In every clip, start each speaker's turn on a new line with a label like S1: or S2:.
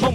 S1: 蹦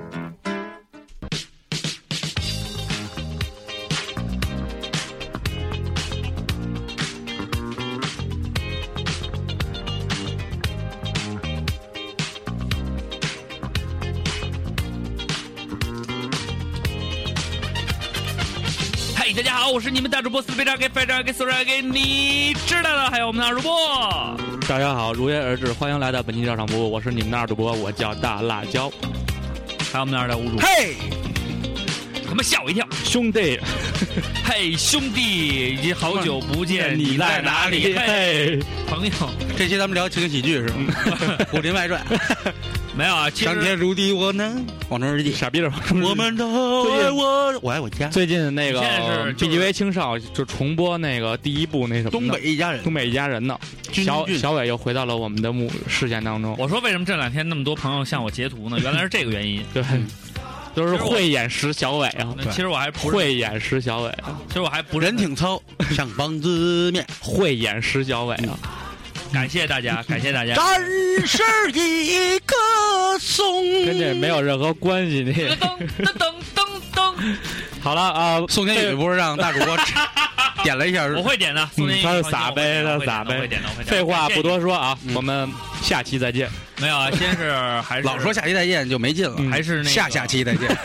S2: 嗨，大家好，我是你们大主播四非常给非常给四常给你知道的，还有我们的二主播。
S3: 大家好，如约而至，欢迎来到本期照常不误，我是你们的二主播，我叫大辣椒。
S2: 还有我们那儿的屋主，
S3: 嘿，
S2: 他妈吓我一跳！
S3: 兄弟，
S2: 嘿，兄弟，已经好久不见，你在哪里？嘿，
S3: 嘿，
S2: 朋友，
S4: 这期咱们聊情景喜剧是吗？ 《武林外传》
S2: 没有啊？其
S4: 上
S2: 实
S4: 天如地，我能往哪儿地？
S3: 傻逼的王
S4: 我们都爱我，我爱我家。
S3: 最近那个
S2: 你现在是就是
S3: BTV 青少就重播那个第一部那什么呢
S4: 东北一家人，
S3: 东北一家人呢，
S4: 君
S3: 小
S4: 君
S3: 小伟又回到了我们的目视线当中，
S2: 我说为什么这两天那么多朋友向我截图呢？原来是这个原因。
S3: 对，都是慧眼识小伟啊，
S2: 嗯那其实我还不是，
S3: 慧眼识小伟啊，
S2: 其实我还不是
S4: 人挺糙，像方子面。
S3: 慧眼识小伟啊，
S2: 感谢大家，感谢大 家。
S4: 咱是一个送，
S3: 跟这没有任何关系。你
S2: 噔噔噔噔噔，
S3: 好了啊，
S4: 宋天宇
S3: 这
S4: 不是让大主播 点了一下，
S2: 我会点的。宋
S3: 嗯
S2: 天宇
S3: 他是
S2: 放心
S3: 撒
S2: 我会点的我
S3: 呗
S2: 会
S3: 他撒
S2: 点的我会
S3: 呗
S2: 点的我会点的
S3: 废
S2: 感
S3: 话
S2: 谢你
S3: 不多说啊，
S4: 嗯
S3: 我们下期再见。
S2: 没 有啊，先是还是
S4: 老说下期再见就没劲了。
S3: 嗯
S2: 还是那个
S4: 下下期再见。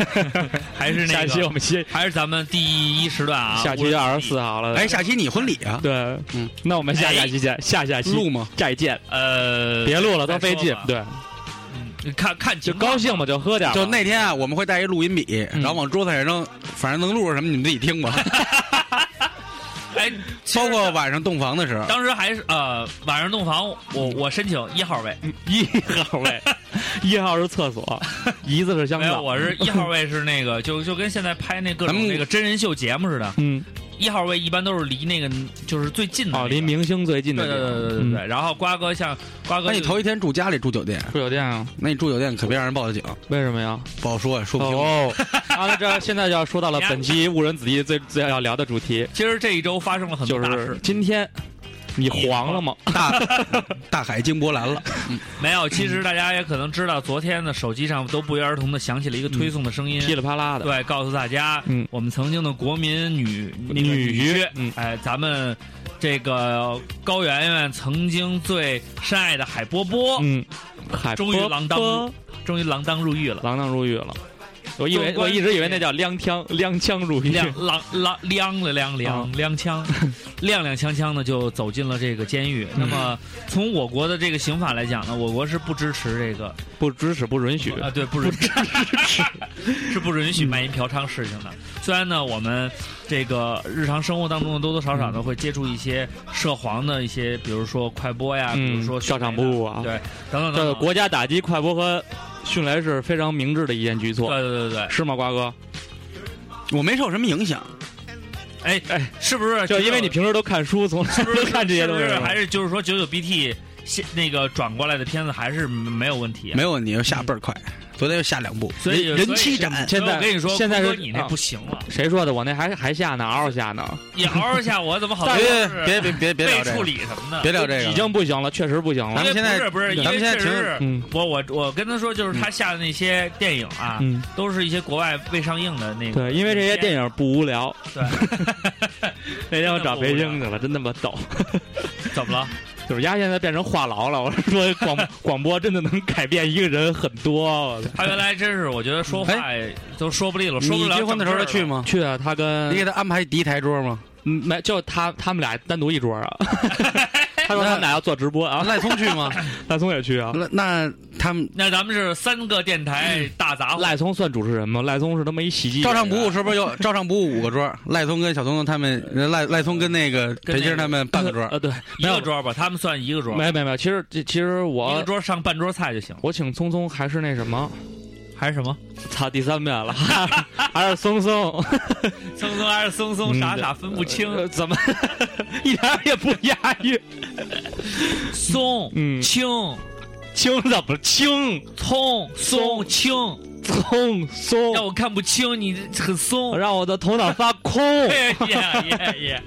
S2: 还是那个
S3: 下期我们先，
S2: 还是咱们第一时段啊，
S3: 下期就二十四。号了。
S4: 哎，，下期你婚礼 啊？
S3: 对，
S4: 嗯，
S3: 那我们下下期见，下下期
S4: 录吗？
S3: 再见，
S2: 呃，
S3: 别录了，都
S2: 哎再
S3: 费
S2: 说
S3: 劲
S2: 吧。
S3: 对，
S2: 嗯看看
S3: 就
S2: 情况
S3: 高兴嘛，就喝点儿吧。
S4: 就那天啊，我们会带一录音笔，
S3: 嗯
S4: 然后往桌子上扔，反正能录什么你们自己 听吧。
S2: 哎，其实
S4: 包括晚上洞房的时候，
S2: 当时还是呃，晚上洞房，
S3: 嗯
S2: 我我申请一号位，
S3: 一号 位，一号是厕所，一字是香
S2: 没有，
S3: 皂。
S2: 我是一号位是那个，就就跟现在拍那各
S4: 咱
S2: 种
S4: 们
S2: 那个真人秀节目似的，
S3: 嗯，
S2: 一号位一般都是离那个就是最近的那
S3: 哦，
S2: 个，
S3: 离明星最近
S2: 对
S3: 的
S2: 对嗯
S3: 地
S2: 对
S3: 方。嗯
S2: 对对对对。然后瓜哥像瓜哥
S4: 那你
S2: 就
S4: 头一天住家里住酒店，
S3: 住酒店啊？
S4: 那你住酒店可别让人报警，
S3: 为什么呀？
S4: 不好说，说不清。
S3: 哦， 啊，那这现在就要说到了本期误人子弟最最要聊的主题，
S2: 其实这一周发生了很多
S3: 就
S2: 大事，
S3: 是今天你黄了吗？
S4: 大大海经波澜了，
S2: 没有，其实大家也可能知道，昨天的手机上都不约而同的响起了一个推送的声音，
S3: 噼里啪啦的。
S2: 对，告诉大家，
S3: 嗯
S2: 我们曾经的国民女那个
S3: 女
S2: 女
S3: 婿嗯
S2: 哎，咱们这个高圆圆曾经最深爱的海波波，
S3: 嗯，海
S2: 终于
S3: 波
S2: 锒铛
S3: 波
S2: 入终于锒铛入狱了，
S3: 锒铛入狱了。我以为
S2: 纵观
S3: 我一直以为那叫踉跄踉跄入狱。
S2: 踉踉踉踉了踉
S3: 啊
S2: 踉踉跄，踉踉跄跄的就走进了这个监狱。那么
S3: 嗯
S2: 从我国的这个刑法来讲呢，我国是不支持这个
S3: 不支持，不 允许。
S2: 啊，对，不允许， 是不允许卖淫嫖娼事情的。虽然呢，我们这个日常生活当中呢，多多少少
S3: 嗯
S2: 呢会接触一些涉黄的一些，比如说快播呀，比
S3: 嗯，
S2: 如说
S3: 照常不
S2: 迅雷
S3: 误啊
S2: 的，。对，等等
S3: 这
S2: 等
S3: 个
S2: 等。
S3: 国家打击快播和迅雷是非常明智的一件举措，
S2: 对对对对，
S3: 是吗，瓜哥？
S4: 我没受什么影响。
S2: 哎哎，是不是
S3: 就因为你平时都看书，从来
S2: 是不是
S3: 都看这些东西
S2: 是不是
S3: 吗，
S2: 还是就是说九九 BT 现那个转过来的片子还是没有问题、啊
S4: 没。有问题，又下倍儿快。昨天又下两部，
S2: 所以
S4: 人
S2: 所
S4: 人
S2: 以
S4: 气展，
S3: 现
S2: 所以
S3: 在
S2: 我跟你说，
S3: 现在
S2: 坤
S3: 是
S2: 哥你那
S3: 啊
S2: 不行了，
S3: 谁说的？我那还还下呢，嗷嗷下呢，
S2: 你嗷嗷下我怎么好多
S4: 别
S2: 是
S4: 别别别别
S2: 被
S4: 聊这
S2: 处
S4: 个，
S2: 理什么的？
S4: 别聊这
S3: 已
S4: 个。
S3: 经不行了，确实不行
S4: 咱
S3: 了
S4: 们。现在
S2: 因为不是不是，
S4: 咱们
S2: 因为
S4: 现在
S2: 确实
S4: 停
S2: 是
S3: 嗯
S2: 我我我跟他说，
S4: 嗯
S2: 就是他下的那些电影啊，
S3: 嗯，
S2: 都是一些国外未上映的那个。
S3: 对，因为这些电
S2: 影，
S3: 影不无聊。
S2: 对，
S3: 那天我找北京去了，真他妈逗。
S2: 怎么了？
S3: 就是丫现在变成话痨了，我是说广 广播真的能改变一个人很多。我操
S2: 他原来真是，我觉得说话都说不利落，说不
S4: 嗯哎你
S2: 了。
S4: 结婚的时候他去？吗？
S3: 去啊，他跟
S4: 你给他安排第一台桌吗？
S3: 嗯没就他他们俩单独一桌啊。他说他们俩要做直播啊，
S4: 赖聪去 吗？
S3: 赖聪也去啊。
S4: 那那他们
S2: 那咱们是三个电
S4: 嗯
S2: 台大杂烩，
S3: 赖聪算主持人吗？赖聪是他妈一喜剧演
S4: 照
S3: 员。啊
S4: 常不误是不是有照常不误五个桌？赖聪跟小聪他们，赖赖聪跟那个
S2: 跟那个
S4: 北京他们半个桌。
S3: 呃，对，
S2: 一个桌吧，他们算一个桌，
S3: 没没没，其实这其
S2: 一
S3: 实
S2: 个
S3: 我
S2: 桌上半桌菜就行。
S3: 我请聪聪还是那什 么，
S2: 还是什么？
S3: 操第三遍了， 还是松 松，
S2: 松松还是松松，
S3: 嗯
S2: 傻傻分不清
S3: 呃，怎么一点儿也不押韵？
S2: 松
S3: 嗯，
S2: 青
S3: 轻怎么轻？
S2: 葱松青，
S3: 葱松
S2: 让我看不清，你很松。 哎
S3: 让我的头脑发 空。
S2: 耶耶耶！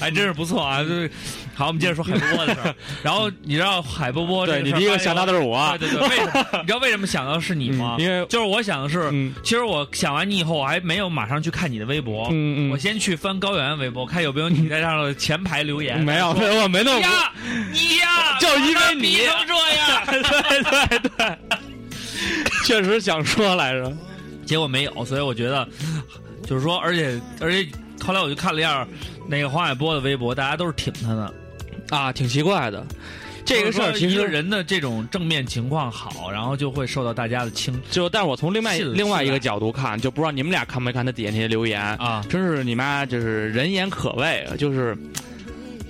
S2: 还真是不错
S3: 嗯
S2: 啊！就是好，我们接着说海波波的事 儿。然后你知道海波波这
S3: 对
S2: 事儿，
S3: 你第一个想到的是我，啊
S2: 对对对，为什么？你知道为什么想到是你吗？
S3: 嗯因为
S2: 就是我想的是，
S3: 嗯
S2: 其实我想完你以后，我还没有马上去看你的微博，
S3: 嗯
S2: 我先去翻高原微博，看有没有你在上的前排留言。
S3: 没有，
S2: 说
S3: 没有我没弄过。
S2: 呀，你 呀，
S3: 就因为你
S2: 把他逼成这样，
S3: 对对对， 确实想说来着。
S2: 结果没有，所以我觉得就是说，而且而且后来我就看了一下那个黄海波的微博，大家都是挺他的。
S3: 啊，挺奇怪的。这个事儿
S2: 就是
S3: 其
S2: 说一个
S3: 实
S2: 人的这种正面情况好，然后就会受到大家的倾
S3: 就，但是我从另外
S2: 信了
S3: 另外一
S2: 信
S3: 个
S2: 了
S3: 角度看，就不知道你们俩看没看他底下那些留言，
S2: 啊，
S3: 真是你妈就是人言可畏，啊就是，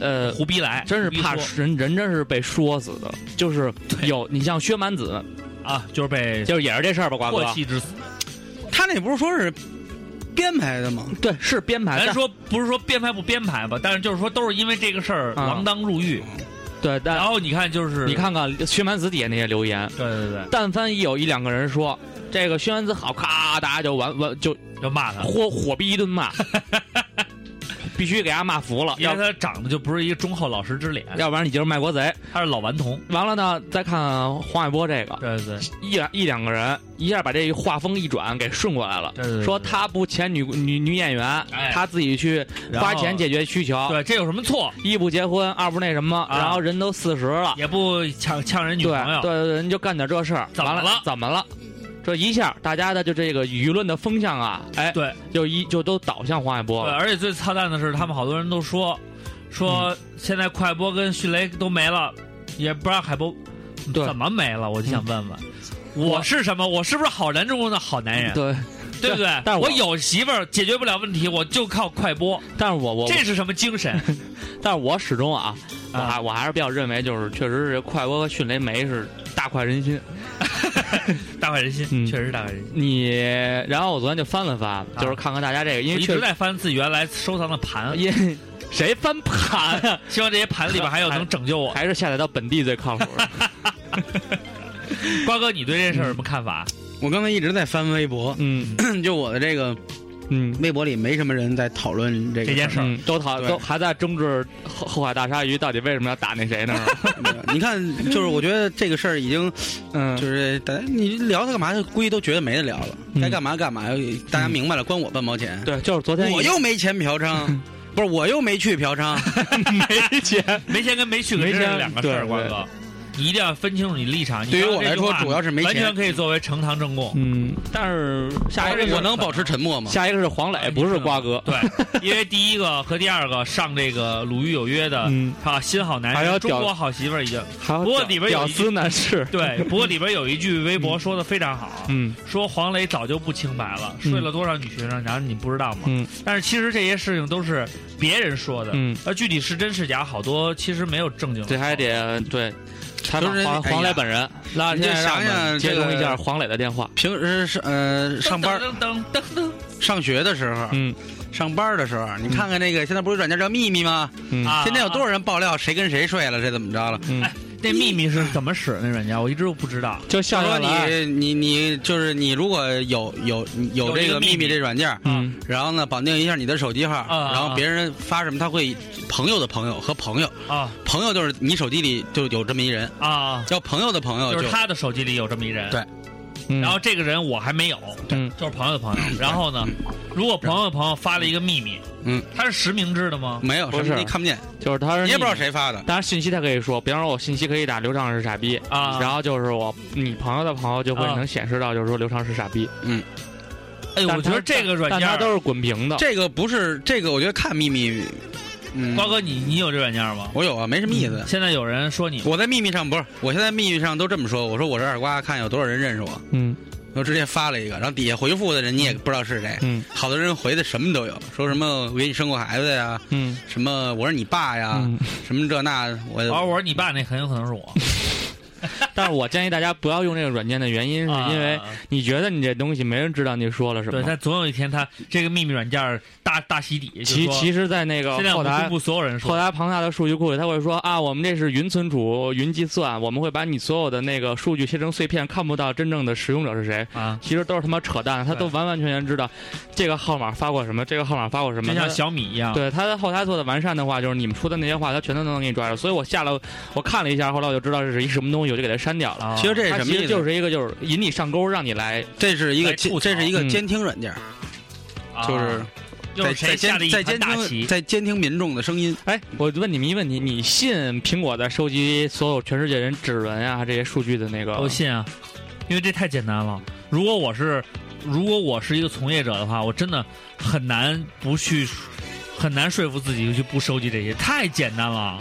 S3: 呃，
S2: 胡逼来，
S3: 真是
S2: 胡逼
S3: 怕
S2: 说
S3: 人人真是被说死的，就是
S2: 对
S3: 有你像薛蛮子，
S2: 啊，就是被
S3: 就是也是这事儿吧，瓜哥
S2: 唾，弃之死。
S4: 他那不是说是编排的吗？
S3: 对，是编排，
S2: 咱
S3: 但
S2: 说不是说编排不编排吧，但是就是说都是因为这个事儿
S3: 啊
S2: 锒铛入狱。
S3: 对，
S2: 然
S3: 但
S2: 后你看就是
S3: 你，看看薛蛮子底下那些留言，
S2: 对对对，
S3: 但凡一有一两个人说这个薛蛮子好，咔，大家就完完就
S2: 就骂他，
S3: 火火逼一顿骂， 必须给他骂服了，
S2: 因
S3: 要
S2: 为他长得就不是一个忠厚老实之脸，
S3: 要不然你就是卖国贼。
S2: 他是老顽童。
S3: 完了呢，再看黄海波这个，
S2: 对对对
S3: 一两一两个人一下把这画风一转，给顺过来了。
S2: 对对对，
S3: 说他不签女女女演员
S2: 哎，
S3: 他自己去
S2: 然后
S3: 花钱解决需求，
S2: 对，这有什么错？
S3: 一不结婚，二不那什么，
S2: 啊
S3: 然后人都四十了，
S2: 也不抢呛人女
S3: 对
S2: 朋
S3: 对
S2: 友，
S3: 对，对人就干点这事儿，
S2: 怎么
S3: 完
S2: 了
S3: 了怎么了？这一下大家的就这个舆论的风向啊，哎，
S2: 对
S3: 就一就都倒向黄海波
S2: 对，
S3: 了。
S2: 而且最操蛋的是，他们好多人都说
S3: 嗯
S2: 说现在快播跟迅雷都没了，也不知道海波
S3: 对嗯
S2: 怎么没了，我就想问问。我是什么？我是不是好男人中的好男人，
S3: 对，
S2: 对不对？
S3: 但是
S2: 我
S3: 我
S2: 有媳妇儿，解决不了问题，我就靠快播，
S3: 但是我我
S2: 这是什么精 神？
S3: 但是我始终啊，我
S2: 啊
S3: 还我还是比较认为，就是确实是快播和迅雷梅是大快人心。
S2: 大快人心，
S3: 嗯
S2: 确实是大快人心。
S3: 你，然后我昨天就翻了翻，就是看看大家这个，因
S2: 啊我
S3: 为
S2: 一
S3: 确
S2: 直
S3: 实
S2: 在翻自己原来收藏的盘，
S3: 因 为谁翻盘啊，
S2: 希望这些盘里边还有能拯救我。
S3: 还是下载到本地最靠谱。
S2: 瓜哥，你对这事儿有什么看法？
S4: 我刚才一直在翻微博，
S3: 嗯
S4: 就我的这个
S3: 嗯
S4: 微博里没什么人在讨论这个
S2: 这件
S4: 事
S2: 事儿
S3: 嗯，都讨
S4: 对
S3: 都还在争执后后海大鲨鱼到底为什么要打那谁呢？
S4: 儿。对你看，就是我觉得这个事儿已经
S3: 嗯，
S4: 就是大家你聊它干嘛，估计都觉得没得聊了，
S3: 嗯
S4: 该干嘛干嘛，大家明白了，关我半毛钱。
S3: 对，嗯就是昨天
S4: 我又没钱嫖娼， 不是我又没去嫖娼，
S3: 没钱，
S2: 没钱跟没去可真是两个事儿，
S3: 没钱
S2: 瓜哥。你一定要分清楚你立场。你
S4: 对于
S2: 刚刚
S4: 我
S2: 这
S4: 来
S2: 句
S4: 说
S2: 话
S4: 主要是没
S2: 完
S4: 钱
S2: 全可以作为呈堂证供。
S3: 嗯，但是 下一个啊是
S4: 我能保持沉默吗？
S3: 下一个是黄
S2: 哎
S3: 磊，不是瓜哥，
S2: 对，因为第一个和第二个上这个《鲁豫有约》的
S3: 嗯，
S2: 啊，新好男
S3: 还
S2: 人、
S3: 有
S2: 中
S3: 屌
S2: 国好媳妇儿已经
S3: 还有
S2: 不过
S3: 屌
S2: 里边有
S3: 屌
S2: 一
S3: 丝呢是，
S2: 对，不过里边有一句微博说的非常好，
S3: 嗯
S2: 说黄磊早就不清白了，
S3: 嗯
S2: 睡了多少女学生，然后你不知道吗？
S3: 嗯
S2: 但是其实这些事情都是别人说的，
S3: 嗯，
S2: 而具体是真是假，好多其实没有正经的说。
S3: 这还得对，采访
S4: 就是
S3: 黄
S4: 哎呀
S3: 黄磊本人。那
S4: 你
S3: 现
S4: 就
S3: 在让我
S4: 想
S3: 们
S4: 想
S3: 接
S4: 这
S3: 通一下
S4: 个
S3: 黄磊的电话。
S4: 平时是呃上 班
S2: 噔噔噔噔
S4: 上学的时候，
S3: 嗯
S4: 上班的时候，你看看那个现在不是软件叫秘密吗？
S3: 嗯
S2: 噔啊！
S4: 现在有多
S2: 少
S4: 少人爆料谁跟谁睡了，谁怎么着了？
S3: 嗯，
S2: 那秘密是怎么使那软件？我一直都不知道。
S3: 就笑
S4: 说
S3: 笑来，啊
S4: 你你你就是你如果有有有这
S2: 有一个
S4: 个
S2: 秘密
S4: 秘密这软件，
S3: 嗯
S4: 然后呢绑定一下你的手机号，
S2: 啊
S4: 然后别人发什么他会朋友的朋友和朋友，
S2: 啊
S4: 朋友就是你手机里就有这么一人，
S2: 啊，
S4: 叫朋友的朋友
S2: 就
S4: 哦就是
S2: 他的手机里有这么一人，
S4: 对
S3: 嗯，
S2: 然后这个人我还没有，
S3: 嗯
S2: 就是朋友的朋友。然后呢，如果朋友的朋友发了一个秘密，
S4: 嗯，
S2: 他是实名制的吗？
S4: 没有
S3: 不
S4: 什么
S3: 是
S4: 你看不见，
S3: 就是他是
S4: 你也不知道谁发的。
S3: 当然信息他可以说，比方说我信息可以打刘畅是傻逼，
S2: 啊，
S3: 嗯然后就是我你朋友的朋友就会
S2: 啊
S3: 能显示到，就是说刘畅是傻逼。
S2: 哎，
S3: 但
S2: 我觉得
S3: 它
S2: 这个软
S3: 但
S2: 件
S3: 他
S2: 儿，
S3: 都是滚屏的，
S4: 这个不是这个，我觉得看秘密，嗯，
S2: 瓜哥你你有这软件吗？嗯
S4: 我有啊，没什么意思。
S2: 现在有人说你
S4: 我在秘密上不是，我现在秘密上都这么说，我说我是二瓜，看有多少人认识我，
S3: 嗯
S4: 我直接发了一个，然后底下回复的人你也不知道是谁，
S3: 嗯
S4: 好多人回的什么都有，说什么我给你生过孩子呀，
S3: 嗯
S4: 什么我是你爸呀，
S3: 嗯
S4: 什么这那的，我
S2: 哦，我说你爸那很有可能是我，
S3: 但是我建议大家不要用这个软件的原因，是因为
S2: 啊
S3: 你觉得你这东西没人知道你说了什
S2: 对，
S3: 么。
S2: 但总有一天它这个秘密软件儿大大洗底，就
S3: 其
S2: 说
S3: 其实，在那个
S2: 现在我
S3: 后
S2: 们公
S3: 台
S2: 布所有人说
S3: 后台庞大的数据库里，他会说啊，我们这是云存储、云计算，我们会把你所有的那个数据切成碎片，看不到真正的使用者是谁。
S2: 啊，
S3: 其实都是他妈扯淡，他
S2: 对
S3: 都完完全全知道这个号码发过什么，这个号码发过什么。
S2: 就
S3: 他
S2: 像小米一样，
S3: 对他的后台做的完善的话，就是你们说的那些话，他全都能给你抓着。所以我下了，我看了一下，后来我就知道这是一什么东西，我就给它删掉了。
S2: 啊，
S4: 其实这是
S3: 它
S4: 什么
S3: 其
S4: 意
S3: 实
S4: 思？
S3: 就是一个就是引你上钩，让你来
S4: 这是一个
S2: 来吐槽
S4: 这是一个
S3: 嗯
S4: 监听软件，
S2: 啊
S4: 就是
S2: 又
S4: 在
S2: 是谁
S4: 在
S2: 下的
S4: 监
S2: 一
S4: 在
S2: 盘
S4: 监
S2: 大
S4: 听
S2: 棋？
S4: 在监听民众的声音。
S3: 哎，我问你们一个问题：你信苹果在收集所有全世界人指纹啊这些数据的那个？
S2: 我信啊，因为这太简单了。如果我是如果我是一个从业者的话，我真的很难不去很难说服自己去不收集这些，太简单了。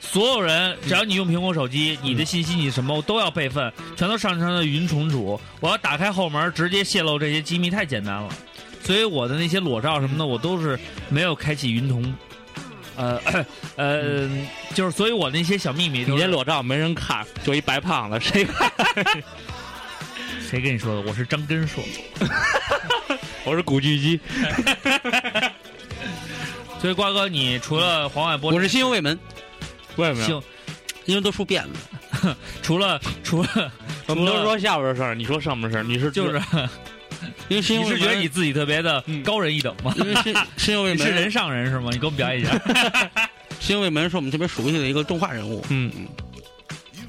S2: 所有
S3: 嗯
S2: 人，只要你用苹果手机，你的信息你什么都要备份，全都上传到云存储。我要打开后门，直接泄露这些机密，太简单了。所以我的那些裸照什么的，我都是没有开启云同，呃呃，就是所以我那些小秘密都是，
S3: 你这裸照没人看，就一白胖子，谁 看？
S2: 谁跟你说的？我是张根硕。
S3: 我是古巨基，
S2: 所以瓜哥，你除了黄海波，
S4: 我是新卫门，
S3: 为什么呀？
S2: 行，
S4: 因为都说遍了。
S2: 除了除了
S3: 我们都说下边的事儿，你说上面的事儿，你是
S2: 就是，
S4: 因为新
S2: 你
S4: 卫
S2: 是
S4: 门，
S2: 觉得你自己特别的
S3: 嗯
S2: 高人一等吗？
S4: 因为 新新卫
S2: 你是人
S4: 门，
S2: 上人是吗？你给我们表演一 下，
S4: 新卫门是我们特别熟悉的一个动画人物。
S3: 嗯，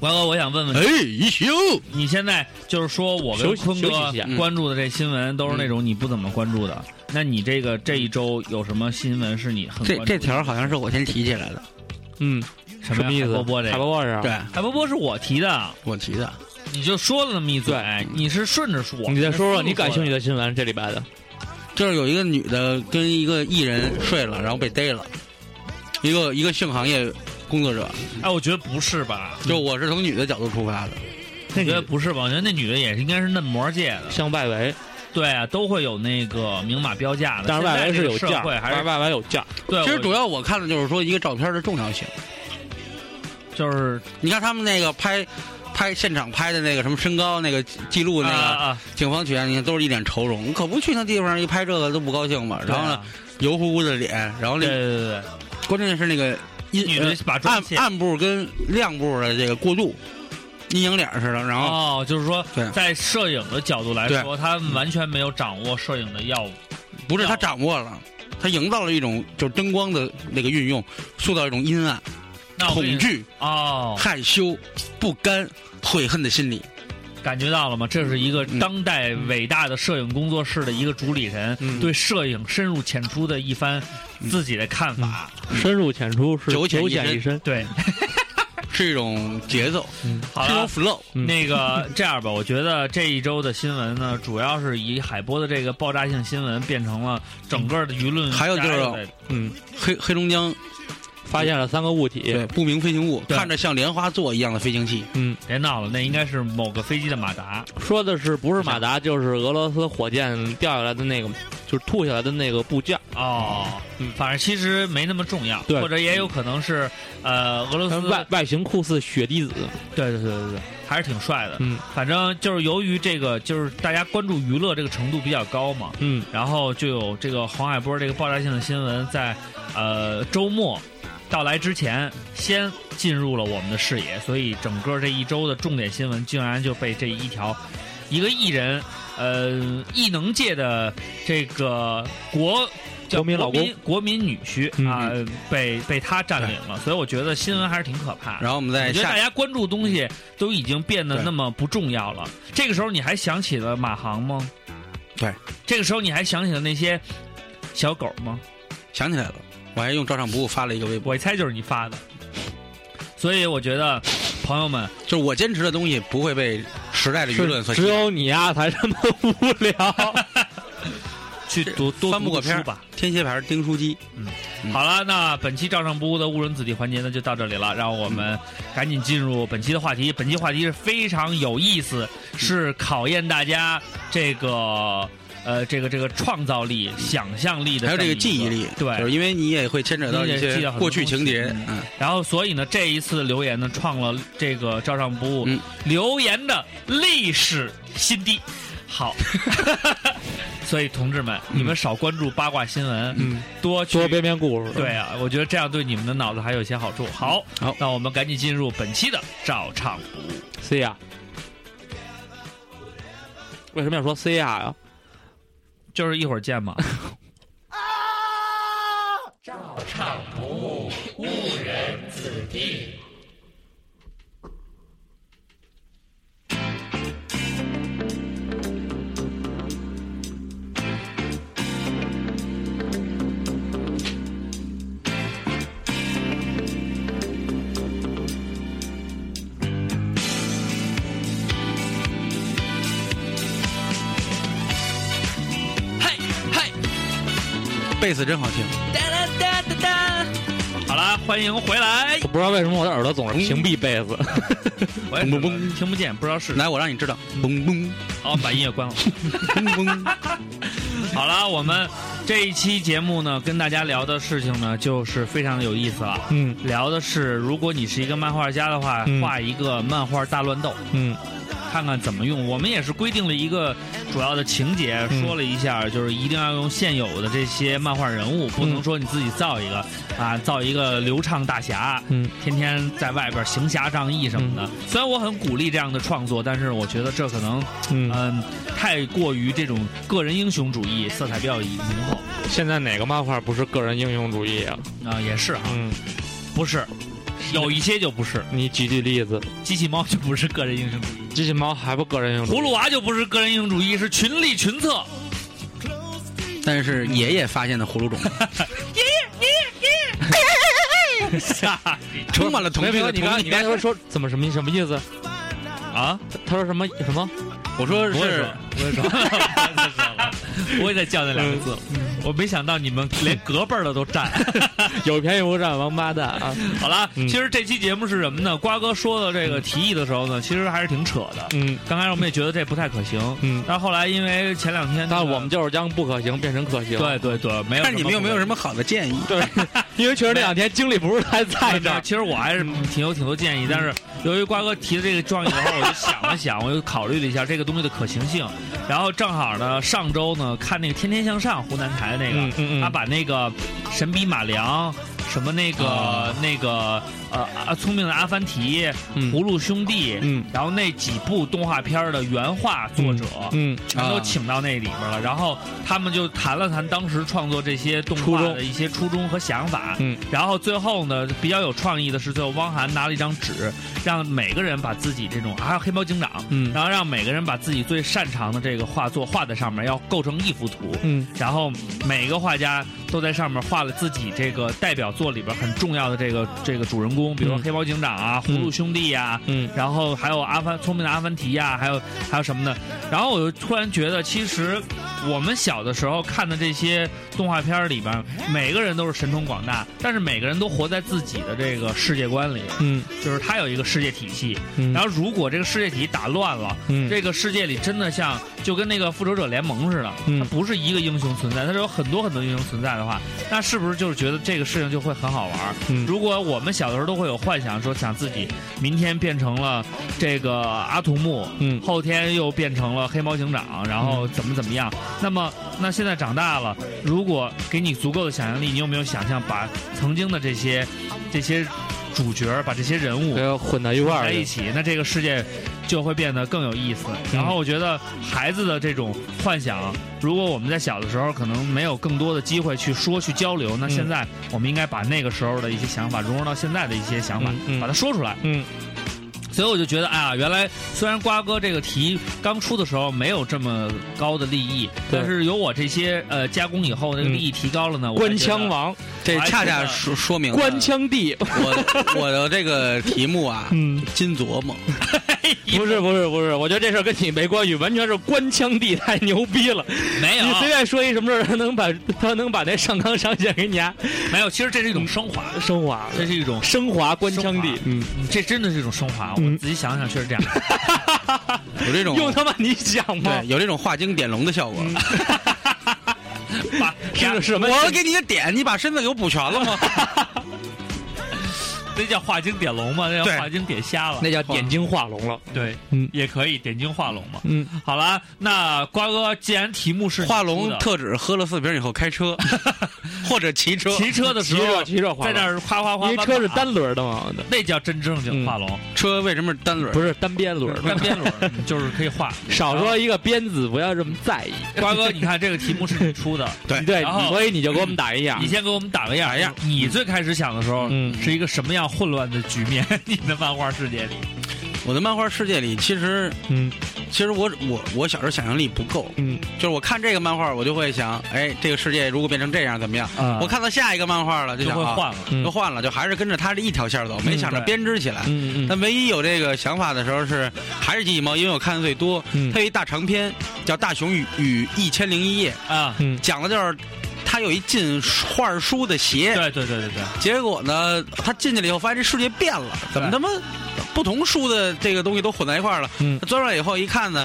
S2: 瓜哥，我想问问
S4: 哎，一休，
S2: 你，现在就是说我
S3: 休
S2: 跟
S3: 息
S2: 坤
S3: 休息
S2: 哥
S3: 一下嗯
S4: 嗯
S2: 关注的这新闻都是那种你不怎么关注的，那你这个这一周有什么新闻是你很
S4: 这
S2: 关注
S4: 这
S2: 的
S4: 条好像是我先提起来的，
S3: 嗯，
S2: 什
S3: 么
S2: 么
S3: 意
S2: 呀
S3: 思？
S2: 海波波这
S3: 海
S2: 个
S3: 波波是吧？
S4: 对
S2: 海波波是我提的，
S4: 我提的。
S2: 你就说了那么一嘴，你是顺着说，
S3: 你再说说
S2: 思路
S3: 你感兴趣
S2: 的
S3: 的新闻，这礼拜的
S4: 就是有一个女的跟一个艺人睡了，然后被逮了，一个一个性行业工作者。
S2: 哎，我觉得不是吧？
S4: 就我是从女的角度出发的，
S2: 我觉得不是吧？我觉得那女的也是应该是嫩模界的，
S3: 像外围，
S2: 对啊，都会有那个明码标价的。
S3: 但是外围
S2: 现在
S3: 是
S2: 这
S3: 有
S2: 个
S3: 价
S2: 社
S3: 儿，
S2: 会还
S3: 外
S2: 是
S3: 外围有价儿，
S2: 对，
S4: 其实
S2: 我
S4: 主要我看的就是说一个照片的重要性。
S2: 就是
S4: 你看他们那个拍，拍现场拍的那个什么身高那个记录那
S2: 啊
S4: 个
S2: 啊，
S4: 警方取案，你看都是一脸愁容，可不去那地方一拍这个都不高兴嘛。
S2: 对啊
S4: 然后呢，，油乎乎的脸，然后
S2: 对
S4: 那呃
S2: 对对
S4: 关键是那个
S2: 对，女
S4: 阴
S2: 的把
S4: 暗
S2: 妆卸
S4: 暗部跟亮部的这个过渡，阴阳脸似的，然后
S2: 哦，就是说
S4: 对
S2: 在摄影的角度来说，他们完全没有掌握摄影的要务。
S4: 不是他掌握了，他营造了一种就是灯光的那个运用，塑造一种阴暗、
S2: 那我跟
S4: 恐
S2: 你
S4: 惧、
S2: 啊哦，
S4: 害羞、不甘、悔恨的心理。
S2: 感觉到了吗？这是一
S4: 嗯
S2: 个当代伟大的摄影工作室的一个主理人
S3: 嗯
S2: 对摄影深入浅出的一番
S4: 嗯
S2: 自己的看法。
S3: 深入浅出是
S4: 九浅
S3: 嗯浅
S4: 一深
S3: 一深，
S2: 对，
S4: 是一种节奏，
S2: 好啊
S4: 是一
S2: 了
S4: 种，flow。
S3: 嗯
S2: 那个这样吧，我觉得这一周的新闻呢，主要是以海波的这个爆炸性新闻变成了整个的舆论。
S4: 还有就是
S2: 大家都在
S3: 嗯，
S4: 黑黑龙江
S3: 发现了三个物体，
S4: 对不明飞行物，
S2: 对
S4: 看着像莲花座一样的飞行器，
S2: 别闹了，那应该是某个飞机的马达。
S3: 说的是不是马达，就是俄罗斯火箭掉下来的那个，就是吐下来的那个部件儿，
S2: 哦，
S3: 嗯
S2: 反正其实没那么重要，
S3: 对
S2: 或者也有可能是呃俄罗斯
S3: 外外形酷似血滴子，
S2: 对对对对对，还是挺帅的。
S3: 嗯
S2: 反正就是由于这个，就是大家关注娱乐这个程度比较高嘛，
S3: 嗯，
S2: 然后就有这个黄海波这个爆炸性的新闻在呃周末到来之前，先进入了我们的视野，所以整个这一周的重点新闻竟然就被这一条一个艺人呃艺能界的这个国。叫
S3: 国民老公
S2: 国民、国民女婿
S3: 嗯
S2: 啊、被被他占领了，所以我觉得新闻还是挺可怕的。
S4: 然后我们
S2: 啊我
S4: 再
S2: 觉得大
S4: 下。嗯
S2: 家关注东西都已经变得
S4: 对
S2: 那么不重要了。这个时候你还想起了马航吗？
S4: 对。
S2: 这个时候你还想起了那些小狗吗？
S4: 想起来了，我还用照相不误发了一个微博，
S2: 我一猜就是你发的。所以我觉得，朋友们，
S4: 就是我坚持的东西不会被时代的舆论所
S3: 只
S4: 欺
S3: 有你呀才这么无聊，
S2: 去读多
S4: 翻不
S2: 读
S4: 过
S2: 读
S4: 篇
S2: 书
S4: 儿
S2: 吧。
S4: 天蝎牌丁书机，嗯
S2: 好了，那本期照上不误的误人子弟环节呢就到这里了，让我们赶紧进入本期的话题。本期话题是非常有意思，是考验大家这个呃这个这个创造力、想象力的，
S4: 还有这个记忆力，
S2: 对
S4: 就是因为你也会牵扯到一
S2: 你也记得
S4: 些
S2: 很多
S4: 过去情节
S2: 东西，
S4: 嗯，
S2: 然后，所以呢，这一次留言呢，创了这个照上不误、
S4: 嗯
S2: 留言的历史新低。 好，所以同志们，
S4: 嗯
S2: 你们少关注八卦新闻，
S5: 嗯，
S2: 多去
S3: 说边边 故事，
S2: 对啊，我觉得这样对你们的脑子还有一些好处。好，
S4: 好
S2: 那我们赶紧进入本期的照唱不误。
S5: C 呀，为什么要说 C 呀呀？
S2: 就是一会儿见嘛。
S5: 嘿嘿，
S4: 贝斯真好听，
S5: 哒哒哒哒哒。
S2: 好啦，欢迎回来。
S5: 我不知道为什么我的耳朵总是屏蔽贝斯。
S2: 我也是
S4: 嘣嘣嘣
S2: 听不见，不知道是
S4: 来我让你知道，嘣嘣
S2: 哦，把音乐 关了。
S4: 嘣 嘣，
S2: 好了，我们这一期节目呢，跟大家聊的事情呢，就是非常有意思了。
S3: 嗯
S2: 聊的是，如果你是一个漫画家的话，
S3: 嗯
S2: 画一个漫画大乱斗，
S3: 嗯
S2: 看看怎么用。我们也是规定了一个主要的情节，
S3: 嗯
S2: 说了一下，就是一定要用现有的这些漫画人物，不能说你自己造一个啊，造一个流畅大侠，
S3: 嗯，
S2: 天天在外边行侠仗义什么的。虽然我很鼓励这样的创作，但是我觉得这可能
S3: 嗯，
S2: 嗯，太过于这种个人英雄主义色彩比较浓厚
S3: 现在哪个漫画不是个人英雄主义啊？
S2: 啊、也是啊，
S3: 嗯，
S2: 不是，有一些就不是，
S3: 你举举例子，
S2: 机器猫就不是个人英雄主义，
S3: 机器猫还不个人英雄主义？
S2: 葫芦娃就不是个人英雄主义，是群力群策。
S4: 但是爷爷发现的 葫芦种充满了童
S3: 没有
S4: 趣的
S3: 没有，你
S4: 童
S3: 刚
S4: 年
S3: 你刚才说怎么什么什么意思啊？他说什么什么？
S4: 我说
S2: 不会
S4: 是
S2: 说，不会说， 不会再叫那两个字了。我没想到你们连隔辈儿的都占。
S3: 有便宜不占王八蛋啊！
S2: 好了，
S3: 嗯
S2: 其实这期节目是什么呢？瓜哥说到这个提议的时候呢，其实还是挺扯的。
S3: 嗯
S2: 刚开始我们也觉得这不太可行，
S3: 嗯，
S2: 但后来因为前两天那个、
S5: 但我们就是将不可行变成可行。，
S2: 对对对，没有。
S4: 看你们有没有什？么好的建议？
S3: 对， 因为确实这两天精力不是太嗯在这儿。
S2: 其实我还是挺有挺多建议，但是由于瓜哥提的这个创意的话，我就想了想，我又考虑了一下这个东西的可行性。然后正好呢，上周呢看那个《天天向上》湖南台那个，
S3: 嗯嗯嗯
S2: 他把那个神笔马良。什么那个、那个呃啊聪明的阿凡提、
S3: 哦嗯
S2: 葫芦兄弟，
S3: 嗯
S2: 然后那几部动画片儿的原画作者，
S3: 嗯
S2: 全都
S4: 啊
S2: 请到那里边了，然后他们就谈了谈当时创作这些动
S3: 初
S2: 画
S3: 衷
S2: 的一些初衷和想法。
S3: 嗯，
S2: 然后最后呢，比较有创意的是，最后汪涵拿了一张纸，让每个人把自己这种，还有黑猫警长，
S3: 嗯
S2: 然后让每个人把自己最擅长的这个画作画在上面，要构成一幅图。
S3: 嗯
S2: 然后每个画家都在上面画了自己这个代表作里边很重要的这个这个主人公，比如说
S3: 嗯
S2: 黑猫警长啊、葫芦兄弟呀、
S3: 嗯
S2: 然后还有阿凡聪明的阿凡提呀、还有还有什么呢？然后我就突然觉得，其实我们小的时候看的这些动画片里边，每个人都是神通广大，但是每个人都活在自己的这个世界观里，
S3: 嗯
S2: 就是他有一个世界体系。
S3: 嗯，
S2: 然
S3: 后
S2: 后如果这个世界体系打乱了，
S3: 嗯
S2: 这个世界里真的像就跟那个复仇者联盟似的，
S3: 嗯
S2: 它不是一个英雄存在，它是有很多很多英雄存在的话，那是不是就是觉得这个事情就会很好玩儿？
S3: 嗯
S2: 如果我们小的时候都会有幻想，说想自己明天变成了这个阿童木，
S3: 嗯
S2: 后天又变成了黑猫警长，然后怎么怎么样？那么，那现在长大了，如果给你足够的想象力，你有没有想象把曾经的这些这些主角儿，把这些人物
S3: 给混到一块
S2: 在
S3: 儿
S2: 一
S3: 去。
S2: 起，那这个世界就会变得更有意思。然后我觉得孩子的这种幻想，如果我们在小的时候可能没有更多的机会去说去交流，那
S3: 嗯
S2: 现在我们应该把那个时候的一些想法融入到现在的一些想法
S3: 嗯，嗯
S2: 把它说出来。
S3: 嗯
S2: 所以我就觉得，哎呀，原来虽然瓜哥这个题刚出的时候没有这么高的利益，
S3: 对
S2: 但是有我这些呃加工以后，那个利益提高了呢。我
S3: 官
S2: 还觉得
S3: 腔，王，
S4: 这
S2: 我还
S4: 恰恰
S2: 觉得
S4: 说说明了
S3: 官腔帝，
S4: 我我的这个题目啊，
S3: 嗯，
S4: 金琢磨，
S3: 不是不是不是，我觉得这事儿跟你没关系，完全是官腔帝太牛逼了。
S2: 没有
S3: 你随便说一什么事儿，他能把他能把那上纲上线给你家
S2: 没有，其实这是一种升华，
S3: 升华了，
S2: 这是一种
S3: 升华官腔帝
S2: 升，
S3: 嗯
S2: 嗯，这真的是一种升华，
S3: 嗯
S2: 我仔细想想确实这样。
S4: 有这种
S3: 用他妈你想吗
S4: 对？有这种画经点龙的效果。
S2: 嗯把
S3: 是什么？
S4: 我给你个点，你把身子给我补全 了吗？
S2: 那叫画经点龙嘛，那
S4: 对
S2: 叫画经点瞎了。
S3: 那叫点睛画龙了。
S2: 对，
S3: 嗯
S2: 也可以点睛画龙嘛。
S3: 嗯，
S2: 好了，那瓜哥，既然题目是你
S4: 画
S2: 出
S4: 龙
S2: 的
S4: 特指喝了四瓶以后 开车，或者骑车。
S2: 骑车的时
S3: 骑
S2: 候
S3: 着，骑着画
S2: 在
S3: 龙，
S2: 那儿夸夸夸，
S3: 因为车是，单轮的嘛，
S2: 那叫真正经画龙，
S4: 车为什么是单轮？
S3: 不是单边轮
S2: 单
S3: 的。
S2: 嗯边轮儿就是可以画。
S3: 少说一个边字，不要这么在意。
S2: 瓜哥，你看这个题目是你出的，
S4: 对
S3: 对
S2: 然后，
S3: 所以你就给我们打一下
S2: 你。先给我们打个样儿。你最开始想的时候
S3: 啊嗯
S2: 是一个什么样混乱的局面？ 你的漫画世界里，
S4: 我的漫画世界里，其实
S3: 嗯
S4: 其实我我我小时候想象力不够，
S3: 嗯
S4: 就是我看这个漫画，我就会想，哎，这个世界如果变成这样怎么样？
S2: 啊
S4: 我看到下一个漫画了，就
S2: 就
S4: 想
S2: 会
S4: 啊
S2: 换了。
S3: 嗯
S4: 就换了，就还是跟着它这一条线儿走，没想着
S2: 对
S4: 编织起来。
S3: 嗯嗯
S4: 但唯一有这个想法的时候是还是机器猫，因为我看的最多。
S3: 嗯
S4: 它有一大长篇叫《大雄与与一千零一夜
S2: 啊，》，
S4: 讲的就是他有一进画书的
S2: 对
S4: 鞋，
S2: 对对对啊对，
S4: 结果呢，他进去了以后发现这世界变了，怎么
S2: 对
S4: 他妈不同书的这个东西都混在一块儿了？
S3: 嗯
S4: 他钻出来以后一看呢，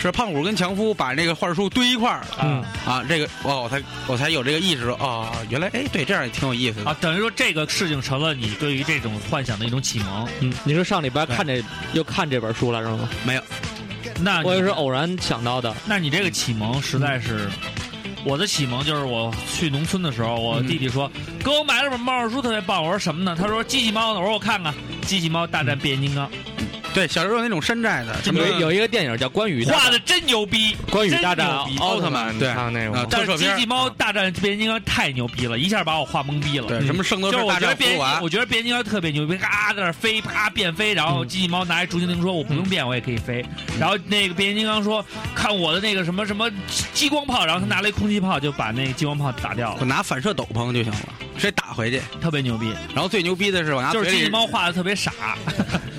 S4: 是胖虎跟强夫把那个画书堆一块儿了
S3: 嗯
S4: 啊，这个哦，我才我才有这个意识说哦，原来哎对，这样也挺有意思的。
S2: 啊，等于说这个事情成了你对于这种幻想的一种启蒙。
S3: 嗯，你是上礼拜看这又看这本书了是吗？
S2: 那你
S3: 我也是偶然想到的。
S2: 那你这个启蒙实在是，我的启蒙就是我去农村的时候，
S4: 嗯
S2: 我弟弟说、给我买了本漫画书，特别棒。我说什么呢？他说《机器猫》呢。我说我看看《机器猫大
S4: 嗯
S2: 战变形金刚
S4: 对，小时候有那种山寨的，什么
S3: 有一有一个电影叫《关羽》，大
S2: 画
S3: 战
S2: 的真牛逼，
S3: 关羽大战
S2: 真牛逼
S4: 奥特曼对
S3: 你看那个
S4: 啊
S3: 吗？
S2: 但是
S4: 特
S2: 《
S4: 摄片
S2: 机
S4: 儿
S2: 器猫大战变形金刚》太牛逼了，一下把我画懵逼了。
S4: 对
S3: 嗯
S4: 什么圣斗
S2: 就是
S4: 士
S2: 我
S4: 大
S2: 觉得
S4: 战啊
S2: 变
S4: 葫芦
S2: 形
S4: 娃，
S2: 我觉得变形金刚特别牛逼，嘎在那儿飞，啪变飞，然后
S3: 嗯
S2: 机器猫拿一竹蜻蜓说我不用变我也可以飞，然后那个变形金刚说看我的那个什么什么激光炮，然后他拿了一空气炮就把那个激光炮打掉了
S4: 我，拿反射斗篷就行了，直接打回去。
S2: 特别牛逼。
S4: 然后最牛逼的是我拿
S2: 就
S4: 嘴
S2: 是机器
S4: 里，
S2: 猫画的特别傻，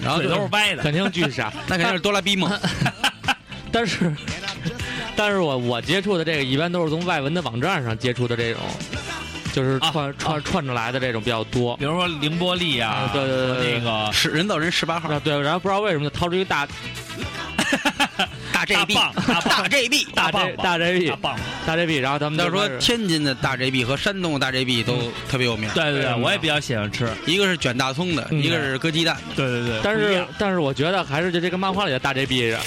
S4: 然后
S2: 嘴
S4: 就
S2: 都是歪的。
S3: 肯定巨傻。
S4: 那肯定是哆啦 A 梦。
S3: 但是，但是我我接触的这个一般都是从外文的网站上接触的这种，就是
S2: 啊
S3: 串、串串着来的这种比较多。
S2: 比如说凌波丽啊
S3: 啊，对对对对
S2: 那个
S4: 十人造人十八号
S3: 啊，对，然后不知道为什么就掏出一个大
S2: 大
S4: 大 JB
S2: 棒大棒
S4: JB，
S2: 大棒
S3: J
S2: 子
S3: 大 JB
S2: 大棒子。
S3: 大 JB，然后他们
S4: 要
S3: 就
S4: 说
S3: 开始
S4: 天津的大 JB 和山东的大 JB
S2: 嗯
S4: 都特别有名，
S2: 对对对，
S3: 嗯
S2: 我也比较喜欢吃。
S4: 一个是卷大葱的，
S3: 嗯
S4: 一个是搁鸡蛋的。
S2: 对对对，
S3: 但
S2: 不一
S3: 是
S2: 样
S3: 但是我觉得还是就这个漫画里的大 JB 是，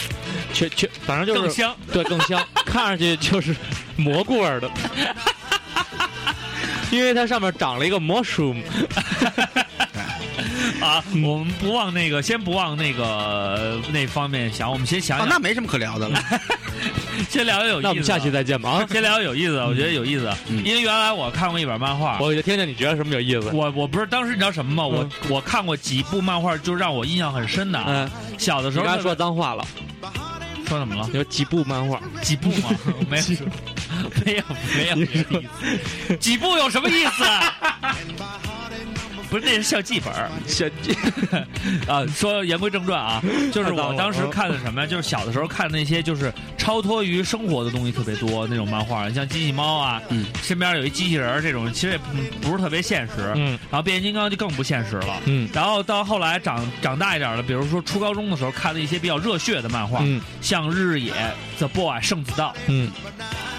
S3: 确确反正就
S2: 更
S3: 是
S2: 香。
S3: 对更香，看上去就是蘑菇味儿的， 因为它上面长了一个 mushroom，
S2: 啊，
S3: 嗯
S2: 我们不往那个，先不往那个那方面想，我们先想
S4: 哦，
S2: 想，
S4: 那没什么可聊 的了。
S2: 先聊聊有意思的。
S3: 那我们下期再见吧啊！
S2: 先聊聊有意思的，我觉得有意思的，
S4: 嗯
S2: 因为原来我看过一本漫画。
S3: 啊我就听听你觉得什么有意思。
S2: 我我不是当时你知道什么吗？我
S3: 嗯
S2: 我看过几部漫画，就让我印象很深的啊。
S3: 嗯，
S2: 小的
S3: 你
S2: 时候
S3: 刚才
S2: 特
S3: 说脏话了，
S2: 别说怎么了？
S3: 有几部漫画？
S2: 几步吗？ 没有，没有，没有没有意思。几步有什么意思？不是，那是校记本儿
S3: 小
S2: 啊。说言归正传啊，就是
S3: 太脏
S2: 我
S3: 了
S2: 当时看的什么呀？就是小的时候看那些就是超脱于生活的东西特别多那种漫画，像机器猫啊，
S4: 嗯
S2: 身边有一机器人儿这种，其实也不不是特别现实。
S3: 嗯
S2: 然后变形金刚就更不现实了。
S3: 嗯
S2: 然后到后来长长大一点了，比如说初高中的时候看了一些比较热血的漫画，
S3: 嗯
S2: 像《日野》《The Boy》《圣子道》，
S3: 嗯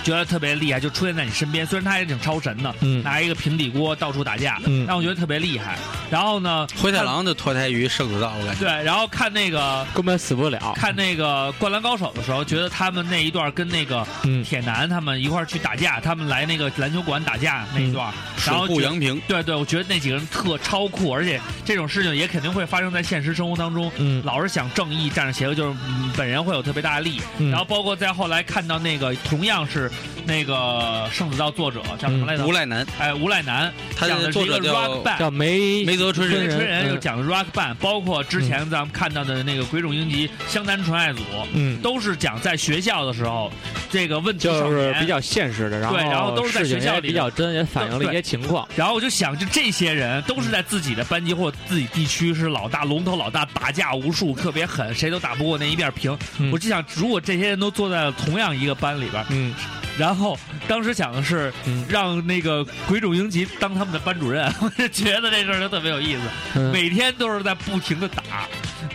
S2: 觉得特别厉害，就出现在你身边。虽然他也挺超神的，
S3: 嗯
S2: 拿一个平底锅到处打架，
S3: 嗯
S2: 让我觉得特别厉害。然后呢，
S4: 灰太狼就脱胎于圣子道，我感觉。
S2: 对，然后看那个
S3: 根本死不了。
S2: 看那个《灌篮高手》的时候，觉得他们那一段跟那个
S3: 嗯
S2: 铁男他们一块儿去打架，他们来那个篮球馆打架那一段，
S4: 水
S2: 然
S3: 嗯
S2: 后觉
S4: 户
S2: 得
S4: 洋平，
S2: 对对，我觉得那几个人特超酷，而且这种事情也肯定会发生在现实生活当中。
S3: 嗯
S2: 老是想正义战胜邪恶，就是、嗯本人会有特别大的力。
S3: 嗯
S2: 然后包括再后来看到那个同样是那个圣子道作者叫什么来着？
S4: 嗯无赖男，
S2: 哎，无赖男
S4: 他
S2: 讲的
S4: 的
S2: 是
S4: 作
S2: 一个
S4: 者
S2: rock
S4: 叫
S2: band，
S3: 叫梅
S4: 梅泽春
S2: 春
S4: 人。
S2: 春人
S3: 嗯
S2: 又讲的是 rock band，包括之前咱们看到的那个鬼冢英吉、湘南纯爱组，
S3: 嗯，
S2: 都是讲在学校的时候这个问题少
S3: 就是
S2: 年
S3: 比较现实的，然后
S2: 对然后都是在
S3: 事情
S2: 学校
S3: 也
S2: 里
S3: 比较真，也反映了一些情况。
S2: 然后我就想，就这些人都是在自己的班级或自己地区是老大、龙头老大，打架无数，特别狠，谁都打不过那一面平。
S3: 嗯
S2: 我就想，如果这些人都坐在了同样一个班里边，
S3: 嗯
S2: 然后当时想的是
S3: 嗯
S2: 让那个鬼冢英吉当 他们的班主任，我就觉得这事儿就特别有意思。
S3: 嗯
S2: 每天都是在不停的打，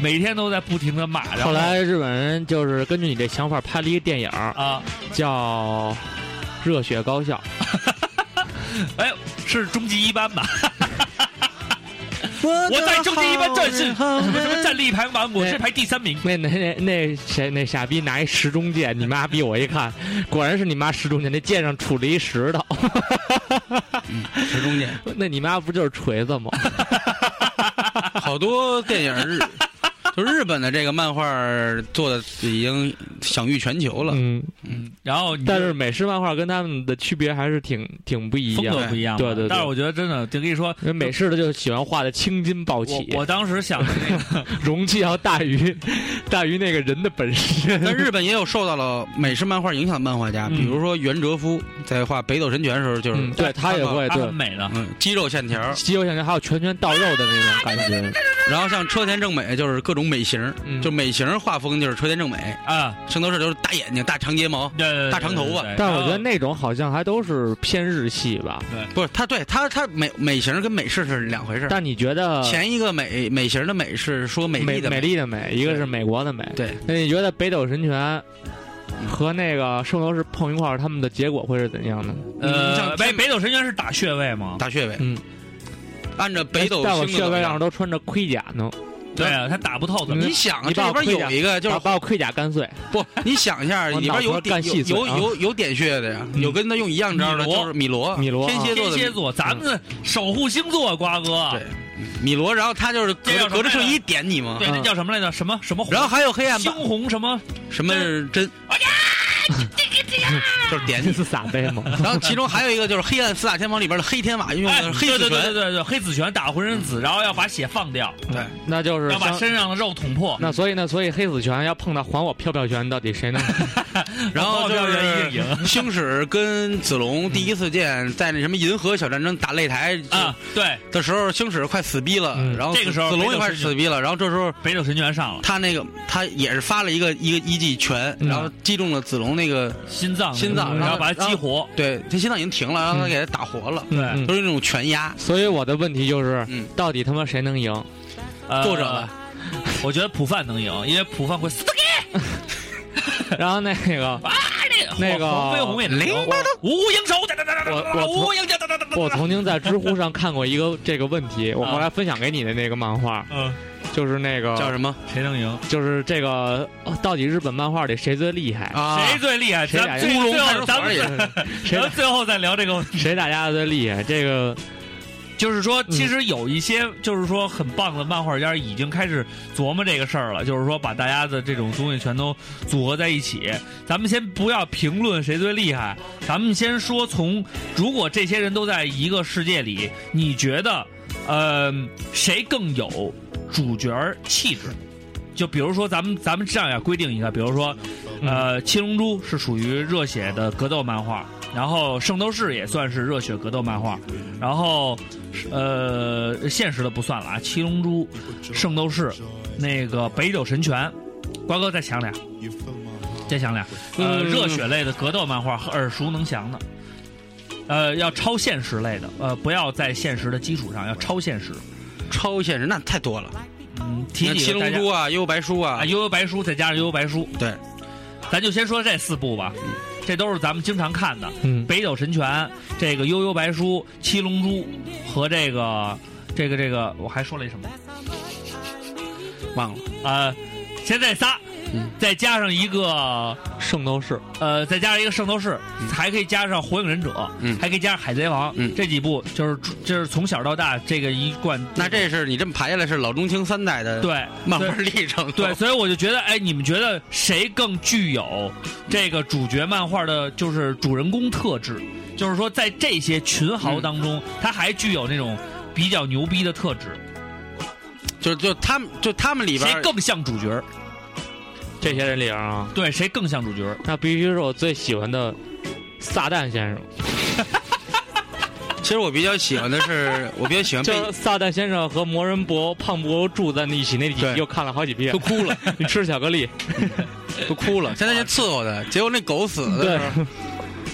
S2: 每天都在不停的骂。然
S3: 后来日本人就是根据你这想法拍了一个电影儿，
S2: 啊，
S3: 叫《热血高校》。
S2: 哎，是中级一班吧？
S4: 我
S2: 我在中级一班战士，
S4: 好人
S2: 什么战力排行榜，我是排第三名。
S3: 那那那那谁那傻逼拿一石中剑，你妈逼我一看，果然是你妈石中剑，那剑上杵着一石头，
S4: 石嗯 中间，
S3: 那你妈不就是锤子吗？
S4: 好多电影日，就日本的这个漫画做的已经享誉全球了。
S3: 嗯，
S2: 嗯，然后你就
S3: 但是美式漫画跟他们的区别还是挺挺不一
S2: 风
S3: 样
S2: 格
S3: 的。
S2: 不一样嘛，
S3: 对对对
S2: 但是我觉得真的，就跟你说，
S3: 因为美式的就喜欢画的青筋暴起，
S2: 我我当时想的那 个，
S3: 容器要大于 大于那个人的本 身。
S4: 但日本也有受到了美式漫画影响的漫画家，
S2: 嗯
S4: 比如说袁哲夫在画《北斗神拳》的时候，就是
S3: 嗯，对他也会
S2: 它
S3: 对
S2: 很，美的，
S4: 嗯肌肉线条，
S3: 肌肉线条还有拳拳到肉的那种感觉。
S4: 然后像车田正美就是各种美型，
S3: 嗯
S4: 就美型画风就是车田正美，
S2: 啊，
S4: 圣斗士就是大眼睛、大长睫毛，
S2: 对对对
S4: 大长头发啊
S2: 对对对
S3: 但是我觉得那种好像还都是偏日系吧。
S4: 不是他对他他美美型跟美式是两回事儿。
S3: 但你觉得
S4: 前一个美美型的美是说美丽
S3: 美
S4: 的
S3: 美丽的美，一个是美国的美。
S4: 对，
S3: 那你觉得《北斗神拳》和那个《圣斗士》碰一块儿，他们的结果会是怎样呢？
S4: 嗯
S2: 呃，
S4: 像
S2: 北北斗神拳是打穴位吗？
S4: 大穴位，
S3: 嗯，
S4: 按照北斗
S3: 但我
S4: 星
S3: 穴
S4: 座
S3: 位
S4: 来
S3: 上
S4: 讲，
S3: 都穿着盔甲呢，
S2: 对啊，他打不透怎么
S3: 嗯
S2: 办
S4: 你想啊，
S3: 你把
S4: 这
S3: 我
S4: 里边
S3: 盔甲
S4: 有一个就
S3: 把
S4: 是
S3: 把我盔甲干碎。
S4: 不，你想一下，
S3: 我
S4: 里边
S3: 脑壳
S4: 有点
S3: 干细碎
S4: 有
S3: 啊
S4: 有有点穴的呀，
S3: 嗯
S4: 有跟他用一样招
S2: 米
S4: 的，
S2: 罗
S4: 就是米罗，
S3: 米罗啊
S4: 天蝎座
S2: 天
S4: 的
S2: 蝎座，咱们守护星座，瓜哥，
S4: 对米罗，然后他就是隔
S2: 这叫
S4: 着
S2: 什么
S4: 隔着圣
S2: 来
S4: 衣点你嘛
S2: 对，，那
S3: 嗯
S2: 叫什么来着？什么什么红？
S4: 然后还有黑暗
S2: 猩
S4: 版，
S2: 红什么？
S4: 什么针，
S2: 哎啊
S4: 就是点哎
S3: 这
S4: 你。
S3: 是撒贝吗？
S4: 然后其中还有一个就是黑暗四大天王里边的黑天马用
S2: 哎，
S4: 的黑嗯
S2: 对对对
S4: 子
S2: 对
S4: 拳，
S2: 对对，黑子拳打浑身紫，然后要把血放掉，
S4: 对，
S3: 那就是
S2: 要把
S3: 像
S2: 身上的肉捅破。
S3: 那所以呢，所以黑子拳要碰到还我飘飘拳，到底 谁能？
S4: 嗯然后就
S2: 爆料哦员一定
S4: 是
S2: 赢
S4: 星矢跟子龙第一次见，在那什么银河小战争打擂台
S2: 啊！对，
S4: 的时候，星矢快死逼了，
S3: 嗯
S4: 然后
S2: 这个时候
S4: 子龙也快
S2: 北斗神
S4: 死逼了，然后这时候
S2: 北斗神拳上了，
S4: 他那个他也是发了一个一个一记拳，
S3: 嗯
S4: 然后击中了子龙那个，
S2: 心脏嗯
S4: 心脏
S2: 然
S4: 然
S2: 后
S4: 后
S2: 把它激活。
S4: 对他心脏已经停了，然后他
S3: 嗯
S4: 给他打活了，
S2: 对
S3: 嗯
S4: 都是那种拳压。
S3: 所以我的问题就是
S4: 嗯，
S3: 到底他妈谁能赢？
S2: 呃
S4: 作者吧，
S2: 我觉得普范能赢，因为普范会死给
S3: 然后那个，那个
S2: 黄飞鸿也能赢
S4: 零
S2: 无辜应酬，哒哒哒哒 哒哒哒
S3: 我我
S2: 无辜应酬，哒哒哒哒哒。
S3: 我曾经在知乎上看过一个这个问题，我后来分享给你的那个漫画，
S2: 嗯，
S3: 就是那个
S4: 叫什么
S2: 谁能赢？
S3: 就是这个呃到底日本漫画里谁最厉害？
S4: 啊？
S2: 哎谁最厉害？
S3: 谁
S2: 咱
S3: 俩
S2: 们最
S3: 人
S4: 乌龙
S2: 最
S4: 派出
S2: 后咱
S4: 所
S2: 们
S4: 也
S2: 咱
S4: 是
S3: 谁
S2: 们最后再聊这个问题。
S3: 谁打架最厉害？这个
S2: 就是说，其实有一些就是说很棒的漫画家已经开始琢磨这个事儿了，就是说把大家的这种东西全都组合在一起。咱们先不要评论谁最厉害，咱们先说从如果这些人都在一个世界里，你觉得，呃，谁更有主角气质？就比如说，咱们咱们这样呀，规定一个，比如说，
S3: 嗯
S2: 呃，《七龙珠》是属于热血的格斗漫画，然后《圣斗士》也算是热血格斗漫画，然后，呃，现实的不算了啊，《七龙珠》、《圣斗士》、那个《北斗神拳》，瓜哥再想俩，再想俩，呃，
S3: 嗯
S2: 热血类的格斗漫画耳熟能详的，呃，要超现实类的，呃，不要在现实的基础上要超现实，
S4: 超现实那太多了，
S2: 嗯，提
S4: 那
S2: 几
S4: 七
S2: 个大
S4: 龙
S2: 家
S4: 珠啊，幽游白书啊
S2: 啊，，悠悠白书再加上悠悠白书，
S4: 对，
S2: 咱就先说这四部吧，这都是咱们经常看的，
S3: 嗯
S2: 《北斗神拳》、这个《悠悠白书》、《七龙珠》和这个这个这个，我还说了一什么？
S4: 忘了
S2: 呃，现在仨
S4: 嗯，
S2: 再加上一个
S3: 圣斗士，
S2: 呃，再加上一个圣斗士，还可以加上火影忍者，
S4: 嗯
S2: 还可以加上海贼王，
S4: 嗯
S2: 这几部就是就是从小到大这个一贯。
S4: 那这是你这么排下来是老中青三代的
S2: 对
S4: 漫画
S2: 对
S4: 历程，
S2: 对，所以我就觉得，哎，你们觉得谁更具有这个主角漫画的，就是主人公特质？就是说，在这些群豪当中，他还具有那种比较牛逼的特质，
S4: 就就他们就他们里边
S2: 谁更像主角？
S3: 这些人里边啊，
S2: 对，谁更像主角？
S3: 那必须是我最喜欢的撒旦先生。
S4: 其实我比较喜欢的是，我比 较 喜欢
S3: 就是
S4: 被
S3: 撒旦先生和魔人布欧、胖布欧住在一起那几集，
S4: 对
S3: 又看了好几遍
S4: 都。哭了，
S3: 你吃巧克力，
S4: 都哭 了。现在就伺候他，结果那狗死了的时候，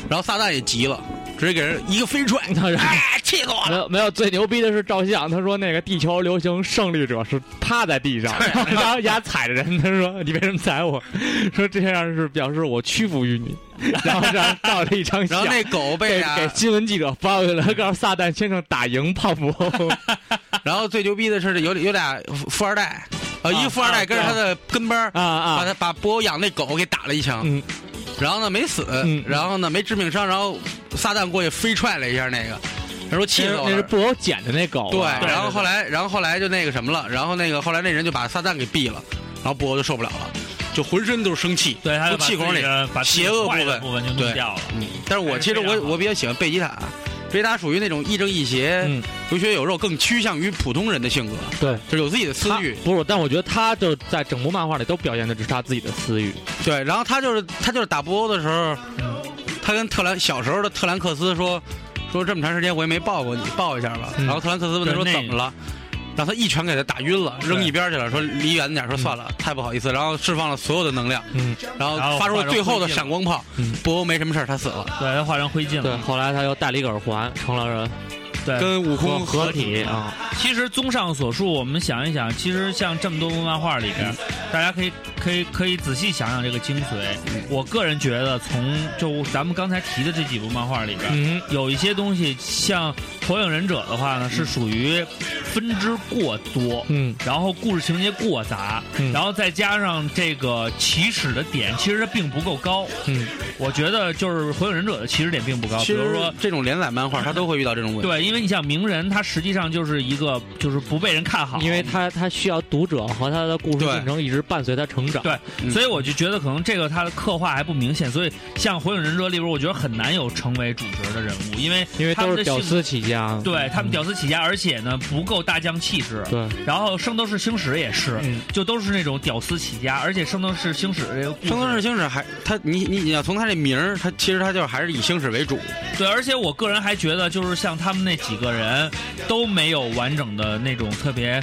S4: 然后撒旦也急了，直接给人一个飞踹，
S3: 当然
S4: 哎，气死我
S3: 没
S4: 了！
S3: 有没有，最牛逼的是照相。他说那个地球流行胜利者是趴在地上，然后丫踩着人，他说你为什么踩我？说这样是表示我屈服于你，然后这样照了一张
S4: 然
S3: 相
S4: 后。那狗被
S3: 给
S4: 啊，
S3: 给新闻记者发过去了，告诉撒旦先生打赢泡 芙。
S4: 然后最牛逼的是有有俩富二代，呃，一富二代跟着他的跟班儿，
S3: 啊
S4: 把
S3: 啊，
S4: 他把博养那狗给打了一枪，
S3: 嗯
S4: 然后呢没死
S3: 嗯，
S4: 然后呢没致命伤，然后撒旦过去飞踹了一下那个，他说气
S3: 那
S4: 死
S3: 是
S4: 我
S3: 那是
S4: 了。
S3: 布偶捡的那狗
S4: 对，
S3: 啊。
S4: 然后后来，然后后来就那个什么了，然后那个后来那人就把撒旦给毙了，然后博就受不了了，就浑身都是生气，
S2: 对，他
S4: 都
S2: 就把
S4: 气
S2: 自
S4: 孔
S2: 己
S4: 里。
S2: 的把自己
S4: 邪恶部
S2: 坏的
S4: 分
S2: 部分就
S4: 对
S2: 弄掉了。
S4: 嗯，但是我
S2: 还是
S4: 其实
S2: 非
S4: 我
S2: 常好
S4: 我比较喜欢贝吉塔，啊贝吉塔属于那种亦正亦邪、
S3: 嗯
S4: 有血有肉，更趋向于普通人的性格，
S3: 对，
S4: 就是有自己的私欲。
S3: 不是，但我觉得他就在整部漫画里都表现的只是他自己的私欲。
S4: 对，然后他就是他就是打波的时候，他跟特兰小时候的特兰克斯说说这么长时间我也没抱过你，抱一下吧。
S3: 嗯
S4: 然后特兰克斯问他说
S2: 对那
S4: 怎么了，然后他一拳给他打晕了，扔一边去了，说离远点，说算了，太不好意思，然后释放了所有的能量，
S3: 嗯，
S4: 然后
S2: 然后
S4: 发出
S2: 化
S4: 了
S2: 成
S4: 最后的
S2: 灰烬
S4: 闪光炮
S3: 嗯，
S4: 波欧没什么事儿，他死了，
S2: 对，他化成灰烬
S3: 对，
S2: 了。
S3: 后来他又戴了一个耳环，成了
S2: 对，
S4: 跟悟
S3: 合
S4: 空
S3: 合体啊。
S2: 其实综上所述，我们想一想，其实像这么多部漫画里边，大家可以可以可以仔细想想这个精髓。
S4: 嗯
S2: 我个人觉得从，就咱们刚才提的这几部漫画里边，
S3: 嗯，
S2: 有一些东西，像《火影忍者》的话呢，是属于分支过多，
S3: 嗯，
S2: 然后故事情节过杂，
S3: 嗯
S2: 然后再加上这个起始的点，其实它并不够高。
S3: 嗯，
S2: 我觉得就是《火影忍者》的起始点并不高，
S4: 其
S2: 啊比如
S4: 实
S2: 说。
S4: 这种连载漫画，他都会遇到这种问题。
S2: 对，因为你想鸣人，他实际上就是一个就是不被人看好，
S3: 因为他他需要读者和他的故事
S4: 对
S3: 进程一直伴随他成长。
S2: 对
S4: 嗯
S2: 所以我就觉得可能这个他的刻画还不明显，所以像《火影忍者》里边，我觉得很难有成为主角的人物，因为
S3: 因为
S2: 他
S3: 都
S2: 们的
S3: 是屌
S2: 性
S3: 丝起家。
S2: 对他们
S3: 嗯
S2: 屌丝起家，而且呢不够大将气质。
S3: 对，
S2: 然后《圣斗士星矢》也是，
S3: 嗯
S2: 就都是那种屌丝起家，而且《圣斗士星矢》这个故事
S4: 圣斗士星矢还他你你你要从他这名儿，他其实他就是还是以星矢为主，
S2: 对，而且我个人还觉得，就是像他们那几个人都没有完整的那种特别，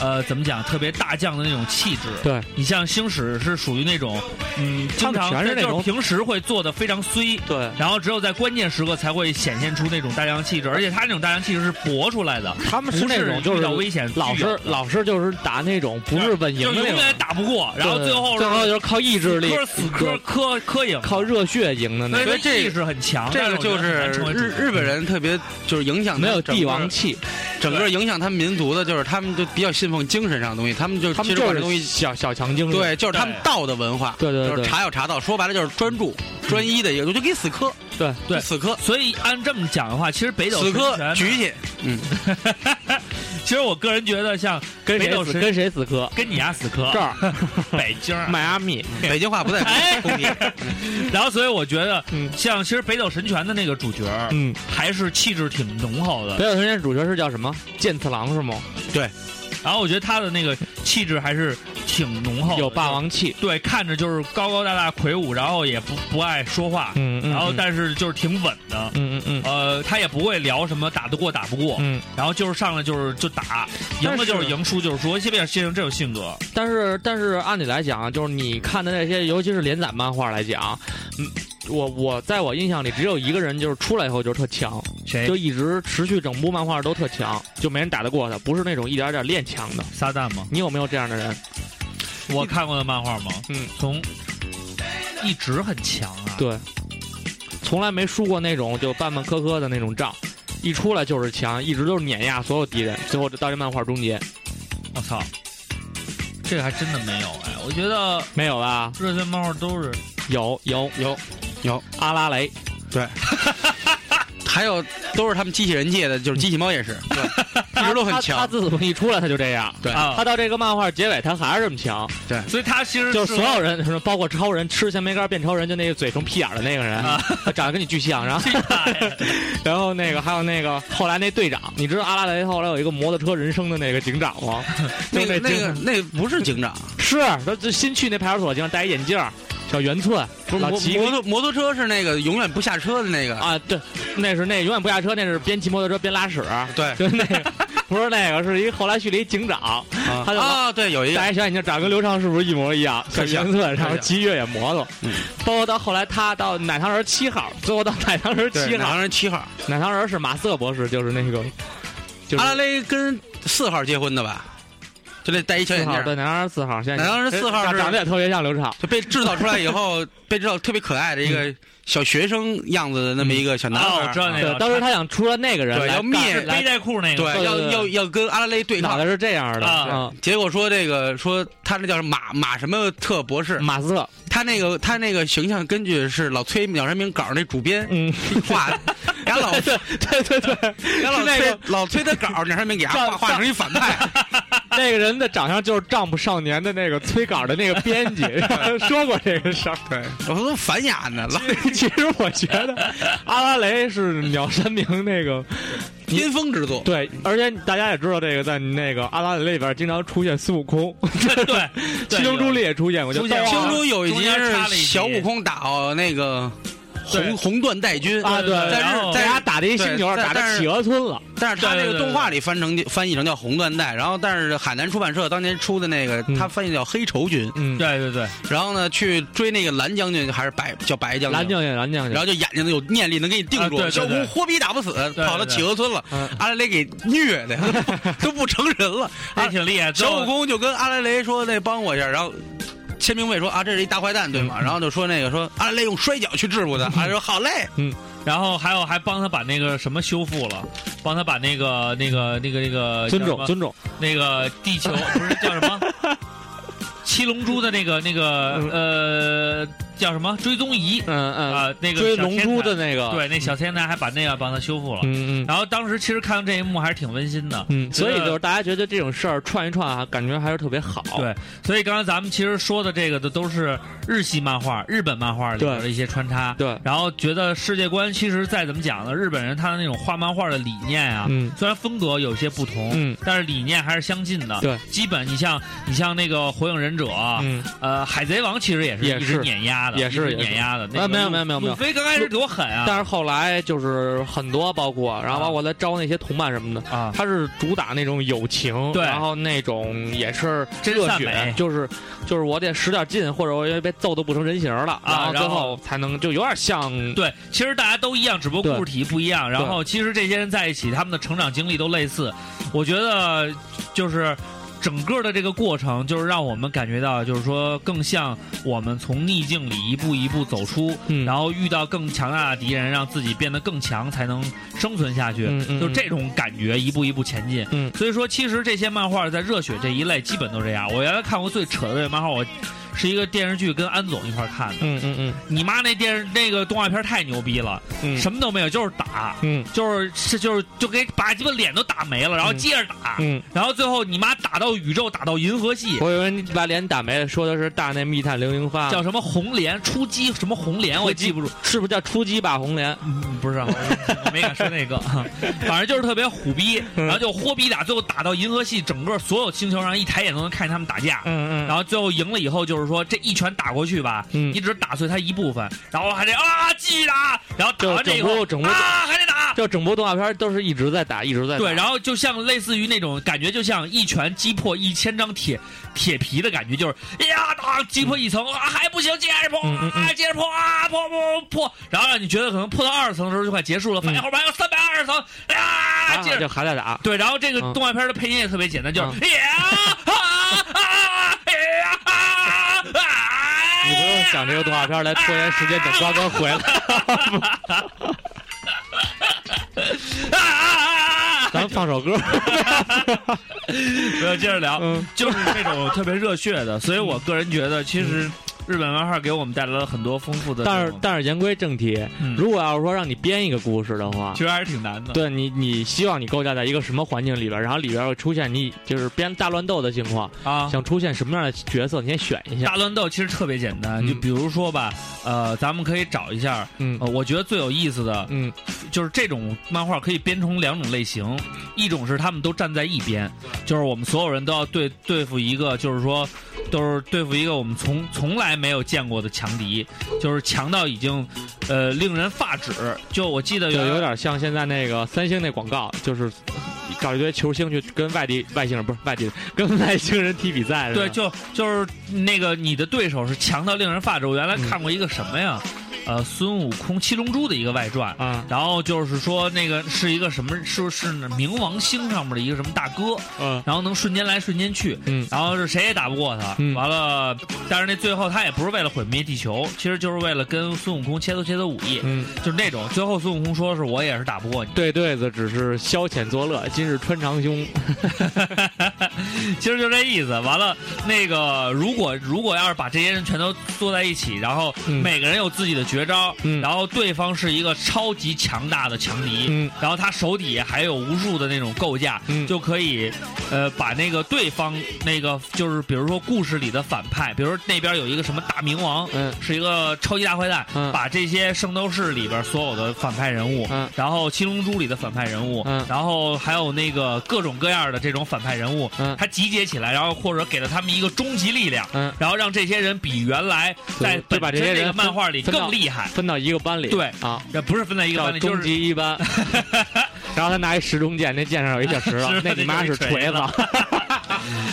S2: 呃，怎么讲，特别大将的那种气质。
S3: 对，
S2: 你像星矢是属于那种，嗯，
S3: 他
S2: 经
S3: 们
S2: 常
S3: 全是那
S2: 就
S3: 种
S2: 是平时会做的非常衰，
S3: 对，
S2: 然后只有在关键时刻才会显现出那种大将气质，而且他那种大将气质是搏出来的，
S3: 他们
S2: 不
S3: 那种就
S2: 遇到
S3: 是
S2: 危险
S3: 老
S2: 具有
S3: 是
S2: 的
S3: 老是就是打那种不是稳赢
S2: 就
S3: 的那
S2: 永远
S3: 种，
S2: 打不过，然后
S3: 对
S2: 最后
S3: 最后就是靠意志力
S2: 磕，死磕磕磕赢，
S3: 靠热血赢的
S2: 所
S3: 那
S2: 以说
S3: 种，
S4: 因为嗯这
S2: 意识很强，
S4: 这
S2: 但
S4: 个
S2: 我觉
S4: 就
S2: 得很
S4: 是
S2: 难成为主
S4: 日
S2: 角
S4: 日本人特别就是影响他
S3: 没有
S4: 整
S3: 帝
S4: 个
S3: 王气，
S4: 整个影响他们民族的，就是他们就比较信奉精神上的东西，他们就
S3: 他
S4: 其
S3: 们
S4: 实把
S3: 就
S4: 这东
S3: 是
S4: 西
S3: 小小强精神。
S4: 对，就是他们
S2: 对
S4: 道的文化，
S3: 对对
S4: 就是
S3: 对嗯
S4: 茶有茶道，说白了就是专注、专一的一个，我就给死磕，
S3: 对
S2: 对
S4: 死磕，
S2: 所以按这么讲的话，其实北斗
S4: 死
S2: 神
S4: 磕，
S2: 拳，
S4: 举 起，
S2: 其实我个人觉得像
S3: 跟
S2: 北
S3: 谁
S2: 斗
S3: 死
S2: 神
S3: 跟谁死磕？
S2: 跟你丫死磕
S3: 这儿
S2: 北京儿，
S3: 迈阿密，
S4: 北京话不在
S2: 哎
S4: 工体，嗯
S2: 然后所以我觉得
S3: 嗯
S2: 像其实北斗神拳的那个主角儿
S3: 嗯，
S2: 还是气质挺浓厚
S3: 北
S2: 的，
S3: 斗神拳主角是叫什么？健次郎是吗？
S2: 然后我觉得他的那个气质还是挺浓厚的，
S3: 有霸。王气。
S2: 对，看着就是高高大大魁梧，然后也不不爱说话，
S3: 嗯嗯，
S2: 然后
S3: 嗯
S2: 但是就是挺稳的。
S3: 嗯嗯嗯
S2: 呃，他也不会聊什么打得过打不过，
S3: 嗯，
S2: 然后就是上来就是就打，赢了就是赢，输就是输。谢贝尔先生这种性格，
S3: 但是但是按理来讲，啊就是你看的那些，尤其是连载漫画来讲，嗯，我我在我印象里只有一个人就是出来以后就特强，
S2: 谁
S3: 就一直持续整部漫画都特强，就没人打得过他，不是那种一点点练强的。
S2: 撒旦吗？
S3: 你有没有这样的人？
S2: 我看过的漫画吗？
S3: 嗯，
S2: 从一直很强啊。
S3: 对，从来没输过那种就半半磕磕的那种仗，一出来就是强，一直都是碾压所有敌人，最后到这漫画终结
S2: 我操，这个还真的没有哎。我觉得
S3: 没有啦？
S2: 这些漫画都是
S3: 有有
S4: 有有，
S3: 阿拉蕾，
S4: 还有都是他们机器人界的，就是机器猫也 是，对，一直都很
S3: 他他他
S4: 强，
S3: 自从一出来他就这样。
S4: 对
S2: 啊
S3: 他，到这个漫画结尾，他还是这么强，
S2: 所以他其实
S3: 就是所有人，什么包括超人吃咸梅干变超人，就那个嘴成屁眼儿的那个人，
S2: 啊
S3: 他长得跟你巨像。然后， 然后那个还有那个后来那队长，你知道阿拉蕾后来有一个摩托车人生的那个警长吗？
S4: 那个
S3: 就
S4: 那
S3: 警
S4: 个那个不是警长，
S3: 是他就新去那派出所，警长戴一眼镜儿，小圆寸，
S4: 不是
S3: 老
S4: 摩
S3: 骑啊
S4: 摩托摩托车是那个永远不下车的那个，
S3: 啊，对，那是那永远不下车，那是边骑摩托车边拉屎，
S4: 对，
S3: 就是那个。不是那个，是一后来去了一警长，
S4: 啊
S3: 他就
S4: 啊，对，有一个
S3: 戴一小眼镜，长得跟刘畅是不是一模一样？小
S4: 特像
S3: 圆寸，然后
S4: 特像
S3: 骑越野摩托，
S4: 嗯
S3: 包括到后来他到奶糖人七号，最后到奶糖人
S4: 对
S3: 七号，
S4: 两个人七号，
S3: 奶糖人是马瑟博士，就是那个，就是
S4: 阿拉蕾跟四号结婚的吧？就那戴一小
S3: 四
S4: 眼
S3: 号，对，
S4: 镜，
S3: 奶糖人四号，现在
S4: 奶糖人四号
S3: 长
S4: 是
S3: 长得也特别像刘畅，
S4: 就被制造出来以 后，被制造特别可爱的一
S3: 嗯
S4: 个小学生样子的那么一个小男
S2: 啊，
S4: 孩
S2: 我知道
S4: 儿，
S2: 那
S3: 对
S2: 个，，
S3: 当时他想出了那个人
S4: 对
S3: 来
S4: 要灭
S3: 干
S2: 背带裤那个，
S4: 对，
S3: 对
S4: 要
S3: 对
S4: 要要跟阿拉蕾对
S3: 脑
S4: 抗
S3: 袋。是这样的，
S2: 啊
S3: 嗯
S4: 结果说这个说他那叫什么马马什么特博士，
S3: 马 瑟，
S4: 他那个他那个形象根据是老崔鸟人名稿那主编
S3: 嗯，
S4: 画的，然后老
S3: 对对对，
S4: 然后
S3: 是
S4: 老
S3: 那
S4: 崔
S3: 个
S4: 老崔的稿鸟人名给他
S3: 照
S4: 画画成一反派，
S3: 那个人的长相就是《丈夫少年》的那个催稿的那个 编辑说过这个事儿。
S4: 对，我都反眼呢，老
S3: 其实我觉得阿拉蕾是鸟山明那个
S4: 巅峰之作，
S3: 对，而且大家也知道这个在那个阿拉蕾里边经常出现孙悟空，
S2: 对，对
S3: 七龙珠里也出现过，就
S2: 出现
S3: 到
S2: 过
S4: 青州有一集
S2: 中间插了
S4: 是
S2: 一集
S4: 小悟空打哦那个
S3: 对
S4: 红红缎带军
S3: 啊对，
S4: 但
S2: 然
S4: 是
S2: 后
S3: 大
S4: 但
S3: 家
S4: 是
S3: 打的一星球，
S4: 对但但
S3: 打的
S4: 是
S3: 企鹅村了，
S4: 但是他
S2: 对
S4: 这
S2: 对对
S4: 个动画里翻成翻译成叫红缎带，然后但是海南出版社当年出的那个
S3: 嗯
S4: 他翻译叫黑绸军，
S3: 嗯，
S2: 对对对，
S4: 然后呢去追那个蓝将军还是白叫白将
S3: 蓝
S4: 军。
S3: 将军，蓝将
S4: 然
S3: 军，
S4: 后就眼睛有念力能给你定住
S2: 啊，对对
S4: 小
S2: 对
S4: 悟活逼打不死，
S2: 对
S4: 跑到企鹅村了
S3: 嗯，
S4: 阿拉蕾给虐的 都不成 人了。
S2: 也挺厉害。最
S4: 小
S2: 后
S4: 悟空就跟阿拉蕾说：“那帮我一下。”然后签名会说：“啊，这是一大坏蛋，对
S2: 嗯
S4: 吗？”然后就说那个说阿拉蕾用摔跤去制服他，阿拉蕾说：“好嘞。
S2: 然后还有还帮他把那个什么修复了，帮他把那个那个那个那个
S3: 尊
S2: 叫什
S3: 重
S2: 么
S3: 尊重，
S2: 那个地球不是叫什 么？七龙珠的那个那个呃叫什么追踪仪
S3: 嗯嗯，
S2: 啊、那个
S3: 追
S2: 小
S3: 龙
S2: 天
S3: 珠
S2: 才
S3: 的那个，
S2: 对，那小天才还把那个帮他修复了。
S3: 嗯嗯
S2: 然后当时其实看到这一幕还是挺温馨的。
S3: 嗯，所以
S2: 觉得
S3: 就是大家觉得这种事儿串一串啊，感觉还是特别好，
S2: 对所以刚才咱们其实说的这个的都是日系漫画、日本漫画里边的一些穿插。
S3: 对，
S2: 然后觉得世界观其实再怎么讲呢，日本人他的那种画漫画的理念啊，
S3: 嗯
S2: 虽然风格有些不同，
S3: 嗯
S2: 但是理念还是相近的。
S3: 对，
S2: 基本你像你像那个火影忍者啊，
S3: 嗯，
S2: 呃，海贼王其实也是
S3: 也
S2: 一直
S3: 是
S2: 碾压的，
S3: 也是
S2: 一直
S3: 也是
S2: 碾压的。那
S3: 啊
S2: 个
S3: 没有
S2: 路
S3: 没有没有没有
S2: 路飞刚开始多狠啊，
S3: 但是后来就是很多，包括然后包括他招那些同伴什么的，
S2: 啊，
S3: 他是主打那种友情，
S2: 对
S3: 然后那种也是
S2: 真
S3: 热
S2: 善
S3: 血
S2: 美，
S3: 就是就是我得使点劲，或者我因为被揍的不成人形了，
S2: 啊
S3: 然后最
S2: 然后
S3: 后才能就有点像
S2: 对，其实大家都一样，只不过
S3: 对
S2: 故事体不一样。然后其实这些人在一起，他们的成长经历都类似。我觉得就是。整个的这个过程，就是让我们感觉到，就是说，更像我们从逆境里一步一步走出，
S3: 嗯
S2: 然后遇到更强大的敌人，让自己变得更强，才能生存下去。
S3: 嗯嗯
S2: 就这种感觉，一步一步前进。
S3: 嗯
S2: 所以说，其实这些漫画在热血这一类基本都这样。我原来看过最扯的漫画，我是一个电视剧跟安总一块儿看的。
S3: 嗯嗯嗯
S2: 你妈那电视那个动画片太牛逼了，
S3: 嗯
S2: 什么都没有，就是打，
S3: 嗯
S2: 就是是就是就给把鸡巴脸都打没了，然后接着打，
S3: 嗯，
S2: 然后最后你妈打到宇宙，打到银河系，
S3: 我以为你把脸打没了，说的是大内密探零零发，
S2: 叫什么红莲出击，什么红莲我也记不住，
S3: 是不是叫出击吧红莲？
S2: 嗯 不是啊，我我没敢说那个， 反正就是特别虎逼，
S3: 嗯
S2: 然后就豁逼打，最后打到银河系整个所有星球上，一抬眼都能看见他们打架。
S3: 嗯
S2: 然后最后赢了以后，就是说这一拳打过去吧，
S3: 嗯
S2: 你只打碎他一部分，然后还得啊继续打，然后打完
S3: 就
S2: 这以
S3: 整部
S2: 后
S3: 整部
S2: 啊还得打，
S3: 就整部动画片都是一直在打，一直在打。
S2: 对，然后就像类似于那种感觉，就像一拳击破一千张铁铁皮的感觉，就是哎呀打击破一层啊还不行，接着破
S3: 嗯嗯嗯
S2: 啊接着破啊破破破破，然后让你觉得可能破到二十层的时候就快结束了，发现后边还有三百二十层啊，接
S3: 后
S2: 着
S3: 就还在打。
S2: 对，然后这个
S3: 嗯
S2: 动画片的配音也特别简单，就是
S3: 嗯
S2: 呀啊啊呀啊啊！
S3: 你不用想这个动画片来拖延时间，等瓜哥回来。
S2: 啊啊啊啊！
S3: 咱放首歌。
S2: 不要接着聊，
S3: 嗯
S2: 就是这种特别热血的，所以我个人觉得，其实日本漫画给我们带来了很多丰富的这
S3: 嗯但是
S2: 种，
S3: 但是言归正题，
S2: 嗯
S3: 如果要是说让你编一个故事的话
S2: 其，实还是挺难的。
S3: 对你你希望你构架在一个什么环境里边，然后里边会出现你就是编大乱斗的情况，
S2: 啊，
S3: 想出现什么样的角色，你先选一下。
S2: 大乱斗其实特别简单，
S3: 嗯
S2: 就比如说吧，呃，咱们可以找一下，
S3: 嗯
S2: 呃，我觉得最有意思的
S3: 嗯
S2: 就是这种漫画可以编成两种类型，一种是他们都站在一边，就是我们所有人都要对对付一个，就是说都是对付一个我们从从来没有见过的强敌，就是强到已经呃令人发指。就我记得
S3: 就有
S2: 有
S3: 点像现在那个三星那广告，就是找一堆球星去跟外地外星人不是外地人跟外星人踢比赛是吧，
S2: 对，就就是那个你的对手是强到令人发指。我原
S3: 嗯
S2: 来看过一个什么呀？呃，孙悟空《七龙珠》的一个外传，
S3: 啊
S2: 然后就是说那个是一个什么，是是冥王星上面的一个什么大哥，
S3: 嗯
S2: 然后能瞬间来瞬间去，
S3: 嗯
S2: 然后是谁也打不过他。
S3: 嗯
S2: 完了，但是那最后他也不是为了毁灭地球，其实就是为了跟孙悟空切磋切磋武艺，
S3: 嗯，
S2: 就是那种。最后孙悟空说是我也是打不过你，
S3: 对对子只是消遣作乐，今日穿长胸，
S2: 其实就这意思。完了，那个如果如果要是把这些人全都坐在一起，然后
S3: 嗯
S2: 每个人有自己的绝招，
S3: 嗯
S2: 然后对方是一个超级强大的强敌，
S3: 嗯
S2: 然后他手底下还有无数的那种构架，
S3: 嗯
S2: 就可以，呃，把那个对方那个就是比如说故事里的反派，比如说那边有一个什么大明王，
S3: 嗯
S2: 是一个超级大坏蛋，
S3: 嗯
S2: 把这些圣斗士里边所有的反派人物，
S3: 嗯
S2: 然后七龙珠里的反派人物，
S3: 嗯
S2: 然后还有那个各种各样的这种反派人物，
S3: 嗯
S2: 他集结起来，然后或者给了他们一个终极力量，
S3: 嗯，
S2: 然后让这些人比原来在
S3: 就把
S2: 本
S3: 这
S2: 身
S3: 些人
S2: 个漫画里
S3: 分到
S2: 更厉害。
S3: 分到一个班里，
S2: 对
S3: 啊，
S2: 呃，不是分在一个
S3: 到
S2: 班里，就
S3: 中
S2: 是
S3: 级 一班，然后他拿一时钟剑，那剑上有一 小石
S2: 石
S3: 头
S2: 头，
S3: 那你妈是锤
S2: 那
S3: 子，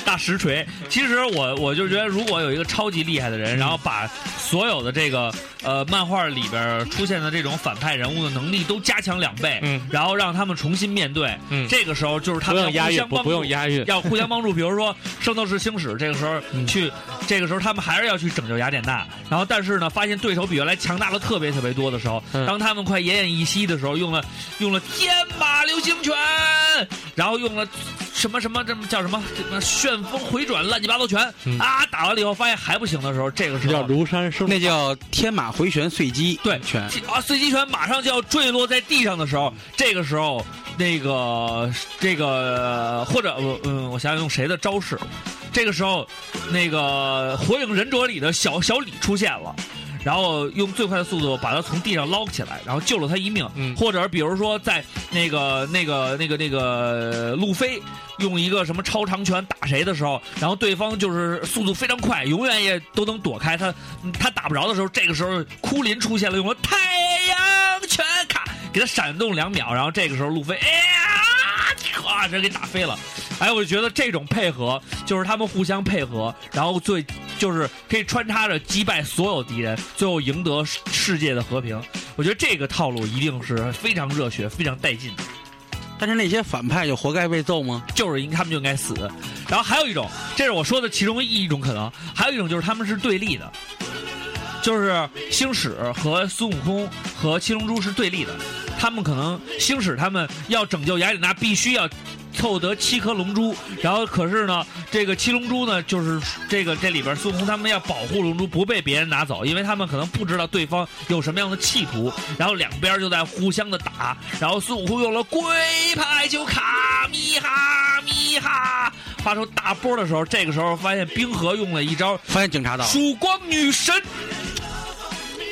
S2: 大实锤。其实我我就觉得，如果有一个超级厉害的
S3: 嗯
S2: 人，然后把所有的这个呃漫画里边出现的这种反派人物的能力都加强两倍，
S3: 嗯
S2: 然后让他们重新面对，
S3: 嗯
S2: 这个时候就是他
S3: 不
S2: 们要互
S3: 用押韵，
S2: 相
S3: 不
S2: 帮助，
S3: 不用押韵，
S2: 要互相帮助。比如说《圣斗士星矢》，这个时候去，这个时候他们还是要去拯救雅典娜。然后，但是呢，发现对手比原来强大了特别特别多的时候，
S3: 嗯
S2: 当他们快奄奄一息的时候，用了用了天马流星拳，然后用了什么什么这么叫什么什么旋风回转乱七八糟拳
S3: 嗯
S2: 啊，打完了以后发现还不行的时候，这个时
S3: 叫
S2: 候。
S3: 庐山升
S4: 那叫天马回旋碎击
S2: 对
S4: 拳，
S2: 啊！碎击拳马上就要坠落在地上的时候，这个时候，那个这个或者我嗯，我想想用谁的招式？这个时候，那个《火影忍者》里的小小李出现了。然后用最快的速度把他从地上捞起来，然后救了他一命。
S3: 嗯
S2: 或者比如说在那个那个那个那个路飞用一个什么超长拳打谁的时候，然后对方就是速度非常快，永远也都能躲开他。他打不着的时候，这个时候库林出现了，用了太阳拳卡给他闪动两秒，然后这个时候路飞哎呀，啊，这给打飞了。哎，我觉得这种配合就是他们互相配合，然后最就是可以穿插着击败所有敌人，最后赢得世世界的和平。我觉得这个套路一定是非常热血、非常带劲的，
S4: 但是那些反派就活该被揍吗？
S2: 就是应他们就应该死。然后还有一种，这是我说的其中一种可能，还有一种就是他们是对立的，就是星矢和孙悟空和七龙珠是对立的，他们可能星矢他们要拯救雅典娜，必须要。凑得七颗龙珠，然后可是呢，这个七龙珠呢，就是这个这里边孙悟空他们要保护龙珠不被别人拿走，因为他们可能不知道对方有什么样的企图，然后两边就在互相的打，然后孙悟空用了龟派球卡咪哈咪哈发出大波的时候，这个时候发现冰河用了一招
S4: 发现警察到了，
S2: 曙光女神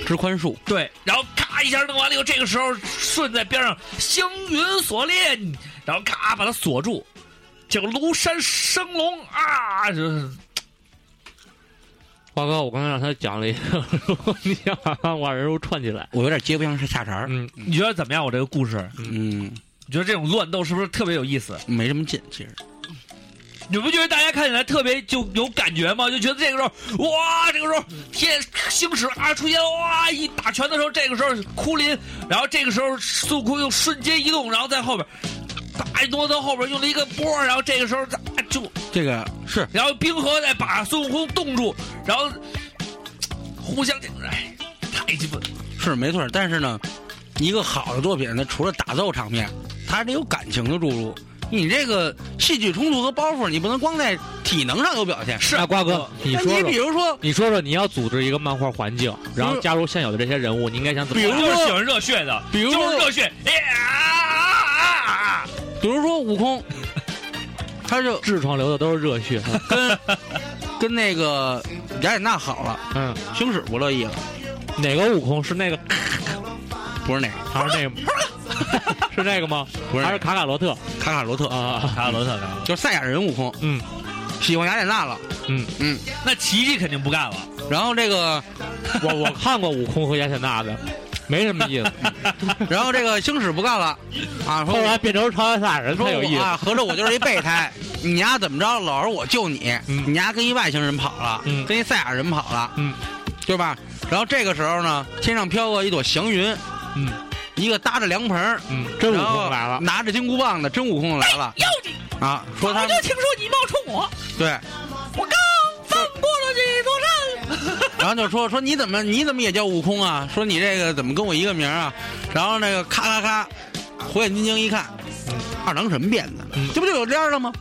S4: 直宽恕，
S2: 对，然后咔一下弄完了以后，这个时候顺在边上星云锁链，然后咔把它锁住，这个庐山升龙啊，就是
S3: 华哥，我刚才让他讲了一个，如果你想把人物串起来，
S4: 我有点接不上下茬儿。
S3: 嗯，
S2: 你觉得怎么样？我这个故事，
S4: 嗯，
S2: 你觉得这种乱斗是不是特别有意思？
S4: 没什么劲，其实。
S2: 你不觉得大家看起来特别就有感觉吗？就觉得这个时候，哇，这个时候天星矢啊出现，哇，一打拳的时候，这个时候库林，然后这个时候孙悟空又瞬间移动，然后在后边，大挪到后边用了一个波儿，然后这个时候啊就
S4: 这个是
S2: 然后冰河再把孙悟空冻住，然后互相这，哎，太鸡巴
S4: 是没错儿，但是呢，一个好的作品，它除了打斗场面，它得有感情的注入。你这个戏剧冲突和包袱，你不能光在体能上有表现。
S2: 是
S3: 那瓜哥，你
S4: 那
S3: 说
S4: 你
S3: 说
S4: 比。如说，
S3: 你说说，你要组织一个漫画环境，然后加入现有的这些人物，你应该想怎么
S2: 我
S3: 样？
S2: 就是喜欢热血的，
S4: 比如说
S2: 就是热血，哎啊！
S4: 比如说悟 空，他就
S3: 痔疮流的都是 热血，
S4: 跟跟那个雅典娜好了，
S3: 嗯，
S4: 星矢不乐意了，
S3: 哪个悟空是那个
S4: 不是那个，
S3: 还是那个？ 是那个吗？
S4: 不是
S3: 还是卡卡罗特
S4: 卡卡罗特，
S3: 啊？
S2: 卡罗特，
S4: 就是赛亚人悟空。
S3: 嗯，
S4: 喜欢雅典娜了。
S2: 那奇迹肯定不干了。
S4: 然后这个，
S3: 我我看过悟空和雅典娜的，没什么意思。
S4: 然后这个星矢不干了，啊，说
S3: 后来变成超级赛亚人
S4: 说
S3: 才有意
S4: 我
S3: 思。
S4: 啊，合着我就是一备 胎，你丫怎么着，老是我救你，
S3: 嗯
S4: 你丫跟一外星人跑了，
S3: 嗯
S4: 跟一赛亚人跑了，
S3: 嗯，
S4: 对吧？然后这个时候呢，天上飘过一朵祥云，
S3: 嗯，
S4: 一个搭着凉棚儿，
S3: 嗯，真悟
S4: 然后
S3: 空来了，哎
S4: 拿着金箍棒的真悟空来了，
S2: 妖精，
S4: 啊，说他
S2: 听说你冒充我，
S4: 对，
S2: 我刚翻过了这座山。
S4: 然后就说说你怎么你怎么也叫悟空啊？说你这个怎么跟我一个名儿啊？然后那个咔咔咔，火眼金睛一看，
S3: 嗯
S4: 二郎神变的，这不就有链儿了 吗？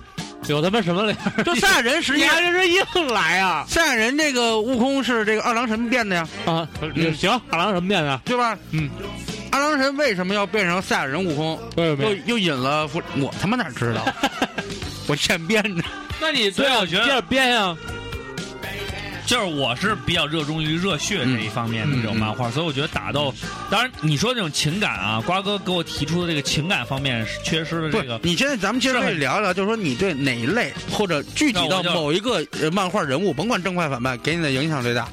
S3: 有他妈什么脸？
S4: 就赛亚人实际
S3: 你
S4: 上
S3: 还是硬来啊！
S4: 赛亚人这个悟空是这个二郎神变的呀，
S3: 啊，
S4: 嗯
S3: 行，二郎什么变的？
S4: 对吧？
S3: 嗯，
S4: 二郎神为什么要变成赛亚人悟空？
S3: 为什
S4: 又？又引了伏，我他妈哪知道？ 我现编的。
S2: 那你对啊，我觉
S3: 接
S2: 得
S3: 着编呀！
S2: 就是我是比较热衷于热血这一方面的
S4: 嗯
S2: 这种漫画，所以我觉得打斗，当然你说这种情感啊，瓜哥给我提出的这个情感方面是缺失了
S4: 不
S2: 这
S4: 是
S2: 个，。
S4: 你现在咱们接着
S2: 是
S4: 可
S2: 很
S4: 以聊一聊，就是说你对哪一类或者具体
S2: 那
S4: 到
S2: 我就
S4: 某一个呃漫画人物，甭管正派反派，给你的影响最大。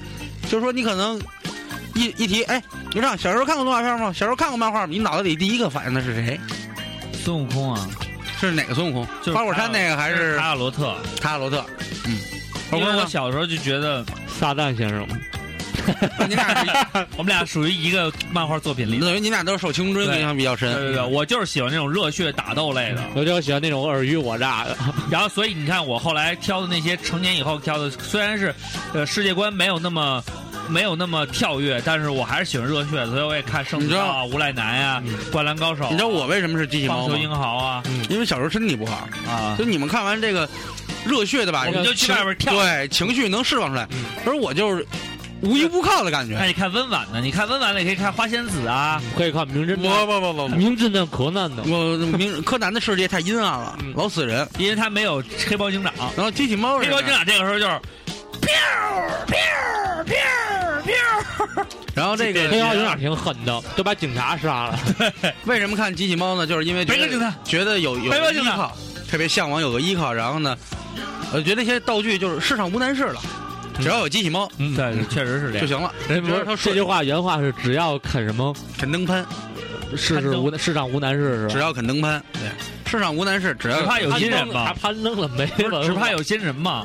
S4: 就是说你可能一一提，哎，你让小时候看过动画片吗？小时候看过漫画吗？你脑子里第一个反应的是谁？
S2: 孙悟空啊，
S4: 是哪个孙悟空？
S2: 就是
S4: 花果山那个还是
S2: 卡卡罗特？
S4: 卡卡罗特？嗯，
S2: 因为我
S4: 我
S2: 小时候就觉得
S3: 撒旦先生，
S4: 你俩是
S2: 我们俩属于一个漫画作品里的。
S4: 等于你俩都是受青春
S2: 对
S4: 影响比较
S2: 对对
S4: 深。
S2: 对，我就是喜欢这种热血打斗类的。
S3: 我就喜欢那种尔虞我诈的。
S2: 然后，所以你看，我后来挑的那些成年以后挑的，虽然是，呃，世界观没有那么没有那么跳跃，但是我还是喜欢热血的，所以我也看《圣
S4: 你
S2: 子
S4: 知道嗯
S2: 啊、无赖男呀、灌篮高手啊》
S4: 你知道我为什么是机器猫
S2: 棒球英
S4: 吗？
S2: 豪啊
S4: 因为小时候身体不好，
S2: 啊，
S4: 就你们看完这个热血的吧，
S2: 我们就去
S4: 情
S2: 外边跳嗯
S4: 对，情绪能释放出来。而我就是无依无靠的感觉
S2: 那。你看温婉的，你看温婉的也可以看花仙子啊，
S4: 嗯
S3: 可以看《名侦
S4: 我
S3: 探
S4: 不不不》，
S2: 嗯
S3: 《名侦探柯南》的。
S4: 我明柯南的世界太阴暗了，
S2: 嗯
S4: 老死人。
S2: 因为他没有黑豹警长。
S4: 然后机器猫
S2: 黑
S4: 这
S2: 豹警
S4: 个，
S2: 长这个时候就是，
S4: 然后这个
S3: 黑豹警长挺狠的，都把警察杀了。
S4: 为什么看机器猫呢？就是因为觉
S2: 北哥警
S4: 得
S2: 察
S4: 觉得有有
S2: 北哥
S4: 个
S2: 警
S4: 依
S2: 察
S4: 靠，特别向往有个依靠。然后呢，我觉得那些道具就是世上无难事了，只要有机器猫
S2: 嗯，对，确实是这样。
S4: 就行了。
S3: 人
S4: 不是他
S3: 这
S4: 说
S3: 句话原话是：只要肯什么，
S4: 肯登攀，
S3: 世事无世上无难事，
S4: 只
S3: 是吧？
S4: 要肯登攀，对，世上无难事，只要
S2: 只怕有
S3: 攀
S2: 心
S3: 登
S2: 人
S3: 还
S2: 嘛，
S3: 攀登了没文化？
S2: 只怕有心人嘛。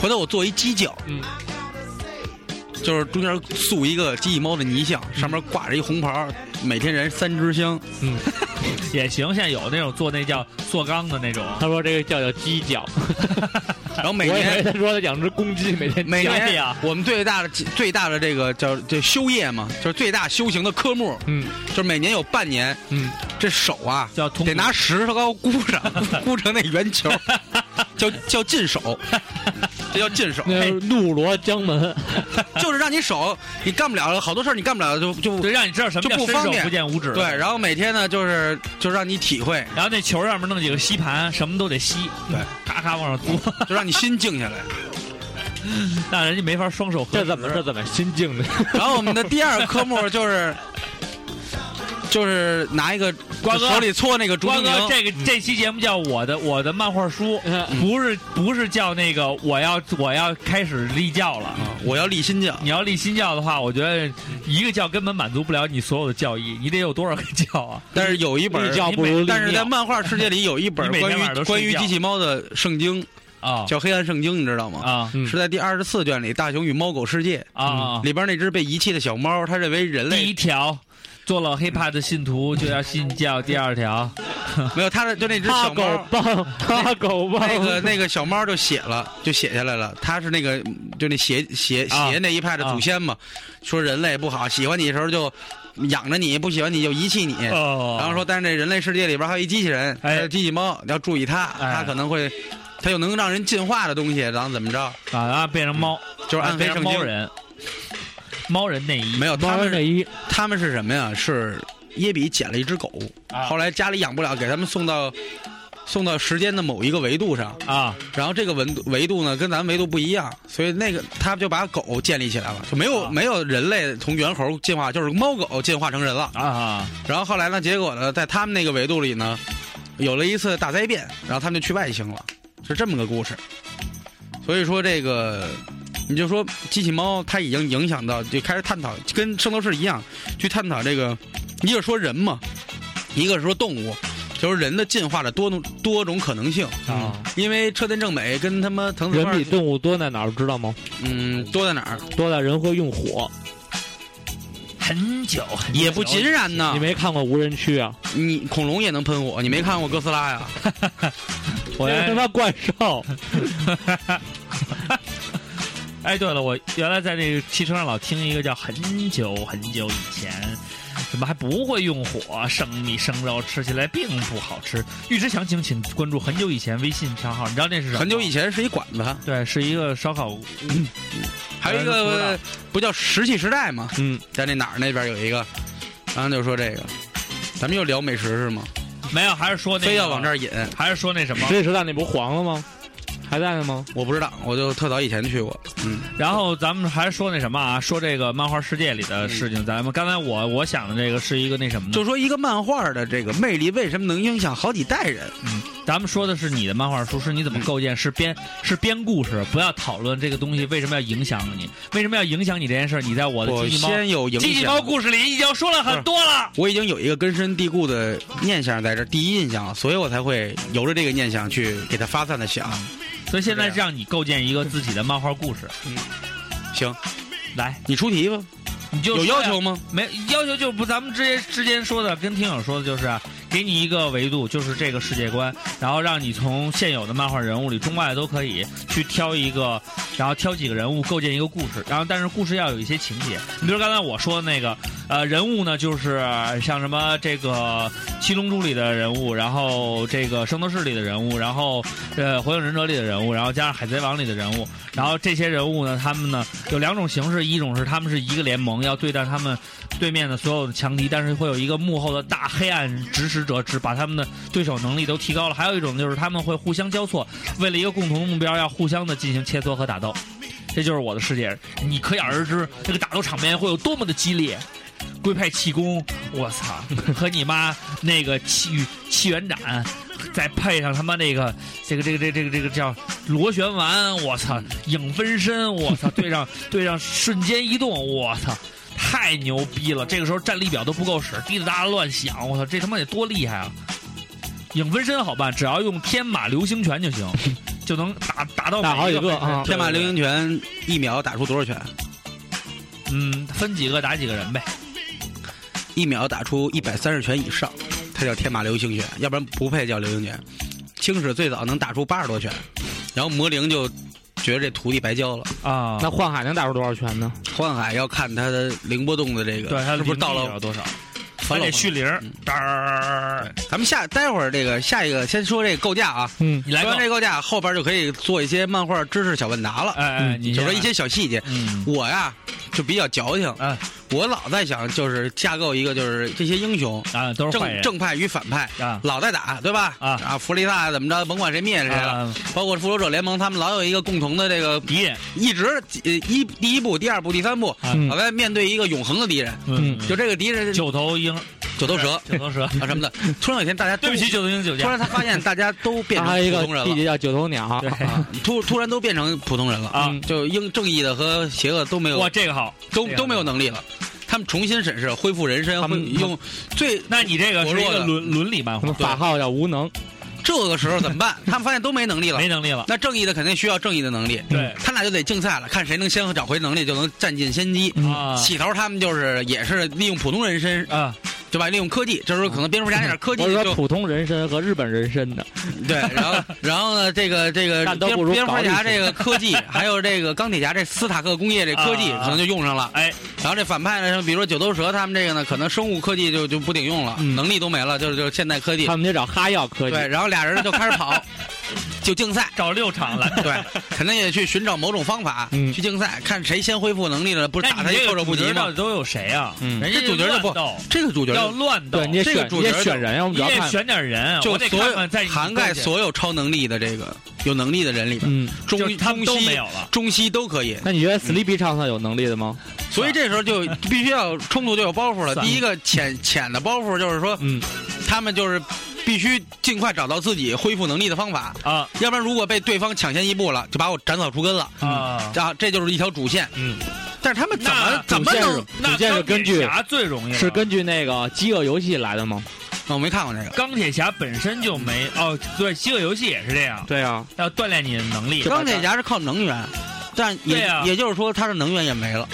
S4: 回头我做一鸡叫，
S3: 嗯
S4: 就是中间塑一个机器猫的泥像，上面挂着一红袍，每天燃三支香。
S2: 也行，现在有那种做那叫塑钢的那种，
S3: 他说这个叫叫 鸡脚，
S4: 然后每
S3: 我以为
S4: 年
S3: 他说养只公鸡每天
S4: 每
S3: 叫
S2: 哎
S4: 年
S2: 呀
S4: 我们最大的最大的这个叫这修业嘛，就是最大修行的科目，
S3: 嗯
S4: 就是每年有半年，
S3: 嗯，
S4: 这手啊
S2: 叫铜
S4: 得拿石头刀箍上， 箍成那圆 球，叫叫进手，这叫进手，
S2: 啊
S3: 那怒罗江 门，
S4: 就是让你手你干不了好多事儿，你干不了就就
S2: 对，让你知道什么叫
S4: 就不
S2: 伸
S4: 方
S2: 手
S4: 便
S2: 不见五指。
S4: 对，然后每天呢就是就让你体会，
S2: 然后那球上面弄几个吸盘，什么都得吸，嗯
S4: 对，
S2: 咔咔往上 嘬，
S4: 就让你心静下来。
S2: 那人家没法双手合
S3: 这
S2: 十
S3: 怎么这怎么心境 的？
S4: 然后我们的第二科目就是，就是拿一个
S2: 瓜哥
S4: 手里搓那个竹
S2: 瓜
S4: 蜻
S2: 哥，
S4: 蜓，
S2: 这个这期节目叫我的我的漫画书，
S3: 嗯
S2: 不是不是叫那个我要我要开始立教了。
S4: 啊我要立新教。
S2: 你要立新教的话，我觉得一个教根本满足不了你所有的教义，你得有多少个教啊？
S4: 但是有一本
S3: 立教不如立
S4: 但是在
S3: 尿
S4: 漫画世界里有一本
S2: 你每天
S4: 关
S2: 晚上
S4: 于
S2: 都睡
S4: 关于
S2: 觉
S4: 机器猫的圣经，
S2: 啊
S4: 叫《黑暗圣经》，你知道吗？
S2: 啊
S3: 嗯
S4: 是在第二十四卷里，《大熊与猫狗世界
S2: 啊》啊！
S4: 里边那只被遗弃的小猫，它认为人
S2: 第一
S4: 类
S2: 条，做了黑怕的信徒就要信教。第二条，
S4: 没有，它的 就那只
S3: 哈
S4: 小
S3: 狗
S4: 猫。
S3: 棒，哈狗棒，
S4: 那个那个小猫就写了，就写下来了。它是那个就那邪邪
S2: 啊
S4: 邪那一派的祖先嘛，说人类不好，喜欢你的时候就养着你，不喜欢你就遗弃你。
S2: 哦
S4: 然后说，但是这人类世界里边还有一机器人，
S2: 哎
S4: 还有机器猫，你要注意它，
S2: 哎
S4: 它可能会，它有能让人进化的东西，然后怎么着，
S2: 啊，然后变成猫，
S4: 就是暗黑
S2: 变成
S4: 圣
S2: 猫
S4: 经。
S2: 人，猫人内衣
S4: 没有，他
S3: 猫
S4: 们
S3: 人
S4: 是
S3: 内衣，
S4: 他们是什么呀？是耶比捡了一只狗，
S2: 啊
S4: 后来家里养不了，给他们送到送到时间的某一个维度上。
S2: 啊，
S4: 然后这个维度维度呢，跟咱们维度不一样，所以那个他就把狗建立起来了，就没有、
S2: 啊
S4: 没有人类从猿猴进化，就是猫狗进化成人了。
S2: 啊，
S4: 然后后来呢，结果呢，在他们那个维度里呢，有了一次大灾变，然后他们就去外星了。是这么个故事。所以说这个，你就说机器猫，它已经影响到，就开始探讨，跟圣斗士一样，去探讨这个，一个说人嘛，一个说动物，就是人的进化的多种多种可能性。
S3: 啊，
S4: 因为车田正美跟他妈藤子
S3: 人
S4: 不二
S3: 比动物多在哪儿知道吗？
S4: 嗯多在哪儿
S3: 多在人会用火，
S2: 很久很久
S4: 也不尽然呢
S3: 你。没看过无人区 啊？
S4: 你恐龙也能喷火，你没看过哥斯拉呀？
S3: 我
S2: 哎
S3: 他妈怪 兽，
S2: 哎，对了，我原来在那个汽车上老听一个叫很久很久以前，怎么还不会用火生米生肉，吃起来并不好吃。预知详情请关注很久以前微信账号，你知道那哎是什么吗？
S4: 很久以前是一馆子，
S2: 对，是一个烧烤 屋，
S4: 还有一
S2: 我也
S4: 个
S2: 是
S4: 不叫石器时代吗？
S3: 嗯，
S4: 在那哪儿那边有一个，然后就说这个，咱们又聊美食是吗？
S2: 没有，还是说那个、
S4: 非要往这儿引，
S2: 还是说那什么
S3: 实？际时代那不黄了吗？还在呢吗？
S4: 我不知道，我就特早以前去过，嗯，
S2: 然后咱们还说那什么啊？说这个漫画世界里的事
S4: 嗯
S2: 情。咱们刚才我我想的这个是一个那什么呢？
S4: 就说一个漫画的这个魅力为什么能影响好几代人？
S2: 咱们说的是你的漫画书，是你怎么构建，是编是编故事，不要讨论这个东西为什么要影响你，为什么要影响你这件事儿。你在我的
S4: 我
S2: 机器猫
S4: 先有影
S2: 机器猫
S4: 响，
S2: 故事里已经说了很多了。
S4: 我已经有一个根深蒂固的念想在这儿，第一印象，所以我才会由着这个念想去给它发散的想。
S2: 所以现在
S4: 是这啊
S2: 让你构建一个自己的漫画故事，
S4: 行，
S2: 来，
S4: 你出题吧，
S2: 你就
S4: 有
S2: 说
S4: 要
S2: 呀
S4: 求吗？
S2: 没要求就不，咱们之前之前说的，跟听友说的就是啊，给你一个维度，就是这个世界观，然后让你从现有的漫画人物里，中外都可以去挑一个，然后挑几个人物构建一个故事，然后但是故事要有一些情节。你比如刚才我说的那个，呃，人物呢就是像什么这个《七龙珠》里的人物，然后这个《圣斗士》里的人物，然后呃《火影忍者》里的人物，然后加上《海贼王》里的人物，然后这些人物呢，他们呢有两种形式，一种是他们是一个联盟，要对战他们对面的所有的强敌，但是会有一个幕后的大黑暗指使者，只把他们的对手能力都提高了。还有一种就是他们会互相交错，为了一个共同的目标，要互相的进行切磋和打斗。这就是我的世界，你可想而知这个打斗场面会有多么的激烈。龟派气功，我操，和你妈那个气气元斩，再配上他妈那个这个这个这个这个这个叫螺旋丸，我操，影分身，我操，对上对上瞬间移动，我操。太牛逼了！这个时候战力表都不够使，滴滴答答乱响，我操，这他妈得多厉害啊！影分身好办，只要用天马流星拳就行，就能打打到
S3: 打好
S2: 每一
S3: 几个啊
S4: 天马流星拳一秒打出多少拳？
S2: 嗯，分几个打几个人呗。
S4: 一秒打出一百三十拳以上，它叫天马流星拳，要不然不配叫流星拳。青史最早能打出八十多拳，然后魔灵就觉得这徒弟白交了。
S2: 啊，
S3: 那幻海能打出多少拳呢？
S4: 幻海要看他的凌波动的这个，
S2: 对，他
S4: 是不是到了
S2: 多少？还
S4: 返老
S2: 得
S4: 还
S2: 续零
S4: 嗯，
S2: 嘚儿，
S4: 咱们下待会儿这个下一个先说这个构架啊，
S3: 嗯，
S2: 你来
S4: 说
S2: 吧
S4: 完。这构架后边就可以做一些漫画知识小问答了，
S2: 哎哎，你
S4: 就
S2: 先
S4: 说
S2: 来
S4: 一些小细节。
S2: 嗯
S4: 我呀就比较矫情，
S2: 哎
S4: 我老在想就是架构一个就是这些英雄
S2: 啊，都是坏
S4: 正
S2: 人
S4: 正派与反派。
S2: 啊
S4: 老在打，对吧？
S2: 啊
S4: 啊，弗利萨怎么着，甭管谁灭谁了，
S2: 啊
S4: 包括复仇者联盟，他们老有一个共同的这个，
S2: 敌人，
S4: 一直呃一第一部、第二部、第三部，
S3: 嗯
S4: 老在面对一个永恒的敌人，
S2: 嗯，
S4: 就这个敌人
S2: 九头鹰、
S4: 九头蛇啊
S2: 九头 蛇。
S4: 什 么的。突然有一天，大家都
S2: 对不起，，九头鹰九
S4: 突
S2: 家
S4: 然他发现大家都变
S3: 他
S4: 成
S3: 还有一
S4: 普
S3: 个
S4: 通人
S3: 弟
S4: 了，
S3: 弟叫九头鸟，
S2: 对
S4: 啊突突然都变成普通人了，
S2: 啊
S3: 嗯，
S4: 就应正义的和邪恶都没有
S2: 哇，，这个好。
S4: 都
S2: 这个
S4: 都没有能力了。他们重新审视，恢复人身，
S3: 他
S4: 恢
S3: 们
S4: 用最
S2: 那你这个是一
S4: 薄弱
S2: 个
S4: 的
S2: 伦伦理漫
S3: 他
S2: 画
S3: 们，法号叫无能，
S4: 这个时候怎么 办？他们发现都没能力了
S2: 没，能力了。
S4: 那正义的肯定需要正义的能力，
S2: 对
S4: 他俩就得竞赛了，看谁能先找回能力，就能占尽先机。
S3: 嗯
S2: 啊
S4: 起头他们就是也是利用普通人身，
S2: 啊，
S4: 对吧？利用科技，这时候可能蝙蝠侠那点科技
S3: 我是说
S4: 就
S3: 普通人参和日本人参的，
S4: 对，然 后然后呢，这个这个
S3: 但都
S4: 蝙
S3: 不如
S4: 蝙蝠侠
S3: 搞历
S4: 这
S3: 史
S4: 个科技，还有这个钢铁侠这斯塔克工业这科技
S2: 啊
S4: 可能就用上了。
S2: 哎，
S4: 然后这反派呢，像比如说九头蛇他们这个呢，可能生物科技就就不顶用了，
S3: 嗯
S4: 能力都没了，就是就是现代科技
S3: 他。们就找哈药科技。
S4: 对，然后俩人就开 始跑，就竞赛。
S2: 找六场来。
S4: 对，肯定也去寻找某种方 法、
S3: 嗯
S4: 去竞赛，看谁先恢复能力了， 不是
S2: 那哎
S4: 打
S2: 你
S4: 他
S2: 这
S4: 一
S2: 个
S4: 措手不
S2: 主角
S4: 及
S2: 到
S4: 吗
S2: 底？都有谁啊？
S3: 嗯
S4: 人家
S2: 家
S4: 主角就不
S2: 乱斗
S4: 这个主角
S2: 要
S4: 就
S2: 乱斗，
S3: 对，你也
S4: 这个
S3: 选
S4: 主
S3: 你也
S4: 角就
S3: 选人呀，我们
S2: 你
S3: 主要
S2: 也
S3: 看。
S2: 选点人，我得
S4: 就所
S2: 看看在
S4: 有
S2: 你
S4: 涵盖所有超能力的这个有能力的人里边，
S3: 嗯，
S4: 中
S2: 就是他们
S4: 中
S2: 都没
S4: 西
S2: 有了。
S4: 中西都可以，
S3: 那你觉得 Sleepy 唱算有能力的吗？
S4: 所以这时候就必须要冲突就有包袱了。
S2: 算
S4: 第一个浅浅的包袱就是说，
S3: 嗯，
S4: 他们就是必须尽快找到自己恢复能力的方法，
S2: 啊
S4: 要不然如果被对方抢先一步了，就把我斩草除根了。
S2: 啊，
S4: 啊，这就是一条主线。
S2: 嗯，
S4: 但是他们怎么
S2: 那
S4: 怎么
S3: 主线
S4: 能
S3: 是？
S2: 那
S3: 主线
S2: 钢铁
S3: 是根据
S2: 侠最容易了
S3: 是根据那个《饥饿游戏》来的吗？
S4: 我没看过那个。
S2: 钢铁侠本身就没哦，对，饥饿游戏也是这样，
S3: 对啊，
S2: 要锻炼你的能力。
S4: 钢铁侠是靠能源，但也、
S2: 对啊
S4: 也就是说他的能源也没了，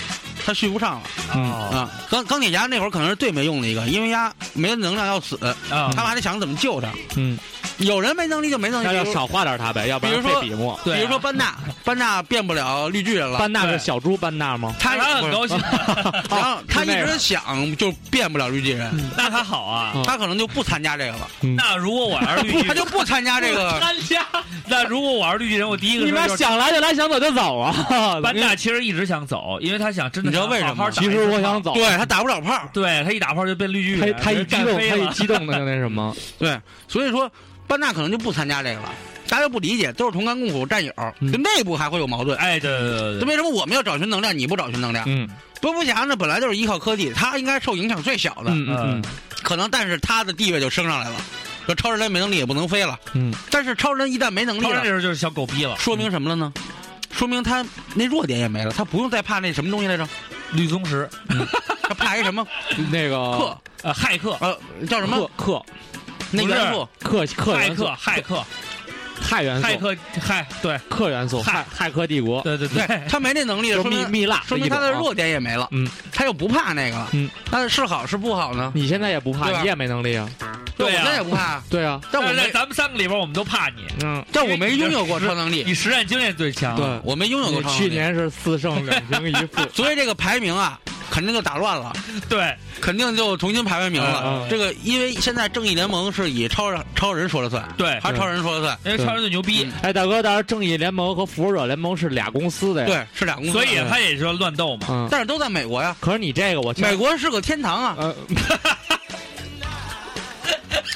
S4: 他续不上了
S2: 哦
S4: 啊。钢钢铁侠那会儿可能是最没用的一个，因为他没能量要死，
S2: 啊
S4: 嗯他们还得想怎么救他。
S3: 嗯，
S4: 有人没能力就没能力，
S3: 那要
S4: 比如
S3: 少画点他呗，要不
S4: 比
S3: 然
S4: 如
S3: 费
S4: 说
S3: 笔墨。
S2: 对啊
S4: 比如说班 纳，班纳变不了绿巨人了，
S3: 班纳
S2: 对
S3: 是小猪班纳吗？啊
S4: 他
S2: 那他很高兴，
S4: 然后他
S3: 是
S4: 一
S3: 那
S4: 直
S3: 个
S4: 想就变不了绿巨人，
S2: 那他好啊。
S3: 嗯
S4: 他可能就不参加这个了，
S2: 那如果我要 是绿巨
S4: 他
S2: 人，
S4: 就不参加这个。
S2: 参加。那如果我要是绿巨人，我第一个
S3: 你
S2: 时候
S3: 妈
S2: 就是
S3: 想来就来，想走就 走啊！
S2: 班纳其实一直想走，因为他想真的
S4: 你知道
S2: 想
S4: 为什
S2: 好
S4: 么
S2: 好打一
S3: 其
S2: 次
S3: 实我
S2: 炮
S3: 想，走，
S4: 对他打不了炮，
S2: 对他一打炮就变绿巨
S3: 他
S2: 人，
S3: 他一激
S2: 干
S3: 动，
S2: 飞
S3: 他一
S2: 了。
S3: 激动的就那什么，
S4: 对，所以说班纳可能就不参加这个了。大家就不理解，都是同甘共苦战友，
S3: 嗯
S4: 就内部还会有矛盾。
S2: 哎，对对对
S4: 这
S2: 对，
S4: 为什么我们要找寻能量，你不找寻能量？
S3: 嗯
S4: 蝙蝠侠呢，本来就是依靠科技，他应该受影响最小的，
S3: 嗯嗯
S4: 可能，但是他的地位就升上来了。说超人没能力也不能飞了，
S3: 嗯，
S4: 但是超人一旦没能力
S2: 超人
S4: 了
S2: 这，时候就是小狗逼了，
S4: 说明什么了呢？说明他那弱点也没了，他不用再怕那什么东西来着，
S2: 绿松石，
S4: 他怕一什么
S3: 嗯，那个
S4: 克
S2: 呃，骇客，
S4: 呃叫什么
S3: 克克
S4: 那
S2: 不是
S4: 元素
S3: 克克
S2: 骇
S3: 元素
S2: 客，，骇客，
S3: 氦元
S2: 骇
S3: 素，
S2: 客，骇，对
S3: 克元
S2: 氦
S3: 素，骇骇客帝国，
S2: 对对
S4: 对
S2: 对，
S4: 他没那能力了，
S3: 就
S4: 说
S3: 是
S4: 明
S3: 蜜蜜蜡，
S4: 说明他的。弱点也没了，
S3: 嗯，
S4: 他又不怕那个了，
S3: 嗯，
S4: 那是好是不好呢？
S3: 你现在也不
S4: 对吧
S3: 怕，你也没能力啊。
S2: 对
S4: 我
S2: 呀
S4: 现在也不怕，
S3: 对啊，
S4: 但我
S2: 但是在
S4: 没
S2: 咱们三个里边，我们都怕你，
S3: 嗯，
S4: 但我没拥有过超能力，
S2: 你实战经验最强。
S3: 对，
S4: 我没拥有过
S3: 你
S4: 超能
S3: 去
S4: 力，
S3: 年是四胜两平一负，
S4: 所以这个排名啊，肯定就打乱了，
S2: 对，
S4: 肯定就重新排排名
S3: 嗯
S4: 了。
S3: 嗯
S4: 这个因为现在正义联盟是以超人超人说了算，
S2: 对
S4: 还是超人说了算，
S2: 因为超人最牛逼，
S3: 哎，大哥，但是正义联盟和复仇者联盟是俩公司的呀。，
S4: 对，是俩公司，
S2: 所以嗯他也说乱斗嘛。
S3: 嗯，
S4: 但是都在美国呀。
S3: 可是你这个我
S4: 美国是个天堂啊！
S3: 呃，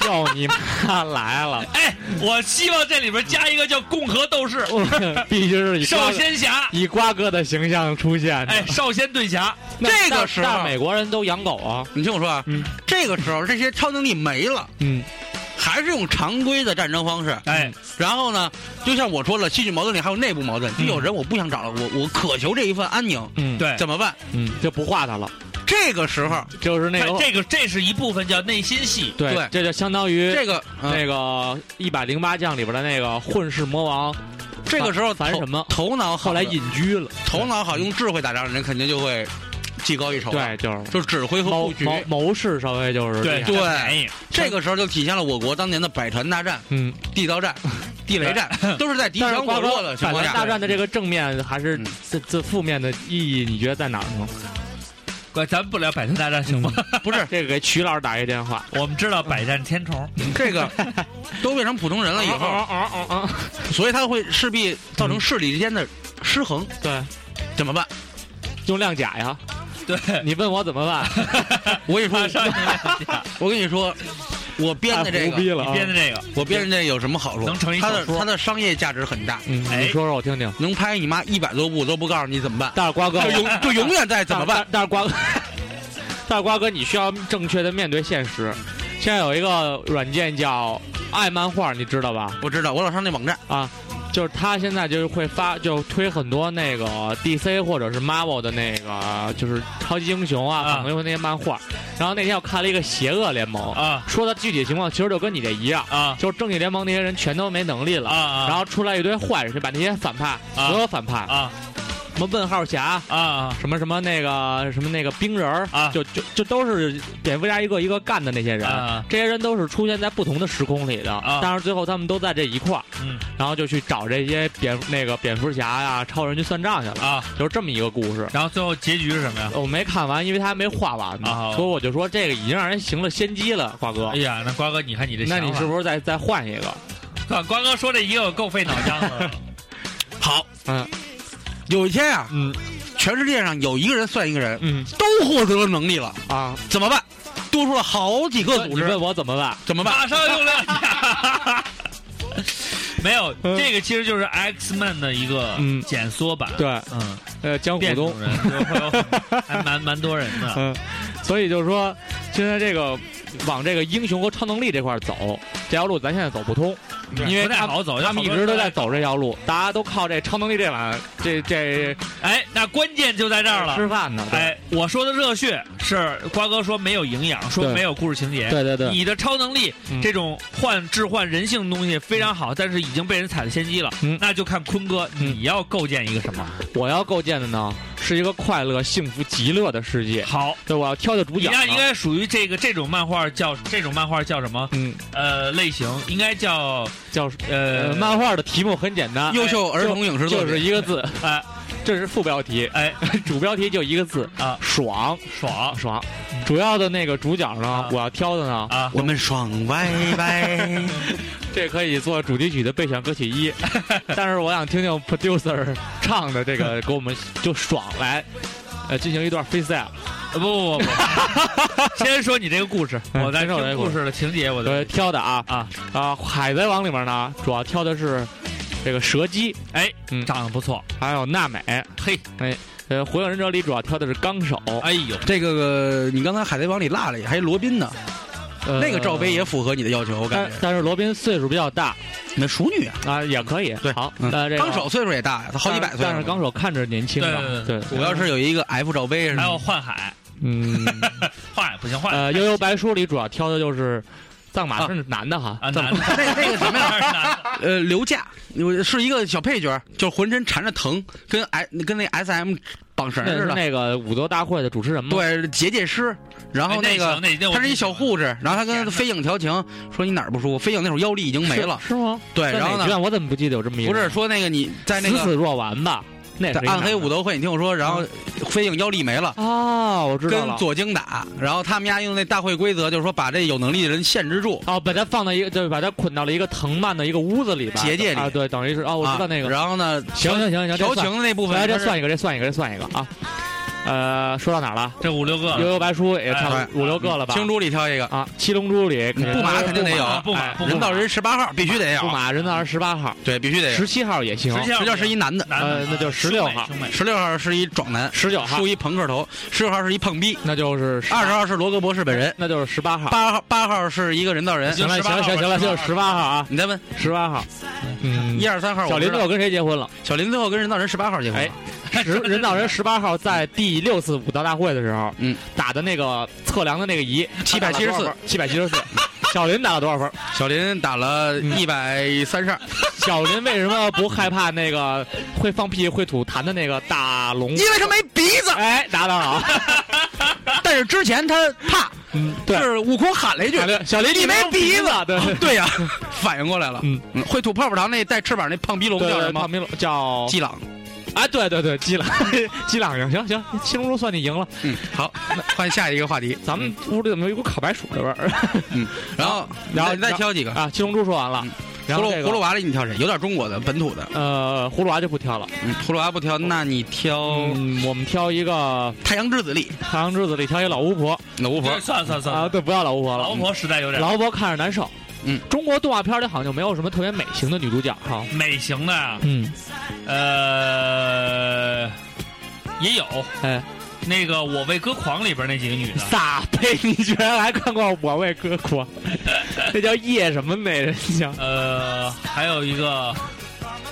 S3: 要你妈来了！
S2: 哎，我希望这里边加一个叫共和斗士、
S3: 必须是以
S2: 少
S3: 瓜
S2: 先侠，
S3: 以瓜哥的形象出现的。
S2: 哎，少先对侠，
S3: 那
S4: 这个
S3: 但
S4: 时候
S3: 但美国人都养狗啊。
S4: 你听我说啊，
S3: 嗯
S4: 这个时候这些超能力没了，
S3: 嗯
S4: 还是用常规的战争方式。
S2: 哎，
S4: 然后呢，就像我说了，戏剧矛盾里还有内部矛盾，就有人我不想找了，我我渴求这一份安宁，
S3: 嗯，
S2: 对，
S4: 怎么办？
S3: 嗯，就不画他了。
S4: 这个时候，
S3: 就是那
S2: 他
S3: 个
S2: 这个这是一部分叫内心戏，
S3: 对
S4: 对
S3: 这就相当于
S4: 这个、嗯
S3: 那个一百零八将里边的那个混世魔王，
S4: 这个时候
S3: 烦
S4: 头
S3: 什么
S4: 头脑好
S3: 后
S4: 的，
S3: 来隐居了。
S4: 头脑好，用智慧打仗的人肯定就会技高一筹，，啊
S3: 对，就是
S4: 就是指挥和
S3: 谋
S4: 布局。
S3: 谋谋士稍微就是
S2: 对
S3: 厉害
S4: 对
S2: 占便宜
S4: 这个时候就体现了我国当年的百团大战、
S3: 嗯。
S4: 地道 战、地雷战，都是在敌
S3: 但是
S4: 强
S3: 瓜
S4: 我
S3: 哥
S4: 弱的情况
S3: 反
S4: 下。
S3: 大战的这个正面还是
S4: 嗯
S3: 这这负面的意义，你觉得在哪儿呢？
S2: 乖，咱们不聊百团大战行吗？
S4: 不是
S3: 这个给曲老师打一电话。
S2: 我们知道百战天虫，
S4: 这个，都变成普通人了以 后，
S3: 啊啊啊 啊！
S4: 所以它会势必造成势力之间的失衡，
S3: 对，
S4: 怎么办？
S3: 用亮甲呀！
S2: 对，
S3: 你问我怎么办？
S4: 我跟你
S2: 马
S4: 说，
S2: 上就要讲
S4: 我跟你说，我编的这
S3: 太
S4: 个
S3: 胡，逼了
S2: 你
S3: 啊！
S2: 编的这个，
S4: 我编的这个有什么好处？
S2: 能成一
S4: 它
S2: 小
S4: 的
S2: 说
S4: 它的商业价值很大，
S3: 嗯，
S2: 哎
S3: 你说说我听听。
S4: 能拍你妈一百多部都不告诉你怎么 办，
S3: 但是瓜哥
S4: 就永就永远在怎么 办？？
S3: 但但是瓜哥，但是瓜哥，你需要正确的面对现实。现在有一个软件叫爱漫画，你知道吧？啊
S4: 我知道，我老上那网站，
S3: 就是他现在就是会发，就推很多那个 DC 或者是 Marvel 的那个，就是超级英雄啊、
S2: 啊
S3: 反恐英雄那些漫画。然后那天我看了一个《邪恶联盟》，
S2: 啊
S3: 说的具体情况其实就跟你这一样，
S2: 啊
S3: 就是正义联盟那些人全都没能力
S2: 啊
S3: 了，
S2: 啊，
S3: 然后出来一堆坏人，就把那些反派、
S2: 啊
S3: 所有反派，
S2: 啊
S3: 什么问号侠、
S2: 啊啊
S3: 什么什么那个什么那个冰人儿
S2: 啊
S3: 就就就都是蝙蝠侠一个一个干的那些人，
S2: 啊
S3: 这些人都是出现在不同的时空里的，
S2: 啊
S3: 但是最后他们都在这一块儿，
S2: 嗯
S3: 然后就去找这些蝙那个蝙蝠侠呀、超人去算账去了，
S2: 啊，
S3: 就是这么一个故事。
S2: 然后最后结局是什么呀？
S3: 我没看完，因为他还没画完呢，
S2: 啊
S3: 所以我就说这个已经让人行了先机了，瓜哥
S2: 哎。呀，那瓜哥，你看你这想
S3: 那
S2: 法，
S3: 你是不是再再换一个？
S2: 啊瓜哥说这一个够费脑浆的，
S4: 好，
S3: 嗯
S4: 有一天啊，
S3: 嗯
S4: 全世界上有一个人算一个人，
S3: 嗯
S4: 都获得了能力了，
S3: 啊！
S4: 怎么办？多出了好几个
S3: 你
S4: 组织
S3: 问，我怎么办？
S4: 怎么办？
S2: 马上用亮甲。没有，这个其实就是 X Man 的一个
S3: 嗯
S2: 简缩版。
S3: 对，
S2: 嗯，
S3: 呃，江
S2: 变
S3: 虎
S2: 种
S3: 东，
S2: 人就会有很还蛮蛮多人的。
S3: 嗯，所以就是说，现在这个往这个英雄和超能力这块儿走，这条路咱现在走不通，
S2: 对
S3: 因为
S2: 不太
S3: 他们
S2: 好走，
S3: 他们
S2: 好
S3: 一
S2: 多
S3: 直都
S2: 人
S3: 在走这条路，大家都靠这超能力这碗这这
S2: 哎，那关键就在这儿了。
S3: 吃饭呢。对，
S2: 哎，我说的热血是瓜哥说没有营养，说
S3: 对
S2: 没有故事情节。
S3: 对对对，
S2: 你的超能力、
S3: 嗯
S2: 这种换置换人性的东西非常好，但是已经被人踩了先机了。
S3: 嗯
S2: 那就看坤哥
S3: 嗯
S2: 你要构建一个什么
S3: 我要构建的呢是一个快乐、幸福、极乐的世界。
S2: 好。
S3: 对，我要挑的主
S2: 你
S3: 角呢。
S2: 那应该属于这个这种漫画叫这种漫画叫什么？
S3: 嗯，
S2: 呃，类型应该叫
S3: 叫
S2: 呃
S3: 呃，漫画的题目很简单，
S4: 优秀儿童影视作
S3: 就是
S4: 品，
S3: 一个字，
S2: 哎
S3: 这是副标题，
S2: 哎
S3: 主标题就一个字
S2: 啊
S3: 爽
S2: 爽
S3: 爽。主要的那个主角呢，我要挑的呢，
S2: 啊！
S4: 我们爽歪歪。
S3: 这可以做主题曲的备选歌曲 一，但是我想听听 producer 唱的 这个，给我们就爽来，呃，进行一段 freestyle。
S2: 不不不不，先说你这个故事，
S3: 嗯
S2: 我再
S3: 先说我这
S2: 听
S3: 个
S2: 故
S3: 故
S2: 事的情节，我
S3: 呃，
S2: 再
S3: 挑的啊
S2: 啊，
S3: 啊，海贼王里面呢，主要挑的是这个蛇姬，
S2: 哎，
S3: 嗯
S2: 长得不错，
S3: 还有娜美。
S2: 嘿，
S3: 呃，火影忍者里主要挑的是纲手，
S2: 哎呦，
S4: 这个呃你刚才《海贼王》里落了，还有罗宾呢，
S3: 呃
S4: 那个罩杯也符合你的要求，我感
S3: 但
S4: 觉。
S3: 但是罗宾岁数比较大
S4: 那熟女啊，
S3: 啊，也可以。
S4: 对
S3: 好，
S4: 嗯
S3: 那呃这个
S4: 纲手岁数也大呀，他好几百岁了。
S3: 但是纲手看着年轻吧？
S2: 对
S3: 对，
S4: 主要是有一个 F 罩杯是
S3: 哎
S2: 还有
S4: 吧？
S2: 幻海，
S3: 嗯，
S2: 幻海不行，幻海
S3: 呃，悠悠白书里主要挑的就是藏马是男的哈，
S2: 啊，
S3: 藏
S2: 男
S3: 马
S2: 的，
S4: 那那个什么呀？
S2: 男的，
S4: 呃，刘驾是一个小配角，就是浑身缠着藤，跟 I 跟那 S M 绑绳
S3: 那是嗯
S4: 似的。
S3: 那个武德大会的主持人嘛？，
S4: 对，结界师，然后
S2: 哎那
S3: 哎
S4: 个
S2: 那
S4: 他是一小护士，然后他
S2: 天
S4: 跟
S2: 哪
S4: 飞影调情，说你哪儿不舒服？飞影那会儿腰力已经没了，
S3: 是吗？
S4: 对，
S3: 在
S4: 然后
S3: 啊哪
S4: 呢，
S3: 卷我怎么不记得有这么一个？
S4: 不是说那个你在那
S3: 啊死死
S4: 个
S3: 若丸吧？那
S4: 在
S3: 是一嗯
S4: 暗黑
S3: 男的
S4: 武斗会，你听我说，然后飞影腰力没了。
S3: 啊，我知道
S4: 跟
S3: 了。
S4: 左京打，然后他们家用那大会规则，就是说把这有能力的人限制住，
S3: 哦，把他放到一个，对，把他捆到了一个藤蔓的一个屋子里吧，
S4: 结界里
S3: 啊，对，等于是哦，我知道那
S4: 啊
S3: 个。
S4: 然后呢，
S3: 行行行行，
S4: 调
S3: 这算
S4: 情的那部分
S3: 来，
S4: 他
S3: 这
S4: 是
S3: 算一个，这算一个，这算一个啊。呃，说到哪儿了？
S2: 这五六个
S3: 悠
S2: 了，
S3: 悠白书也差
S4: 哎
S3: 不多五六个了吧？
S4: 青珠里挑一个，
S3: 啊，七龙珠里肯定
S4: 布马
S3: 是
S4: 肯定得有
S2: 啊不买不
S3: 哎
S4: 人造人十八号必须得有，
S3: 布马人造人十八号，
S4: 对，必须得有
S3: 十。七号也行，
S2: 十七
S4: 实际上是一男的，
S2: 男的
S3: 呃，那就16号
S2: 兄妹
S4: 十六号是一壮男，
S3: 十九号
S4: 梳一朋克头，十六号是一碰壁，
S3: 那就是
S4: 二十
S3: 号，
S4: 号是罗格博士本人，
S3: 那就是十八号。
S4: 八号八号是一个人造人。
S3: 行了行了行了行了，就是十八号啊，
S4: 你再问
S3: 十八号。嗯
S4: 一，二三号，
S3: 小
S4: 我知
S3: 林
S4: 道
S3: 最后跟哎谁结婚了？
S4: 小林最后跟人造人十八号结婚了，
S3: 十人造人十八号在第六次武道大会的时候，
S4: 嗯，
S3: 打的那个测量的那个仪，
S4: 774，
S3: 七百七十四。小林打了多少分？
S4: 小林打了
S3: 嗯
S4: 一百三十二，
S3: 小林为什么不害怕那个会放屁会吐痰的那个大龙？
S4: 因为他没鼻子，
S3: 哎，答得好。
S4: 但是之前他怕，
S3: 嗯，
S4: 就
S3: 对，
S4: 是悟空喊了一句
S3: 小，林，小林
S4: 你没鼻子
S3: 对，
S4: 对呀， 反应过来了，
S3: 嗯
S4: 嗯，会吐泡泡糖那带翅膀那胖逼龙
S3: 对
S4: 叫什
S3: 胖
S4: 么？
S3: 明龙叫
S4: 基朗，
S3: 啊，对对对，基朗，基朗赢，行行，七龙珠算你赢了。
S4: 嗯，好， 那换下一个话题，
S3: 咱们屋里怎么有一股烤白薯的味儿
S4: 然后
S3: 然后
S4: 你再挑几个，
S3: 啊？七龙珠说完了
S4: 嗯，
S3: 然
S4: 葫
S3: 后
S4: 芦
S3: 这
S4: 葫芦
S3: 个
S4: 娃里你挑谁？有点中国的本土的，
S3: 呃，葫芦娃就不挑了，
S4: 嗯，葫芦娃不挑，那你挑
S3: 嗯，我们挑一个
S4: 太阳之子里
S3: 《太阳之子》里挑一老巫婆
S4: 老巫
S2: 这算算算
S3: 啊，，对，不要老巫婆
S2: 老巫
S3: 了，
S2: 婆实在有点
S3: 老巫婆看着难受。
S4: 嗯，
S3: 中国动画片里好像就没有什么特别美型的女主角哈。
S2: 美型的啊，
S3: 嗯，
S2: 呃，也有，
S3: 哎，
S2: 那个《我为歌狂》里边那几个女的，
S3: 撒贝，你居然还看过《我为歌 狂》？那叫叶什么美人 叫？
S4: 哎
S2: 呃，还有一个，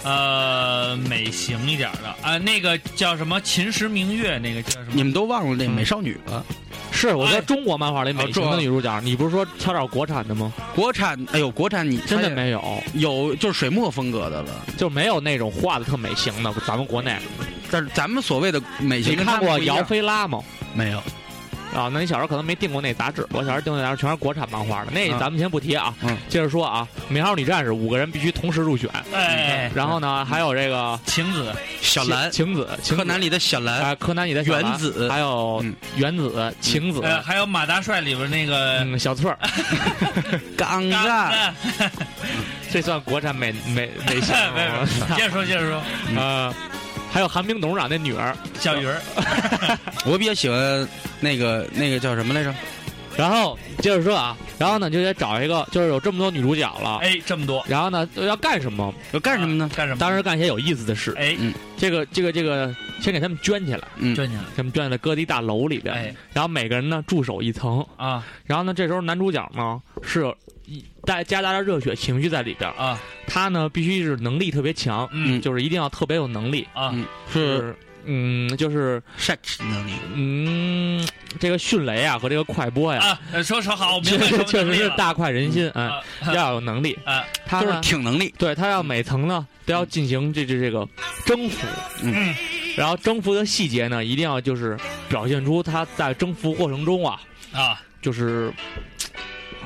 S2: 呃，美型一点的啊、那个叫什么《秦时明月》，那个叫什
S4: 你
S2: 么？
S4: 们都忘了那美少女了？
S3: 嗯是，我
S2: 哎
S3: 说中国漫画里美型
S4: 啊
S3: 的
S4: 这
S3: 女主角，你不是说挑点国产的吗？
S4: 国产，哎呦，国产你
S3: 真的没有，
S4: 有，就是水墨风格的了。
S3: 就没有那种画的特美型的。咱们国内，
S4: 但是咱们所谓的美
S3: 你
S4: 型，
S3: 看过姚菲拉吗？
S4: 没有？
S3: 啊，那你小时候可能没订过那杂志，我小时候订的杂志全是国产漫画的。那
S4: 嗯
S3: 咱们先不提啊，
S4: 嗯
S3: 接着说啊，《美少女战士》五个人必须同时入选，
S2: 哎，
S3: 然后呢，还有这个
S2: 晴子，
S4: 嗯小兰，
S3: 晴子、晴子
S4: 柯南里的小兰，
S3: 啊，柯南你的小兰
S4: 原子
S3: 还有
S4: 嗯
S3: 原子、晴子、
S2: 呃，还有马大帅里边那个哎
S3: 嗯，小翠儿，
S2: 刚
S4: 刚干，
S2: 干。
S3: 这算国产美美美型
S4: 哦
S2: 没有
S3: 吗？
S2: 接着说，接着说，
S3: 呃，还有韩冰董事长那女儿，
S2: 小鱼儿，
S4: 我比较喜欢那个那个叫什么来着？
S3: 然后接着说啊，然后呢就得找一个，就是有这么多女主角了，
S2: 哎，这么多，啊
S3: 然后呢要干什么？
S4: 要干什么呢？
S2: 干什么？
S3: 当时干一些有意思的事。
S2: 哎，
S3: 这个这个这个，先给他们捐起来，
S4: 嗯，
S2: 捐钱了，
S3: 他们捐起来搁在一大楼里边，
S2: 哎
S3: 然后每个人呢驻守一层。
S2: 啊，
S3: 然后呢，这时候男主角呢是带夹杂着热血情绪在里边儿。
S2: 啊
S3: 他呢必须是能力特别强，
S2: 嗯
S3: 就是一定要特别有能力，
S2: 啊
S4: 嗯
S3: 就是是嗯，就是
S4: 晒能力，
S3: 嗯，这个迅雷啊和这个快播呀，
S2: 啊！呃说说好，我明
S3: 确
S2: 白什
S3: 实
S2: 么
S3: 确
S2: 能
S3: 实
S2: 力
S3: 是
S2: 了
S3: 大快人心，哎，
S2: 啊
S3: 要有能力，
S2: 啊
S3: 他
S4: 就是
S3: 呢，
S4: 挺能力，
S3: 对他要每层呢都要进行这这这个征服，
S4: 嗯，
S3: 然后征服的细节呢一定要就是表现出他在征服过程中啊，
S2: 啊！
S3: 就是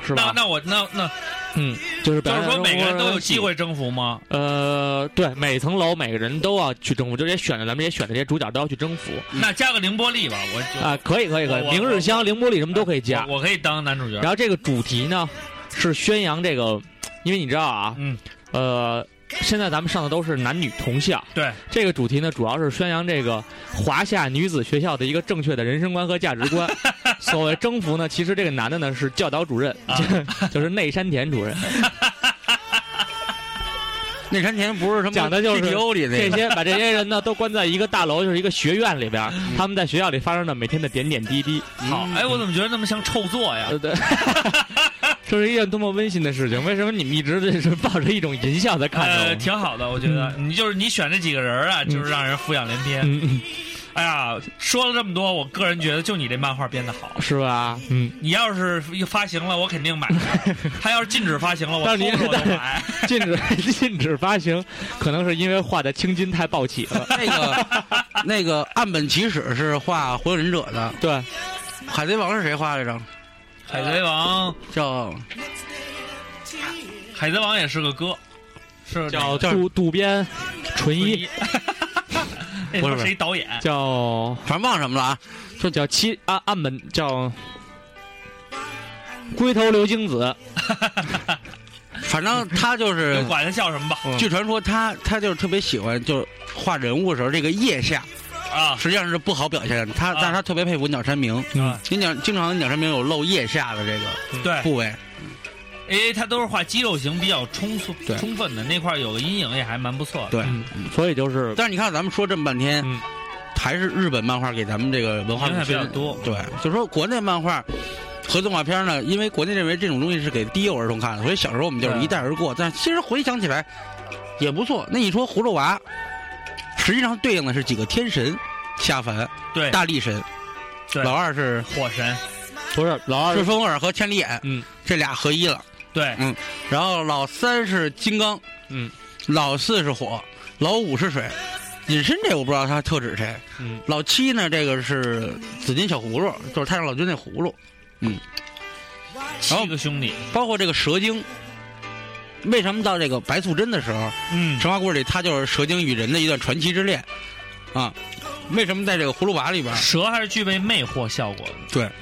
S3: 是
S2: 那
S3: 吧？
S2: 那我那那
S3: 嗯，就是表
S2: 就是
S3: 现
S2: 说
S3: 出
S2: 每个人都有
S3: 细
S2: 机。会征服吗？
S3: 呃，对，每层楼每个人都要去征服，就是也选的咱们也选的这些主角都要去征服
S2: 那加个凌波丽吧，我就
S3: 嗯啊、可以可以可
S2: 嗯我
S3: 以，
S2: 我
S3: 明日香、凌波丽什么都可以加。
S2: 我我可以当男主角
S3: 然后这个主题呢是宣扬这个，因为你知道啊，
S2: 嗯，
S3: 呃，现在咱们上的都是男女同校，
S2: 对，
S3: 这个主题呢主要是宣扬这个华夏女子学校的一个正确的人生观和价值观。所谓征服呢，其实这个男的呢是教导主任，
S2: 啊
S3: 就是内山田主任。
S4: 那山田不是什么
S3: 讲的就是
S4: GTO 里那
S3: 这
S4: 个，
S3: 些把这些人呢都关在一个大楼，就是一个学院里边儿，他们在学校里发生的每天的点点滴滴，
S2: 好，哎，我怎么觉得那么像臭作呀？
S3: 对对。 这是一件多么温馨的事情！为什么你们一直就是抱着一种淫笑在看着我
S2: 呃，
S3: 们？
S2: 挺好的，我觉得你就是你选这几个人儿啊，就是让人浮想联翩。
S3: 嗯，
S2: 哎呀，说了这么多，我个人觉得就你这漫画编的好。
S3: 嗯是吧？嗯，
S2: 你要是发行了，我肯 定买；他要是禁止发行了，我
S3: 但
S2: 偷
S3: 是你
S2: 着我就 买。
S3: 禁止禁止发行，可能是因为画的青筋太暴起了。
S4: 那个那个岸本齐史是画《火影忍者》的，
S3: 对，
S4: 《海贼王》是谁画来着？
S2: 海贼王，
S4: 叫
S2: 海贼王也是个歌，是
S3: 叫渡渡边 纯一，
S2: 一。那
S4: 不是
S2: 说
S4: 不是
S2: 谁导演？
S3: 叫
S4: 反正忘什么了啊？
S3: 就叫七啊岸本叫龟头流精子，
S4: 反正他 就是
S2: 管他叫什么吧
S4: 据传说他他就是特别喜欢，就是画人物的时候，这个腋下
S2: 啊！
S4: 实际上是不好表现的。他，
S2: 啊
S4: 但是他特别佩服鸟山明，
S2: 嗯
S4: 你鸟经常鸟山明有露腋下的这个
S2: 对，
S3: 哎
S4: 部位，
S2: 因为他都是画肌肉型比较充足
S4: 对
S2: 充分的那块，有个阴影也还蛮不错的。
S4: 对。
S3: 嗯所以就是
S4: 但是你看咱们说这么半天
S3: 嗯，
S4: 还是日本漫画给咱们这个文化
S2: 影响比较多
S4: 对，就说国内漫画。和动画片呢，因为国内认为这种东西是给低幼儿童看的，所以小时候我们就是
S2: 对
S4: 一带而过。但其实回想起来，也不错。那你说葫芦娃，实际上对应的是几个天神下凡，
S2: 对
S4: 大力神，
S2: 对
S4: 老二是
S2: 火神，
S3: 不是老二
S4: 顺风耳和千里眼，
S3: 嗯，
S4: 这俩合一了。
S2: 对，
S4: 然后老三是金刚，
S3: 嗯，
S4: 老四是火，老五是水。隐身这我不知道他特指谁，
S3: 嗯，
S4: 老七呢这个是紫金小葫芦，就是太上老君那葫芦，
S2: 七个兄弟，
S4: 包括这个蛇精。为什么到这个白素贞的时候，
S2: 嗯，
S4: 神话故事里她就是蛇精与人的一段传奇之恋，啊，为什么在这个葫芦娃里边？
S2: 蛇还是具备魅惑效果的。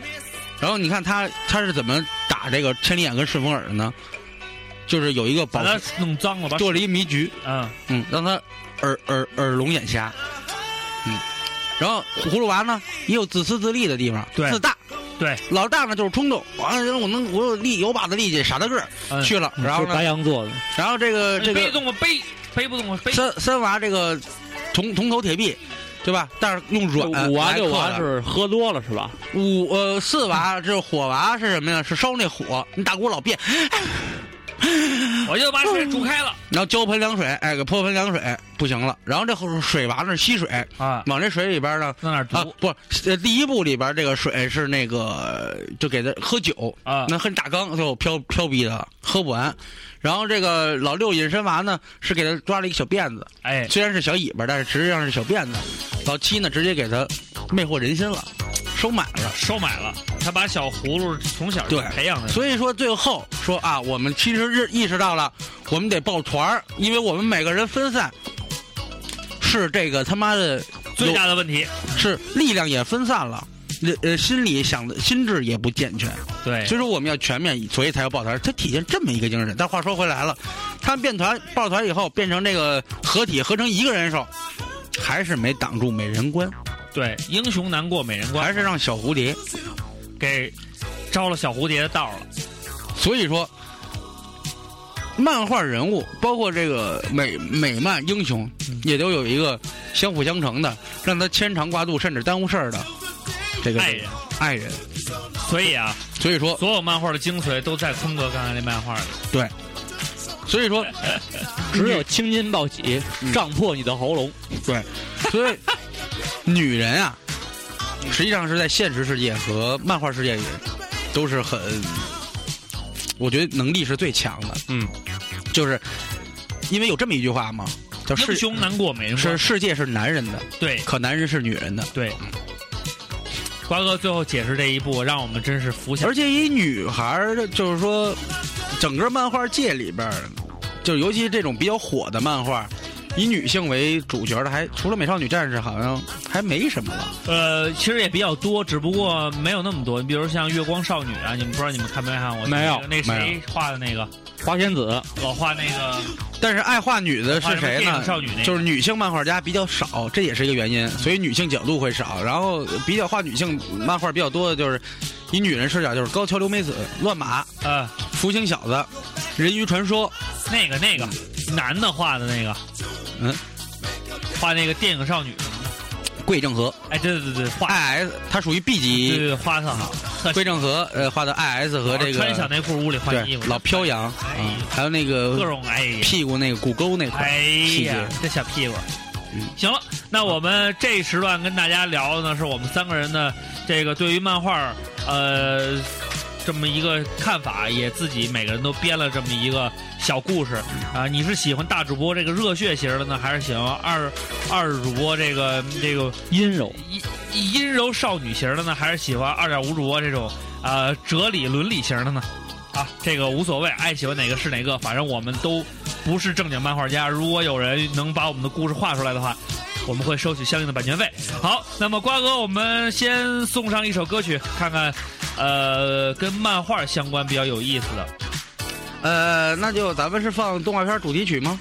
S4: 然后你看他他是怎么打这个千里眼跟顺风耳的呢？就是有一个
S2: 把
S4: 宝
S2: 它弄脏了，把
S4: 做了一迷局，
S2: 嗯
S4: 嗯，让他耳耳耳聋眼瞎，嗯，然后葫芦娃呢也有自私自利的地方，
S2: 对
S4: 自大，
S2: 对，
S4: 老大呢就是冲动，完了我能我有力有把子力气，傻大个儿、
S2: 嗯
S4: 去了，然后
S3: 是白呃
S4: 呢，
S3: 羊座的，
S4: 然后这个
S2: 你
S4: 这
S2: 背
S4: 个
S2: 动我背，背不动我背。
S4: 三三娃这个铜铜头铁臂。对吧？但是用软
S5: 啊
S3: 五娃
S4: 来
S3: 六
S4: 克
S3: 娃
S4: 的
S3: 是喝多了是吧？
S4: 五呃四娃，这火娃是什么呀？是烧那火，你大锅老变，
S2: 我就把水煮开了
S4: 然后浇盆凉水，哎，给泼盆凉水不行了。然后这后水娃呢吸水，
S2: 啊，
S4: 往这水里边呢
S2: 弄点
S4: 啊
S2: 毒，
S4: 不是，呃，第一部里边这个水是那个就给他喝酒，
S2: 啊
S4: 那喝大缸就飘飘逼的喝不完，然后这个老六隐身娃呢是给他抓了一个小辫子，
S2: 哎，
S4: 虽然是小尾巴，但是实际上是小辫子。老七呢直接给他魅惑人心了，收买了。
S2: 收买了。他把小葫芦从小就
S4: 对
S2: 培养的，
S4: 所以说最后说啊，我们其实是意识到了，我们得抱团儿，因为我们每个人分散，是这个他妈的
S2: 最大的问题。
S4: 是力量也分散了，呃，心里想的心智也不健全。
S2: 对，
S4: 所以说我们要全面，所以才要抱团，它体现这么一个精神。但话说回来了，他们变团抱团以后，变成这个合体，合成一个人的时候，还是没挡住美人关，
S2: 对，英雄难过美人关，
S4: 还是让小蝴蝶。
S2: 给招了小蝴蝶的道了。
S4: 所以说，漫画人物包括这个美美漫英雄，
S2: 嗯
S4: 也都有一个相辅相成的，让他牵肠挂肚，甚至耽误事儿的这个
S2: 爱人，
S4: 爱人。
S2: 所以啊，
S4: 所以说，
S2: 所有漫画的精髓都在坤哥刚才那漫画里。
S4: 所以说，
S5: 只有青筋暴起，
S4: 嗯
S5: 胀破你的喉咙。
S4: 所以女人啊，实际上是在现实世界和漫画世界里都是很，我觉得能力是最强的。
S3: 嗯，
S4: 就是因为有这么一句话嘛，叫
S2: 英
S4: 世
S2: 雄难过美人关
S4: 是，世界是嗯男人的，
S2: 对
S4: 可男人是女人的。
S2: 对。瓜哥最后解释这一步，让我们真是服下
S4: 而。且以女孩儿，就是说，整个漫画界里边儿，就是尤其这种比较火的漫画，以女性为主角的还，除了美少女战士，好像还没什么了。
S2: 呃，其实也比较多，只不过没有那么多。你比如像月光少女啊，你们不知道你们看没看过？
S5: 没有
S2: 那个那
S4: 没
S2: 谁画的那个，
S5: 花仙子，
S2: 老画那个
S4: 但是爱画女的是
S2: 画
S4: 谁
S2: 什么电
S4: 呢
S2: 影？少女那个嗯
S4: 就是女性漫画家比较少，这也是一个原因，所以女性角度会少。然后比较画女性漫画比较多的就是以女人视角，就是高桥留美子、乱马、
S2: 呃，
S4: 福星小子、人鱼传说。
S2: 那个那个男的画的那个，
S4: 嗯，
S2: 画那个电影少女。
S4: 桂正和
S2: 哎，对对对，画
S4: I S，它属于 B
S2: 对
S4: 级。
S2: 对画特好，特
S4: 桂正和呃画的 I S 和这个
S2: 穿小内裤屋里换衣
S4: 对
S2: 服，
S4: 老飘扬啊
S2: 哎呀，
S4: 还有那
S2: 各
S4: 个
S2: 种哎呀。
S4: 屁股那个骨沟那块
S2: 哎
S4: 儿，
S2: 呀，这小屁股
S4: 嗯。
S2: 行了，那我们这一时段跟大家聊的呢，是我们三个人的这个对于漫画儿，呃，这么一个看法，也自己每个人都编了这么一个小故事
S4: 嗯
S2: 啊、你是喜欢大主播这个热血型的呢，还是喜欢二二主播这个嗯这个
S5: 阴柔。
S2: 阴阴柔少女型的呢，还是喜欢二点五主播这种呃哲理伦理型的呢？啊，这个无所谓，爱喜欢哪个是哪个，反正我们都不是正经漫画家。如果有人能把我们的故事画出来的话，我们会收取相应的版权费。好，那么瓜哥，我们先送上一首歌曲，看看，呃，跟漫画相关比较有意思的，
S4: 呃，那就咱们是放动画片主题曲吗？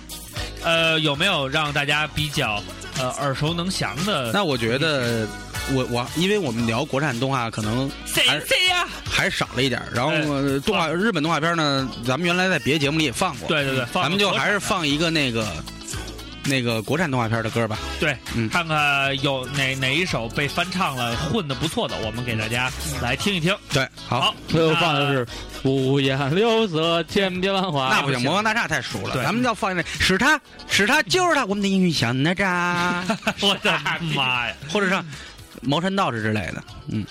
S2: 呃，有没有让大家比较呃耳熟能详的？
S4: 那我觉得，我我因为我们聊国产动画可能
S2: 谁
S4: 还是
S2: 谁呀？
S4: 还少了一点儿，然后
S2: 哎
S4: 呃动画日本动画片呢，咱们原来在别的节目里也放过，
S2: 对对对，放啊
S4: 咱们就
S2: 个
S4: 还是放一个那个那个国产动画片的歌吧。
S2: 对，
S4: 嗯
S2: 看看有哪哪一首被翻唱了混的不错的，我们给大家来听一听。
S4: 对，嗯好，
S2: 好，
S5: 最后
S2: 那
S5: 放的是五颜六色，千变万化。
S4: 啊那不行，魔方大厦太熟了，
S2: 啊对
S4: 咱们要放那使他使他就是他，我们的英语小 哪吒，
S2: 我的妈 呀！
S4: 或者上茅山道士之类的。嗯，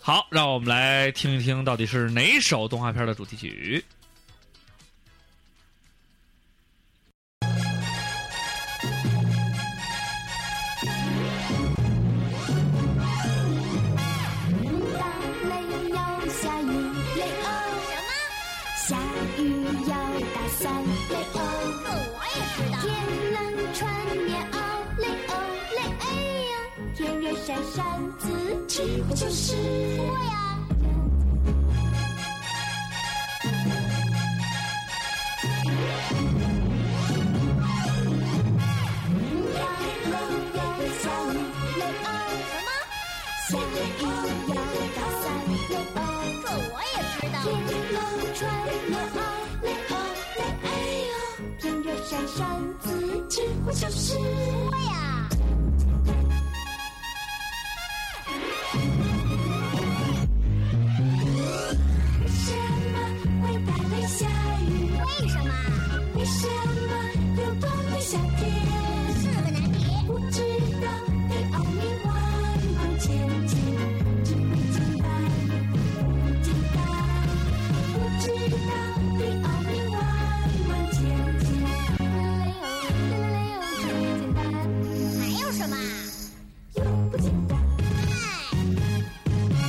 S2: 好，让我们来听一听到底是哪首动画片的主题曲。
S6: 累要下雨，累哦。什么？下雨要打伞，累哦。这我也知道。天冷穿棉袄，累哦累哎呀。天热晒扇子，岂不就是我呀？累哦要下雨，累哦什么？下雨要打伞，累哦，这我也知道。天冷穿棉袄，累哦累哎呀，天热扇扇子，几乎就是我呀。为什么会打雷下雨？为什么？为什么有多个夏天？是个难题。不知道得奥秘往往前进，只会简单，不简单。不知道得奥秘往往前进，累哦累哦，只会简单。还有什么？又不简单。哎。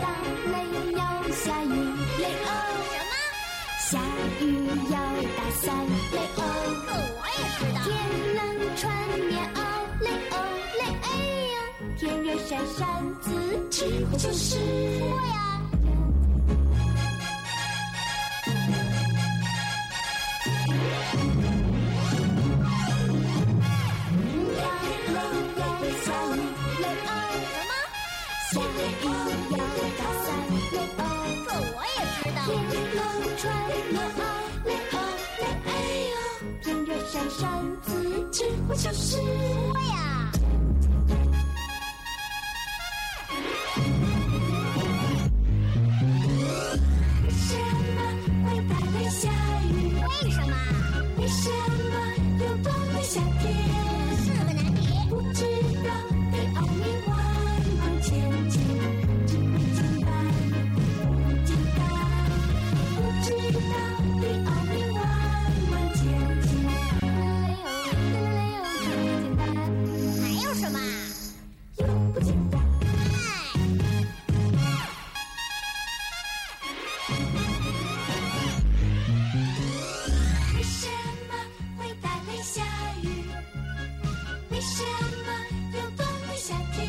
S6: 大雷要下雨，雷哦什么？下雨要打伞，雷哦这我也知道。天冷穿棉袄，雷哦雷哎呀，天热晒扇子，岂不就是我呀？要要下雨，雷哦什么？下雨要打伞，雷哦，这我也知道。天冷穿棉袄，雷哦雷哎呀，天热扇扇子，几乎就就是我呀。为什么会白天下雨？为什么？为什么有冬天夏天？是个难题。不知道的奥秘，往往前进，只会简单，不简单。不知道的奥秘，往往前进。没有，没有特别简单，还有什么？又不简单。哎。为什么会打雷下雨？为什么有冬天夏天？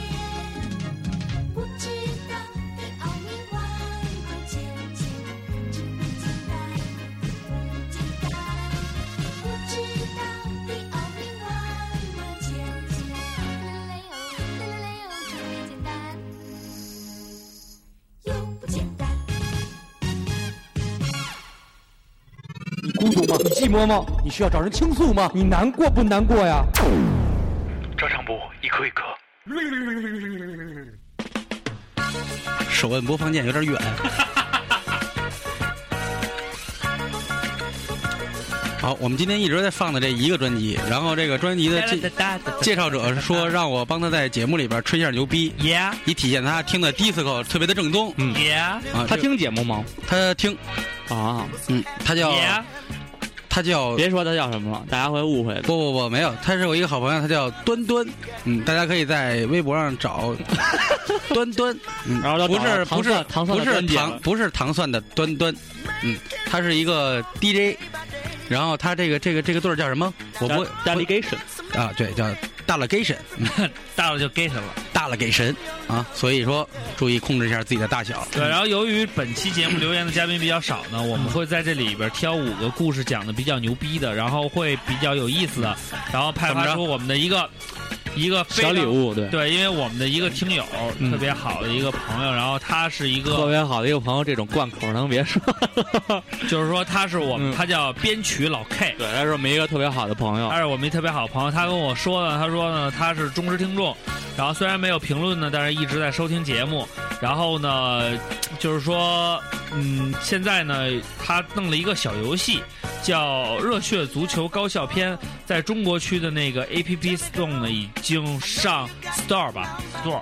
S6: 不知道的奥秘，万万千千，只会简单，不简单。不知道的奥秘，万万千千，啦啦哟，啦啦啦哟，特别简单，又不简单。
S1: 你孤独吗？你寂寞吗？你需要找人倾诉吗？你难过不难过呀？
S4: 手摁播放键有 点远。好，我们今天一直在放的这一个专辑，然后这个专辑的呃介介绍者是说让我帮他在节目里边吹一下牛逼，
S2: ，Yeah
S4: 以体现他听的 disco 特别的正宗。嗯
S2: Yeah
S4: 啊，
S5: 他
S4: 这
S5: 听节目吗？
S4: 他听，
S5: 啊，
S4: 嗯，他叫
S2: Yeah，
S4: 他叫
S5: 别说他叫什么了，大家会误会的。
S4: 不不不，没有，他是我一个好朋友，他叫端端，嗯，大家可以在微博 上找端端，嗯，
S5: 然后就
S4: 不
S5: 找
S4: 是
S5: 到糖
S4: 不
S5: 蒜糖蒜的
S4: 是不是
S5: 端姐
S4: 糖
S5: 了
S4: 不是糖蒜的端端，嗯，他是一个 DJ，然后他这个这个这个队儿叫什么？我不
S5: 大力给神，
S4: 不啊，对，叫大了给神，嗯
S2: 到了就 get 了。
S4: 大了给神啊，所以说注意控制一下自己的大小，
S2: 对，然后由于本期节目留言的嘉宾比较少呢，我们会在这里边挑五个故事讲的比较牛逼的，然后会比较有意思的，然后派
S4: 怎么
S2: 发
S4: 着
S2: 出我们的一个一个非
S5: 小
S2: 常
S5: 礼。物，对，
S2: 对，因为我们的一个听友特别好的一个朋友，然后他是一
S5: 嗯特
S2: 个，
S5: 别好的一个朋友，这种贯口能别说。
S2: 就是说他是我们，
S5: 嗯
S2: 他叫编曲老 K，
S5: 对，他是我们一个特别好的朋友，
S2: 他是我们一特别好的朋友，他跟我说呢，他说呢他是忠实听众，然后虽然没有评论呢，但是一直在收听节目。然后呢，就是说，嗯，现在呢，他弄了一个小游戏，叫《热血足球高校篇》，在中国区的那个 App Store 呢已经上 Store 吧，Store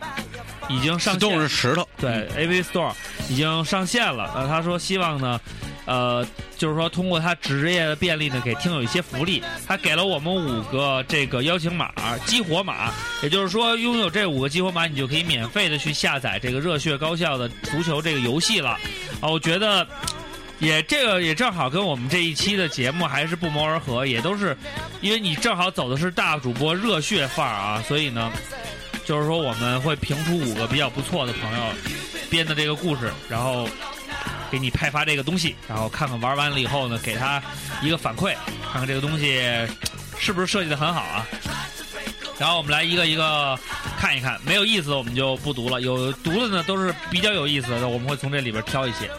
S2: 已经上线
S4: 自动是石头，
S2: 对，AV Store 已经上线了。呃，他说希望呢，呃，就是说通过他职业的便利呢，给听友一些福利。他给了我们五个这个邀请码、激活码，也就是说拥有这五个激活码，你就可以免费的去下载这个热血高校的足球这个游戏了。啊，我觉得。也这个也正好跟我们这一期的节目还是不谋而合，也都是因为你正好走的是大主播热血范儿啊，所以呢，就是说我们会评出五个比较不错的朋友编的这个故事，然后给你派发这个东西，然后看看玩完了以后呢，给他一个反馈，看看这个东西是不是设计的很好啊。然后我们来一个一个看一看，没有意思的我们就不读了，有读的呢都是比较有意思的，我们会从这里边挑一些。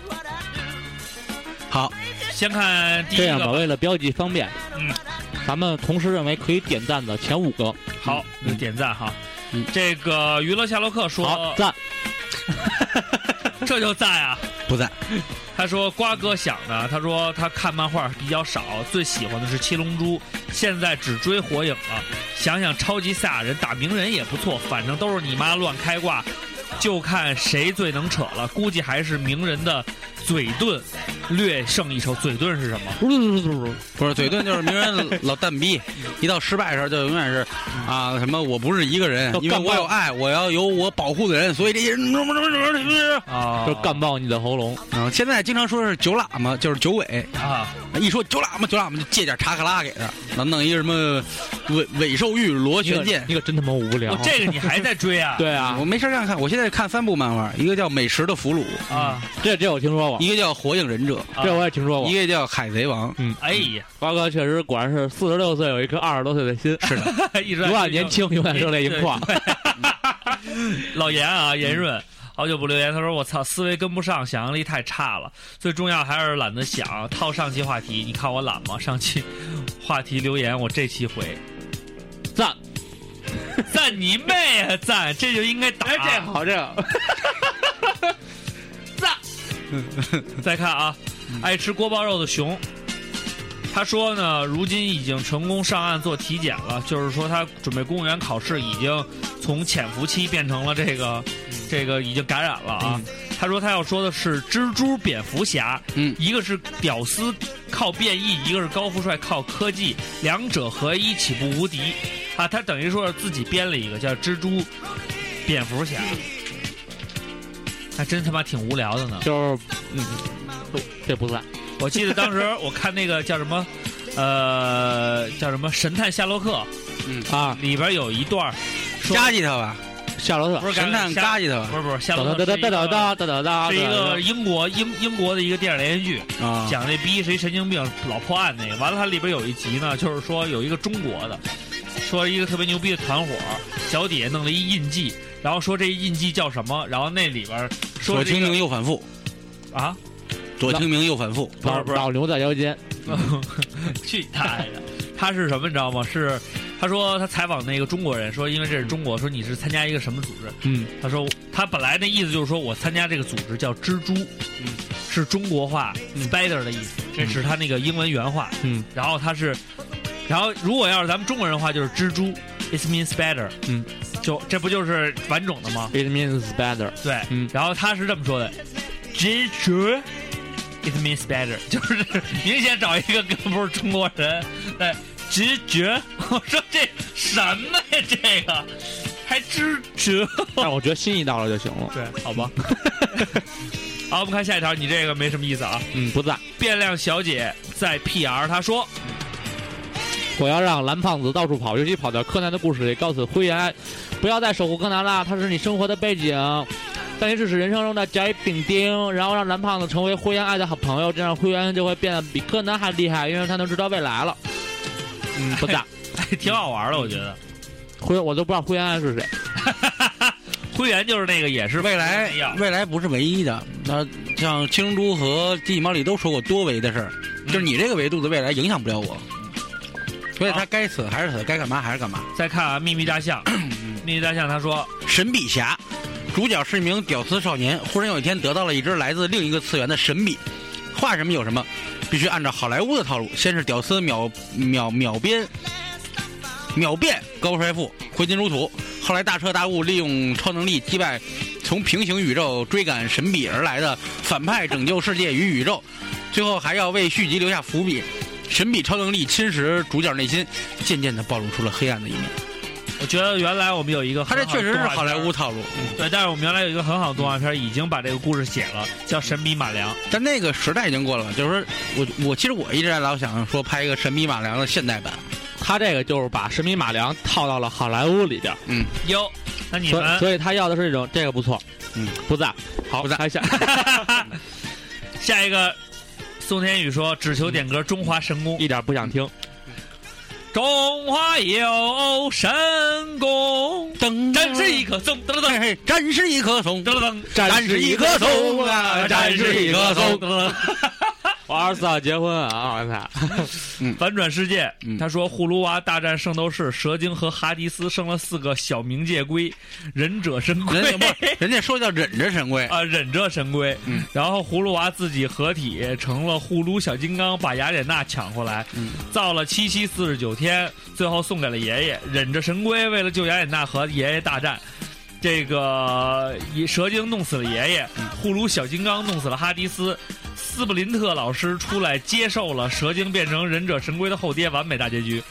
S4: 好，
S2: 先看第一
S5: 这样
S2: 个
S5: 吧，
S2: 吧，
S5: 为了标记方便，
S2: 嗯，
S5: 咱们同时认为可以点赞的前五个，
S2: 好，有点赞哈。
S4: 嗯
S2: 这个娱乐夏洛克
S5: 好
S2: 说，
S5: 赞，
S2: 这就赞啊。
S4: 不在
S2: 他说瓜哥想的，他说他看漫画比较少，最喜欢的是《七龙珠》，现在只追火影了。想想超级赛亚人打鸣人也不错，反正都是你妈乱开挂，就看谁最能扯了。估计还是鸣人的嘴遁略胜一筹。嘴遁是什么？
S4: 不是嘴遁就是名人老蛋逼，一到失败的时候就永远是啊什么我不是一个人
S5: 都，
S4: 因为
S5: 干
S4: 我
S5: 爆
S4: 有爱，我要有我保护的人，所以这些人什么什么什么什么。
S2: 啊
S5: 就干爆你的喉咙。
S4: 啊，现在经常说是酒喇嘛，就是酒尾。
S2: 啊！
S4: 一说酒喇嘛，酒喇嘛就借点查克拉给他，然后弄一个什么尾尾兽玉螺
S5: 你可
S4: 旋剑。
S5: 你可真他妈无聊
S2: 我。哦这个你还在追啊？
S5: 对啊
S4: 我，没事干看，我现在看三部漫画，一个叫《美食的俘虏》，
S2: 啊，
S5: 这这我听说过，
S4: 一个叫《火影忍者
S2: 啊
S5: 这我也听说》，过
S4: 一。个叫《海贼王
S2: 哎呀，
S5: 瓜哥确实果然是四十六岁有一颗二十多岁的心，是 的，
S2: 一直在
S5: 永远
S2: 追
S5: 年
S2: 着
S5: 轻，永远热泪盈眶。
S2: 老严啊，严润。好久不留言，他说：“我操，思维跟不上，想象力太差了。最重要还是懒得想。套上期话题，你看我懒吗？上期话题留言，我这期回。
S5: 赞，
S2: 赞你妹啊！赞，这就应该打。
S5: 好这好，
S2: 再看啊，爱吃锅包肉的熊，他说呢，如今已经成功上岸做体检了，就是说他准备公务员考试，已经从潜伏期变成了这个，这个已经感染了啊。他说他要说的是蜘蛛、蝙蝠侠，
S4: 嗯
S2: 一个是屌丝靠变异，一个是高富帅靠科技，两者合一岂不无敌？啊，他等于说是自己编了一个叫蜘蛛、蝙蝠侠，还真他妈挺无聊的呢。
S5: 就是嗯，不这不算，
S2: 我记得当时我看那个叫什么，呃，叫什么《神探夏洛克》
S5: 啊，
S2: 里边有一段儿说，
S4: 嘎叽他吧，
S5: 夏洛特
S2: 不，是
S4: 神探
S2: 夏
S4: 嘎叽他吧
S2: 不是不是夏
S5: 哒
S2: 洛
S5: 哒
S2: 克
S5: 哒
S2: 是一
S5: 哒哒
S2: 个
S5: 哒哒哒哒，
S2: 是一个英国英英国的一个电影连续剧，
S4: 啊
S2: 讲那逼谁神经病老破案那个。完了，它里边有一集呢，就是说有一个中国的，说一个特别牛逼的团伙，脚底下弄了一印记，然后说这印记叫什么，然后那里边儿说
S4: 左
S2: 这
S4: 清
S2: 个
S4: 明右反复，
S2: 啊，
S4: 左清明右反复，
S2: 不是
S5: 老
S2: 不是
S5: 老牛在腰间，
S2: 去他的！他是什么你知道吗？是他说他采访那个中国人说，因为这是中国，说你是参加一个什么组织？
S5: 嗯，
S2: 他说他本来那意思就是说我参加这个组织叫蜘蛛，嗯，是中国话 spider 的意思，这是他那个英文原话，
S5: 嗯，
S2: 然后他是，然后如果要是咱们中国人话就是蜘蛛，it means spider，
S5: 嗯，
S2: 就这不就是完整的吗？
S5: it means better，
S2: 对，
S5: 嗯
S2: 然后他是这么说的：“蜘蛛，it means better，就是 明显找一个根本不是中国人。”对，直觉， 我说这什么呀？这个还知觉？
S5: 但我觉得心意到了就行了，
S2: 对，好吧。好，我们看下一条，你这个没什么意思啊。
S5: 嗯，不赞，
S2: 变量小姐在 PR，她说
S5: 我要让蓝胖子到处跑，尤其跑到柯南的故事里，告诉灰原，不要再守护柯南了，他是你生活的背景，但你只是人生中的甲乙丙丁，然后让蓝胖子成为灰原爱的好朋友，这样灰原就会变得比柯南还厉害，因为他能知道未来了。嗯，不赞，
S2: 哎挺好
S4: 嗯
S2: 玩的，我觉得。
S5: 灰我都不知道灰原爱是谁，
S2: 灰原就是那个，也是
S4: 未来
S2: 一样，
S4: 未来不是唯一的，那像青龙珠和地猫里都说过多维的事儿，就是
S2: 嗯
S4: 你这个维度的未来影响不了我，所以他该死还是死，该干嘛还是干嘛。
S2: 再看啊，秘密大象，
S4: 嗯
S2: 秘密大象，他说
S4: 神笔侠，主角是一名屌丝少年，忽然有一天得到了一支来自另一个次元的神笔，画什么有什么，必须按照好莱坞的套路，先是屌丝秒秒秒变，秒变高帅富挥金如土，后来大彻大悟，利用超能力击败从平行宇宙追赶神笔而来的反派，拯救世界与宇宙，最后还要为续集留下伏笔。神笔超能力侵蚀主角内心，渐渐的暴露出了黑暗的一面。：“
S2: 我觉得原来我们有一个
S4: 他
S2: 很
S4: 这
S2: 好的
S4: 确实是
S2: 动画片
S4: 好莱坞套路。
S2: 对，但是我们原来有一个很好的动画片，已经把这个故事写了，叫《神笔马良》。
S4: 但那个时代已经过了，就是说我我其实我一直在老想说拍一个《神笔马良》的现代版，
S5: 他这个就是把神笔马良套到了好莱坞里边，
S2: 哟，那你
S5: 所以
S2: 们
S5: 所以他要的是一种这个不错，
S4: 嗯，
S5: 不赞，好，
S4: 不赞
S5: 看一下，
S2: 下一个，宋天宇说：“只求点歌《中华神功》
S5: 一点不想听，
S2: 中华有神功，
S4: 噔
S2: 展示一棵松，噔噔
S4: 嘿
S2: 噔
S4: 嘿，真是一棵松，
S2: 噔噔
S4: 展示一棵松啊，
S2: 噔，
S4: 展示一棵松
S3: 啊
S2: 噔。 噔。
S5: 我二十四号结婚啊，我操，
S2: 反转世界
S4: 嗯，
S2: 他说：葫芦娃大战圣斗士，蛇精和哈迪斯生了四个小冥界龟，忍者神龟。”
S4: 人 家不是，人家说叫忍着神龟，
S2: 啊，忍者神龟，
S4: 嗯
S2: 然后葫芦娃自己合体成了葫芦小金刚，把雅典娜抢回来，
S4: 嗯
S2: 造了七七四十九天，最后送给了爷爷。忍者神龟为了救雅典娜和爷爷大战，这个以蛇精弄死了爷爷，
S4: 嗯
S2: 葫芦小金刚弄死了哈迪斯。斯布林特老师出来接受了蛇精变成忍者神龟的后爹，完美大结局，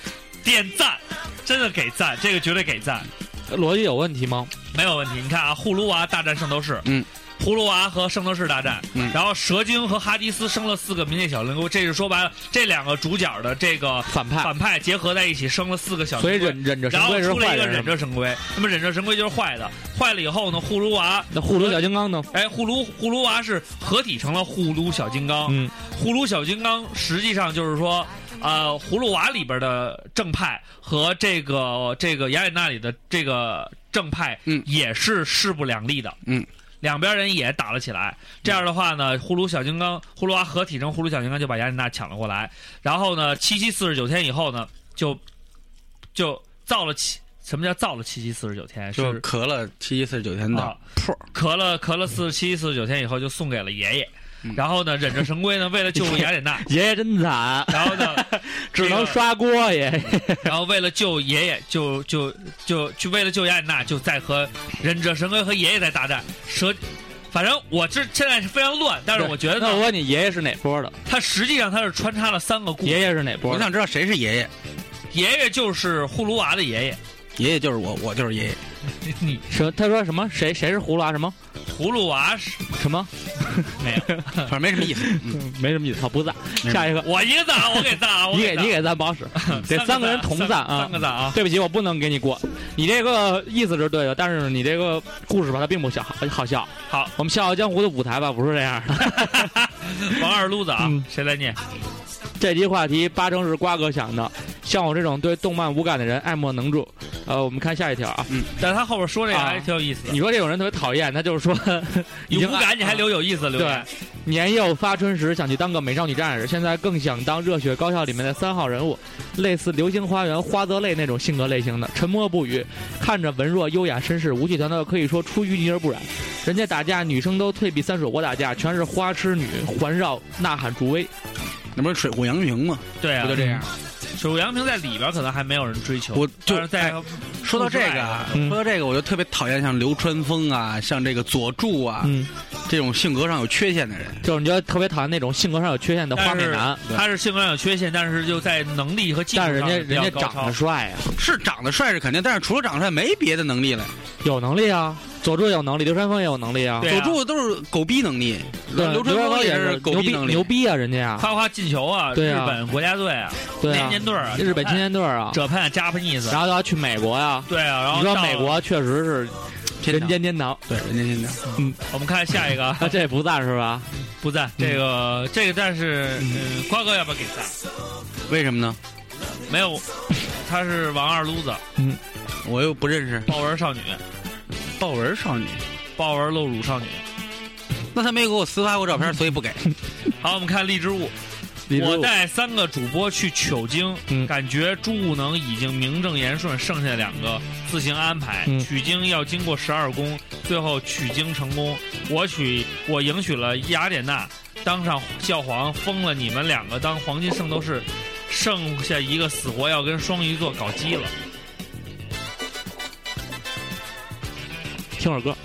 S2: 点赞，真的给赞，这个绝对给赞。
S5: 逻辑有问题吗？
S2: 没有问题。你看啊，葫芦娃大战圣斗士，
S4: 嗯，
S2: 葫芦娃和圣斗士大战，
S4: 嗯
S2: 然后蛇精和哈迪斯生了四个冥界小灵龟，这是说白了，这两个主角的这个
S5: 反派，
S2: 反派结合在一起生了四个小灵
S5: 所以
S2: 龟，
S5: 忍忍者神
S2: 然后
S5: 龟是
S2: 出了
S5: 坏
S2: 一个忍
S5: 人。
S2: 者神龟，那么忍者神龟就是坏的，坏了以后呢，葫芦娃。
S5: 那葫芦小金刚呢？
S2: 哎，葫芦葫芦娃是合体成了葫芦小金
S3: 哦
S2: 刚。
S5: 嗯，
S2: 葫芦小金刚实际上就是说，呃，葫芦娃里边的正派和这个这个雅典娜里的这个正派，
S4: 嗯
S2: 也是势不两立的。
S4: 嗯。
S2: 两边人也打了起来，这样的话呢，葫芦小金刚、葫芦娃合体成葫芦小金刚，就把雅典娜抢了过来。然后呢，七七四十九天以后呢，就就造了七，什么叫造了七七四十九天？
S4: 就是咳了七七四十九天
S2: 啊
S4: 的破，
S2: 咳了咳了四十七四十九天以后，就送给了爷爷。
S4: 嗯
S2: 然后呢，忍者神龟呢，为 了救助雅典娜，
S3: 爷爷真惨，
S2: 然后呢，
S3: 只
S2: 这
S3: 能
S2: 个
S3: 刷锅爷爷。
S2: 然后为了救爷爷，就就就就为了救雅典娜，就在和忍者神龟和爷爷在大战。蛇，反正我这现在是非常乱，但是我觉得
S3: 那我
S2: 呢，
S3: 问你，爷爷是哪波的？
S2: 它实际上它是穿插了三个故事。
S3: 爷爷是哪波
S4: 我
S3: 的？
S4: 想知道谁是爷爷，
S2: 爷爷就是呼噜娃的爷 爷，
S4: 爷爷就是我，我就是爷爷。
S2: 你
S3: 什么？他说什么？谁谁是葫芦啊娃、什么
S2: 葫芦娃是
S3: 什么？
S2: 没有，
S4: 反正没什么意思。 嗯，
S3: 没什么意思，好不赞。
S4: 没
S3: 下一个，
S2: 我一个赞，我给赞，我
S3: 你给
S2: 赞
S3: 你给咱不好使，得
S2: 三
S3: 三个人同赞
S2: 赞
S3: 啊
S2: 三。个赞啊。
S3: 对不起，我不能给你过。你这个意思是对的，但是你这个故事吧，它并不小，好好笑。
S2: 好，
S3: 我们《笑傲江湖》的舞台吧，不是这样的。
S2: 王二撸子啊
S3: 嗯，
S2: 谁来念？
S3: 这期话题八成是瓜哥想的，像我这种对动漫无感的人，爱莫能助。呃，我们看下一条啊。
S2: 但是他后边说这个
S3: 啊
S2: 还挺有意思的
S3: 你。说这种人特别讨厌，他就是说 已
S2: 你
S3: 经
S2: 无感，你还留有意思留
S3: 对
S2: 言？，
S3: 年幼发春时想去当个美少女战士，现在更想当《热血高校》里面的三号人物，类似《流星花园》花泽类那种性格类型的，沉默不语，看着文弱优雅绅士，舞曲团的可以说出淤泥而不染。人家打架，女生都退避三舍，我打架全是花痴女环绕呐喊助威，
S4: 那不是水户洋平吗？
S2: 对啊，
S4: 不就这样？
S2: 守阳平在里边可能还没有人追求，
S4: 我
S2: 但
S4: 就
S2: 是
S3: 哎
S2: 在
S4: 说到这个啊，
S3: 嗯
S4: 说到这个，我就特别讨厌像流川枫啊，像这个佐助啊、
S3: 嗯，
S4: 这种性格上有缺陷的人。
S3: 就是你觉得特别讨厌那种性格上有缺陷的花
S2: 但
S3: 美
S2: 是
S3: 男，
S2: 他是性格上有缺陷，但是就在能力和技术
S3: 但
S2: 上
S3: 是人家
S2: 比
S3: 人
S2: 较
S3: 家
S2: 高
S3: 长
S2: 超
S3: 得帅啊呀、
S4: 是长得帅是肯定，但是除了长得帅没别的能力了。
S3: 有能力啊，佐助有能力，流川枫也有能力啊，
S2: 对
S4: 佐
S2: 啊
S4: 助都是狗逼能力，
S3: 对，
S4: 流
S3: 川
S4: 川枫
S3: 也
S4: 是狗
S3: 牛
S4: 逼
S3: 逼
S4: 能力
S3: 牛。逼啊，人家呀，
S2: 夸夸进球啊，
S3: 对
S2: 日
S3: 啊
S2: 本国家队啊，
S3: 对
S2: 年
S3: 啊，
S2: 年队啊，
S3: 日
S4: 哎
S3: 本青年队啊，
S2: Japan Japanese，
S3: 然后要去美国呀。
S2: 对啊，然后
S3: 你说
S2: 到
S3: 美，国确实是
S4: 天
S3: 人
S4: 堂
S3: 间 天堂，
S4: 对，人家现在
S2: 我们看下一个啊，
S3: 啊，这也不赞是吧？
S2: 不赞，
S3: 嗯
S2: 这个这个，但是呃瓜哥要不要给赞？
S4: 为什么呢？
S2: 没有，他是王二撸子，
S4: 我又不认识
S2: 豹纹少女，
S4: 豹纹少女，
S2: 豹纹露乳少女。
S4: 那他没给我私发过照片，所以不给。
S2: 好，我们看荔枝物，
S3: 李志
S2: 我带三个主播去取经，
S3: 嗯
S2: 感觉朱悟能已经名正言顺，剩下两个自行安排。
S3: 嗯
S2: 取经要经过十二宫，最后取经成功。我取我迎娶了雅典娜，当上教皇，封了你们两个当黄金圣斗士，剩下一个死活要跟双鱼座搞基了。
S3: 听会儿歌，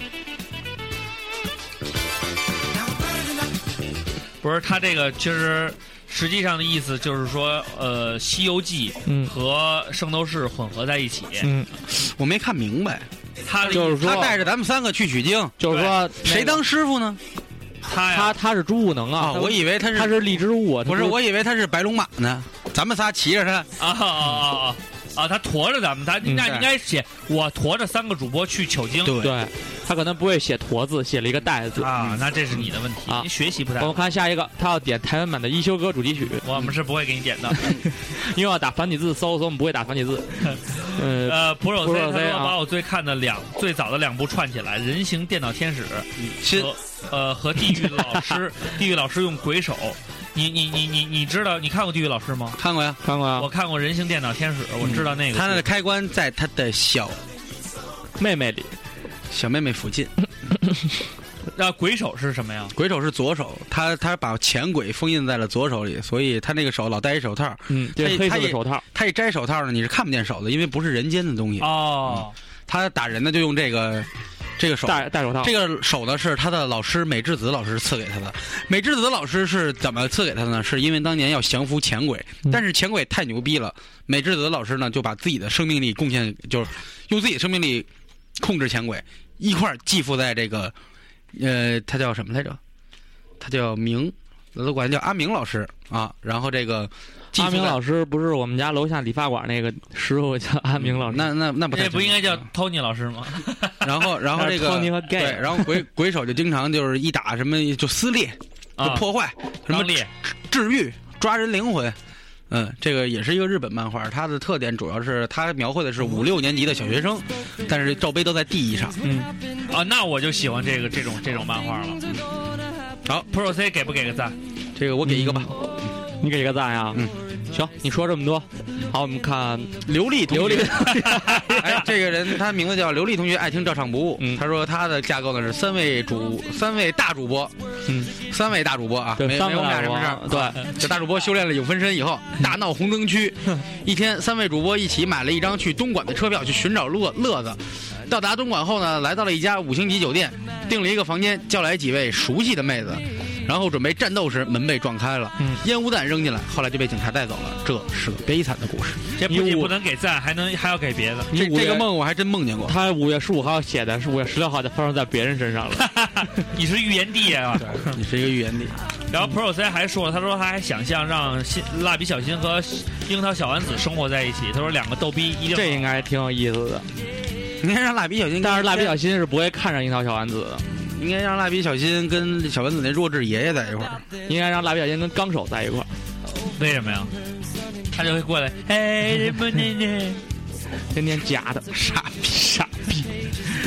S2: 不是他这个，其实实际上的意思就是说，呃，《西游记》
S3: 嗯
S2: 和圣斗士混合在一起。
S3: 嗯，
S4: 我没看明白，
S2: 他的意
S3: 就是说
S4: 他带着咱们三个去取经，
S3: 就是说
S4: 谁
S3: 那个
S4: 当师傅呢？
S2: 他呀，
S3: 他他是朱悟能啊
S4: 啊，，我以为他是
S3: 他是荔枝物，他
S4: 不是，我以为他是白龙马呢。咱们仨骑着他，
S2: 啊啊啊啊！啊，他驮着咱们，他
S3: 嗯
S2: 那应该写我驮着三个主播去取经
S4: 对嗯
S3: 对，他可能不会写驼字，写了一个带字。
S2: 啊，那这是你的问题
S3: 啊，
S2: 你学习不太
S4: 哦
S3: 我们
S2: 好，
S3: 看下一个，他要点台湾版的《一休哥》主题曲，
S2: 我们是不会给你点 的。
S3: 因为要打繁体字搜，所以我们不会打繁体字。呃，
S2: 呃，普手 C 他
S3: 普手 C，
S2: 说
S3: 啊
S2: 把我最看的两最早的两部串起来，《人形电脑天使》
S4: 新
S2: 和呃和《地狱老 师》，地狱老师用鬼手。你你你你你知道你看过《地狱老师》吗？
S4: 看过呀。
S3: 看过啊
S2: 我，看过《人形电脑天使》，我知道那个
S4: 嗯他的开关在他的小
S3: 妹妹里
S4: 小妹妹附近。
S2: 那鬼手是什么呀？
S4: 鬼手是左手，他他把前鬼封印在了左手里，所以他那个手老戴一手套。
S3: 嗯，这
S4: 他
S3: 黑色
S4: 他
S3: 的
S4: 也
S3: 手套，
S4: 他一摘手套呢，你是看不见手的，因为不是人间的东西。
S2: 哦，
S4: 他打人呢，就用这个这个手。
S3: 戴戴手套
S4: 这。个手呢是他的老师美智子老师赐给他的。美智子老师是怎么赐给他的呢？是因为当年要降服前鬼
S3: 嗯，
S4: 但是前鬼太牛逼了，美智子老师呢就把自己的生命力贡献，就是用自己的生命力控制前鬼，一块儿寄附在这个，呃，他叫什么来着？他叫明，都管他叫阿明老师啊。然后这个寄
S3: 阿
S4: 附在
S3: 明老师不是我们家楼下理发馆那个师傅叫阿明老师，哎
S4: 那那那不太
S2: 那不应该
S4: 清
S2: 叫
S4: 楚啊
S2: Tony 老师吗？
S4: 然后然后这 个
S3: 托尼和 gay
S4: 对，然后鬼鬼手就经常就是一打什么就撕裂。就
S2: 啊，
S4: 破坏、什么
S2: 张力
S4: 治愈、抓人灵魂。嗯，这个也是一个日本漫画，它的特点主要是它描绘的是五六年级的小学生，但是罩杯都在地上。
S2: 啊，那我就喜欢这个这种这种漫画了。好，Pro C 给不给个赞？
S4: 这个我给一个吧，
S3: 你给一个赞呀？
S4: 嗯
S3: 行，你说这么多，好，我们看
S4: 刘丽同学，
S3: 刘丽
S4: 哎，这个人他名字叫刘丽同学，爱听照唱不误。
S3: 嗯
S4: 他说他的架构呢是三位主，三位大主播，
S3: 嗯，
S4: 三位大主播啊，
S3: 对
S4: 没
S3: 三
S4: 没
S3: 位
S4: 我们俩
S3: 大
S4: 什
S3: 主
S4: 么事儿。
S3: 播嗯
S4: 啊，这大主播修炼了影分身以后，大闹红灯区，一天三位主播一起买了一张去东莞的车票，去寻找乐乐子。
S3: 嗯
S4: 到达东莞后呢，来到了一家五星级酒店，订了一个房间，叫来几位熟悉的妹子，然后准备战斗时，门被撞开了，
S3: 嗯
S4: 烟雾弹扔进来，后来就被警察带走了。这是个悲惨的故事。
S2: 这不仅不能给赞，还能还要给别 的。
S3: 你
S4: 这
S3: 五
S4: 这
S3: 月
S4: 个梦我还真梦见过。
S3: 他五月十五号写的是五月十六号就发生在别人身上了。
S2: 你是预言帝啊！
S4: 你是一个预言帝，
S2: 然后 Pro C 还说，他说他还想象让新蜡笔小新和樱桃小丸子生活在一起。他说两个逗逼一定
S3: 这应该挺有意思的，
S4: 应该让蜡笔小新跟，
S3: 但是蜡笔小新是不会看上樱桃小丸子的，
S4: 应该让蜡笔小新跟小丸子那弱智爷爷在一块儿。
S3: 应该让蜡笔小新跟纲手在一块儿。
S2: 为什么呀？他就会过来，哎，什么呢呢？
S3: 天天夹的，傻逼傻逼。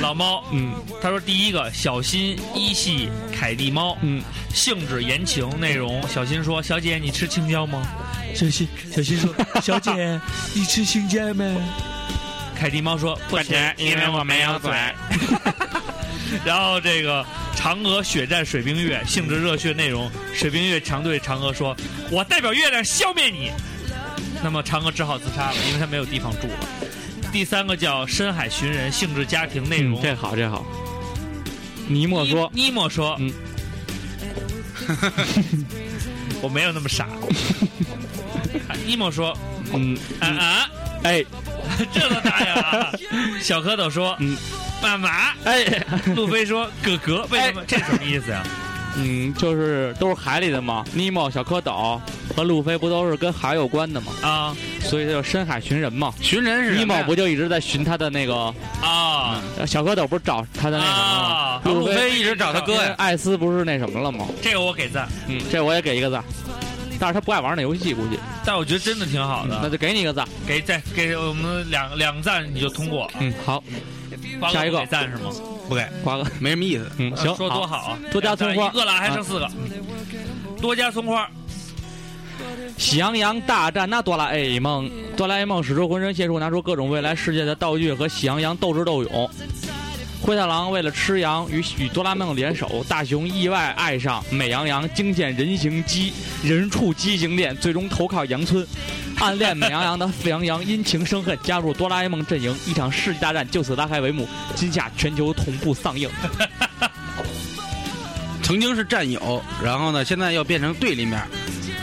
S2: 老猫，
S3: 嗯
S2: 他说第一个小新一系凯蒂猫，
S3: 嗯，
S2: 性质言情内容。小新说：“小姐，你吃青椒吗？”小新，小新说：“小姐，你吃青椒吗？”凯蒂猫说：“不吃，因为我没有 嘴。”然后这个嫦娥血战水冰月，性质热血内容。水冰月强对嫦娥说：“我代表月亮消灭你。”那么嫦娥只好自杀了，因为她没有地方住了。第三个叫深海寻人，性质家庭内容。
S3: 嗯这好这好。尼莫说，
S2: 尼莫说：“
S3: 嗯
S2: 我没有那么傻。啊”尼莫说
S3: 嗯，：“
S2: 啊啊，
S3: 哎
S2: 这都答应 了。”小蝌蚪说：“
S3: 嗯
S2: 妈妈。
S3: 哎，”
S2: 路飞说：“哥哥，为什么？这什么意思呀？啊
S3: 嗯，就是都是海里的嘛。尼莫、小蝌蚪和路飞不都是跟海有关的嘛，
S2: 啊
S3: 所以就深海寻人嘛。
S4: 寻人啊是
S3: 尼
S4: 什么
S3: 莫
S4: 呀
S3: 不就一直在寻他的那个呃
S2: 啊
S3: 小蝌蚪，不是找他的嗯那什么吗？
S2: 啊！
S3: 路
S4: 路飞一直找他哥呀，
S3: 艾斯不是那什么了吗？
S2: 这个我给赞，
S3: 嗯，这我也给一个赞，但是他不爱玩那游戏，估计嗯
S2: 但我觉得真的挺好
S3: 那
S2: 的，
S3: 就给你一个赞。
S2: 给再给我们两两赞你就通过。
S3: 嗯，好，
S2: 发
S3: 下一个
S2: 给赞是吗？
S4: 不给，
S3: 瓜哥，
S4: 没什么意思。
S3: 嗯，行，
S2: 说
S3: 好
S2: 多好啊！
S3: 多加葱花嗯
S2: 一个了，还剩四个，多加葱花。
S3: 喜羊羊大战那哆啦 A 梦，哆啦 A 梦使出浑身解数，拿出各种未来世界的道具和喜羊羊斗智斗勇。灰太狼为了吃羊，与与哆啦 A 梦联手，大雄意外爱上美羊羊，惊现人形鸡人畜畸形恋，最终投靠羊村。暗恋美羊羊的沸羊羊因情生恨，加入哆啦 A 梦阵营，一场世纪大战就此拉开帷幕。今夏全球同步上映。
S4: 曾经是战友，然后呢，现在要变成对立面，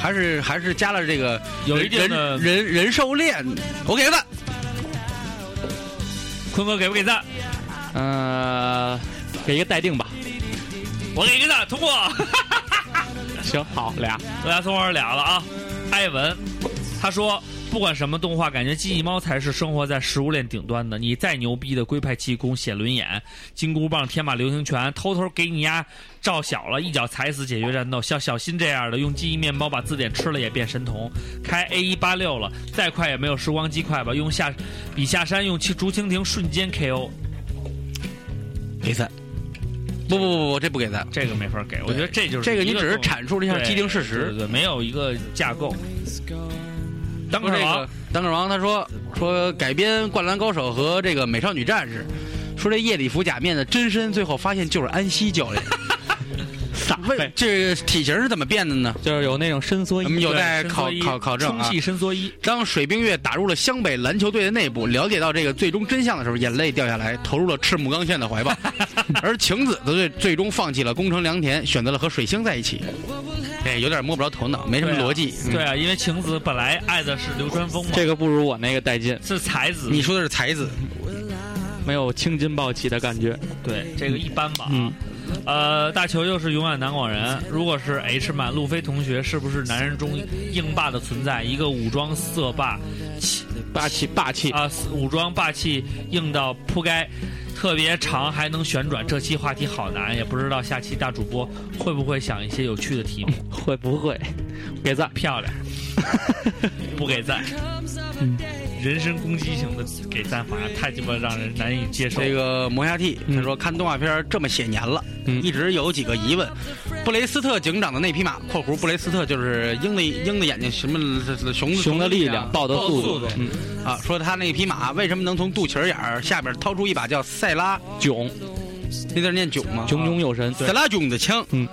S4: 还是还是加了这个
S2: 有一定的
S4: 人人人兽恋。我给个赞，
S2: 坤哥给不给赞？
S3: 呃，给一个待定吧。
S2: 我给一个赞，通过。
S3: 行，好俩。
S2: 我俩送花俩了啊！艾文，他说不管什么动画，感觉机器猫才是生活在食物链顶端的。你再牛逼的龟派气功、写轮眼、金箍棒、天马流星拳，偷偷给你丫照小了，一脚踩死解决战斗。像小新这样的，用记忆面包把字典吃了也变神童。开 A 一八六了，再快也没有时光机快吧？用下比下山用气竹蜻蜓瞬间 KO，
S4: 给赞。不不不不，这不给赞。
S2: 这个没法给。我觉得这就是
S4: 这个
S2: 一
S4: 你只是
S2: 动
S4: 阐述了一下
S2: 对
S4: 既定事
S2: 对
S4: 实
S2: 对。对，没有一个架构。当
S4: 说
S2: 个
S4: 这
S2: 王
S4: 个单个王他说说改编《灌篮高手》和这个《美少女战士》，说这夜礼服假面的真身，最后发现就是安西 教练。
S3: 撒
S4: 问这体型是怎么变的呢？
S3: 就是有那种伸缩
S4: 我
S3: 衣
S4: 们有
S2: 对
S4: 待
S2: 伸
S4: 考
S2: 缩衣
S4: 考考证啊
S2: 充。气伸缩衣，
S4: 当水冰月打入了湘北篮球队的内部，了解到这个最终真相的时候，眼泪掉下来，投入了赤木刚宪的怀抱。 而晴子则最最终放弃了宫城良田，选择了和水星在一起。哎，有点摸不着头脑，没什么
S2: 对啊
S4: 逻辑。嗯
S2: 对啊，因为晴子本来爱的是流川枫嘛，
S3: 这个不如我那个带劲，
S2: 是才子，
S4: 你说的是才子，
S3: 没有青筋暴起的感觉。
S2: 对这个一般吧。啊
S3: 嗯，
S2: 呃，大球又是永远南广人。如果是 H 满路飞同学，是不是男人中硬霸的存在？一个武装色霸，气
S3: 霸气霸气，
S2: 啊、武装霸气硬到扑街，特别长还能旋转。这期话题好难，也不知道下期大主播会不会想一些有趣的题目。
S3: 会不会？给赞。
S2: 漂亮，不给赞。人身攻击型的给赞罚，太鸡巴让人难以接受。
S4: 这个磨牙 T 他说看动画片这么些年了，一直有几个疑问。布雷斯特警长的那匹马（括弧布雷斯特就是鹰的鹰的眼睛，什么熊的
S3: 熊的力量，豹的速
S2: 速
S3: 度
S2: 度，
S3: 嗯，
S4: 啊）说他那匹马为什么能从肚脐眼儿下边掏出一把叫塞拉
S3: 炯
S4: 那字念囧吗？啊
S3: 炯炯有神，
S4: 塞拉囧的枪，
S3: 嗯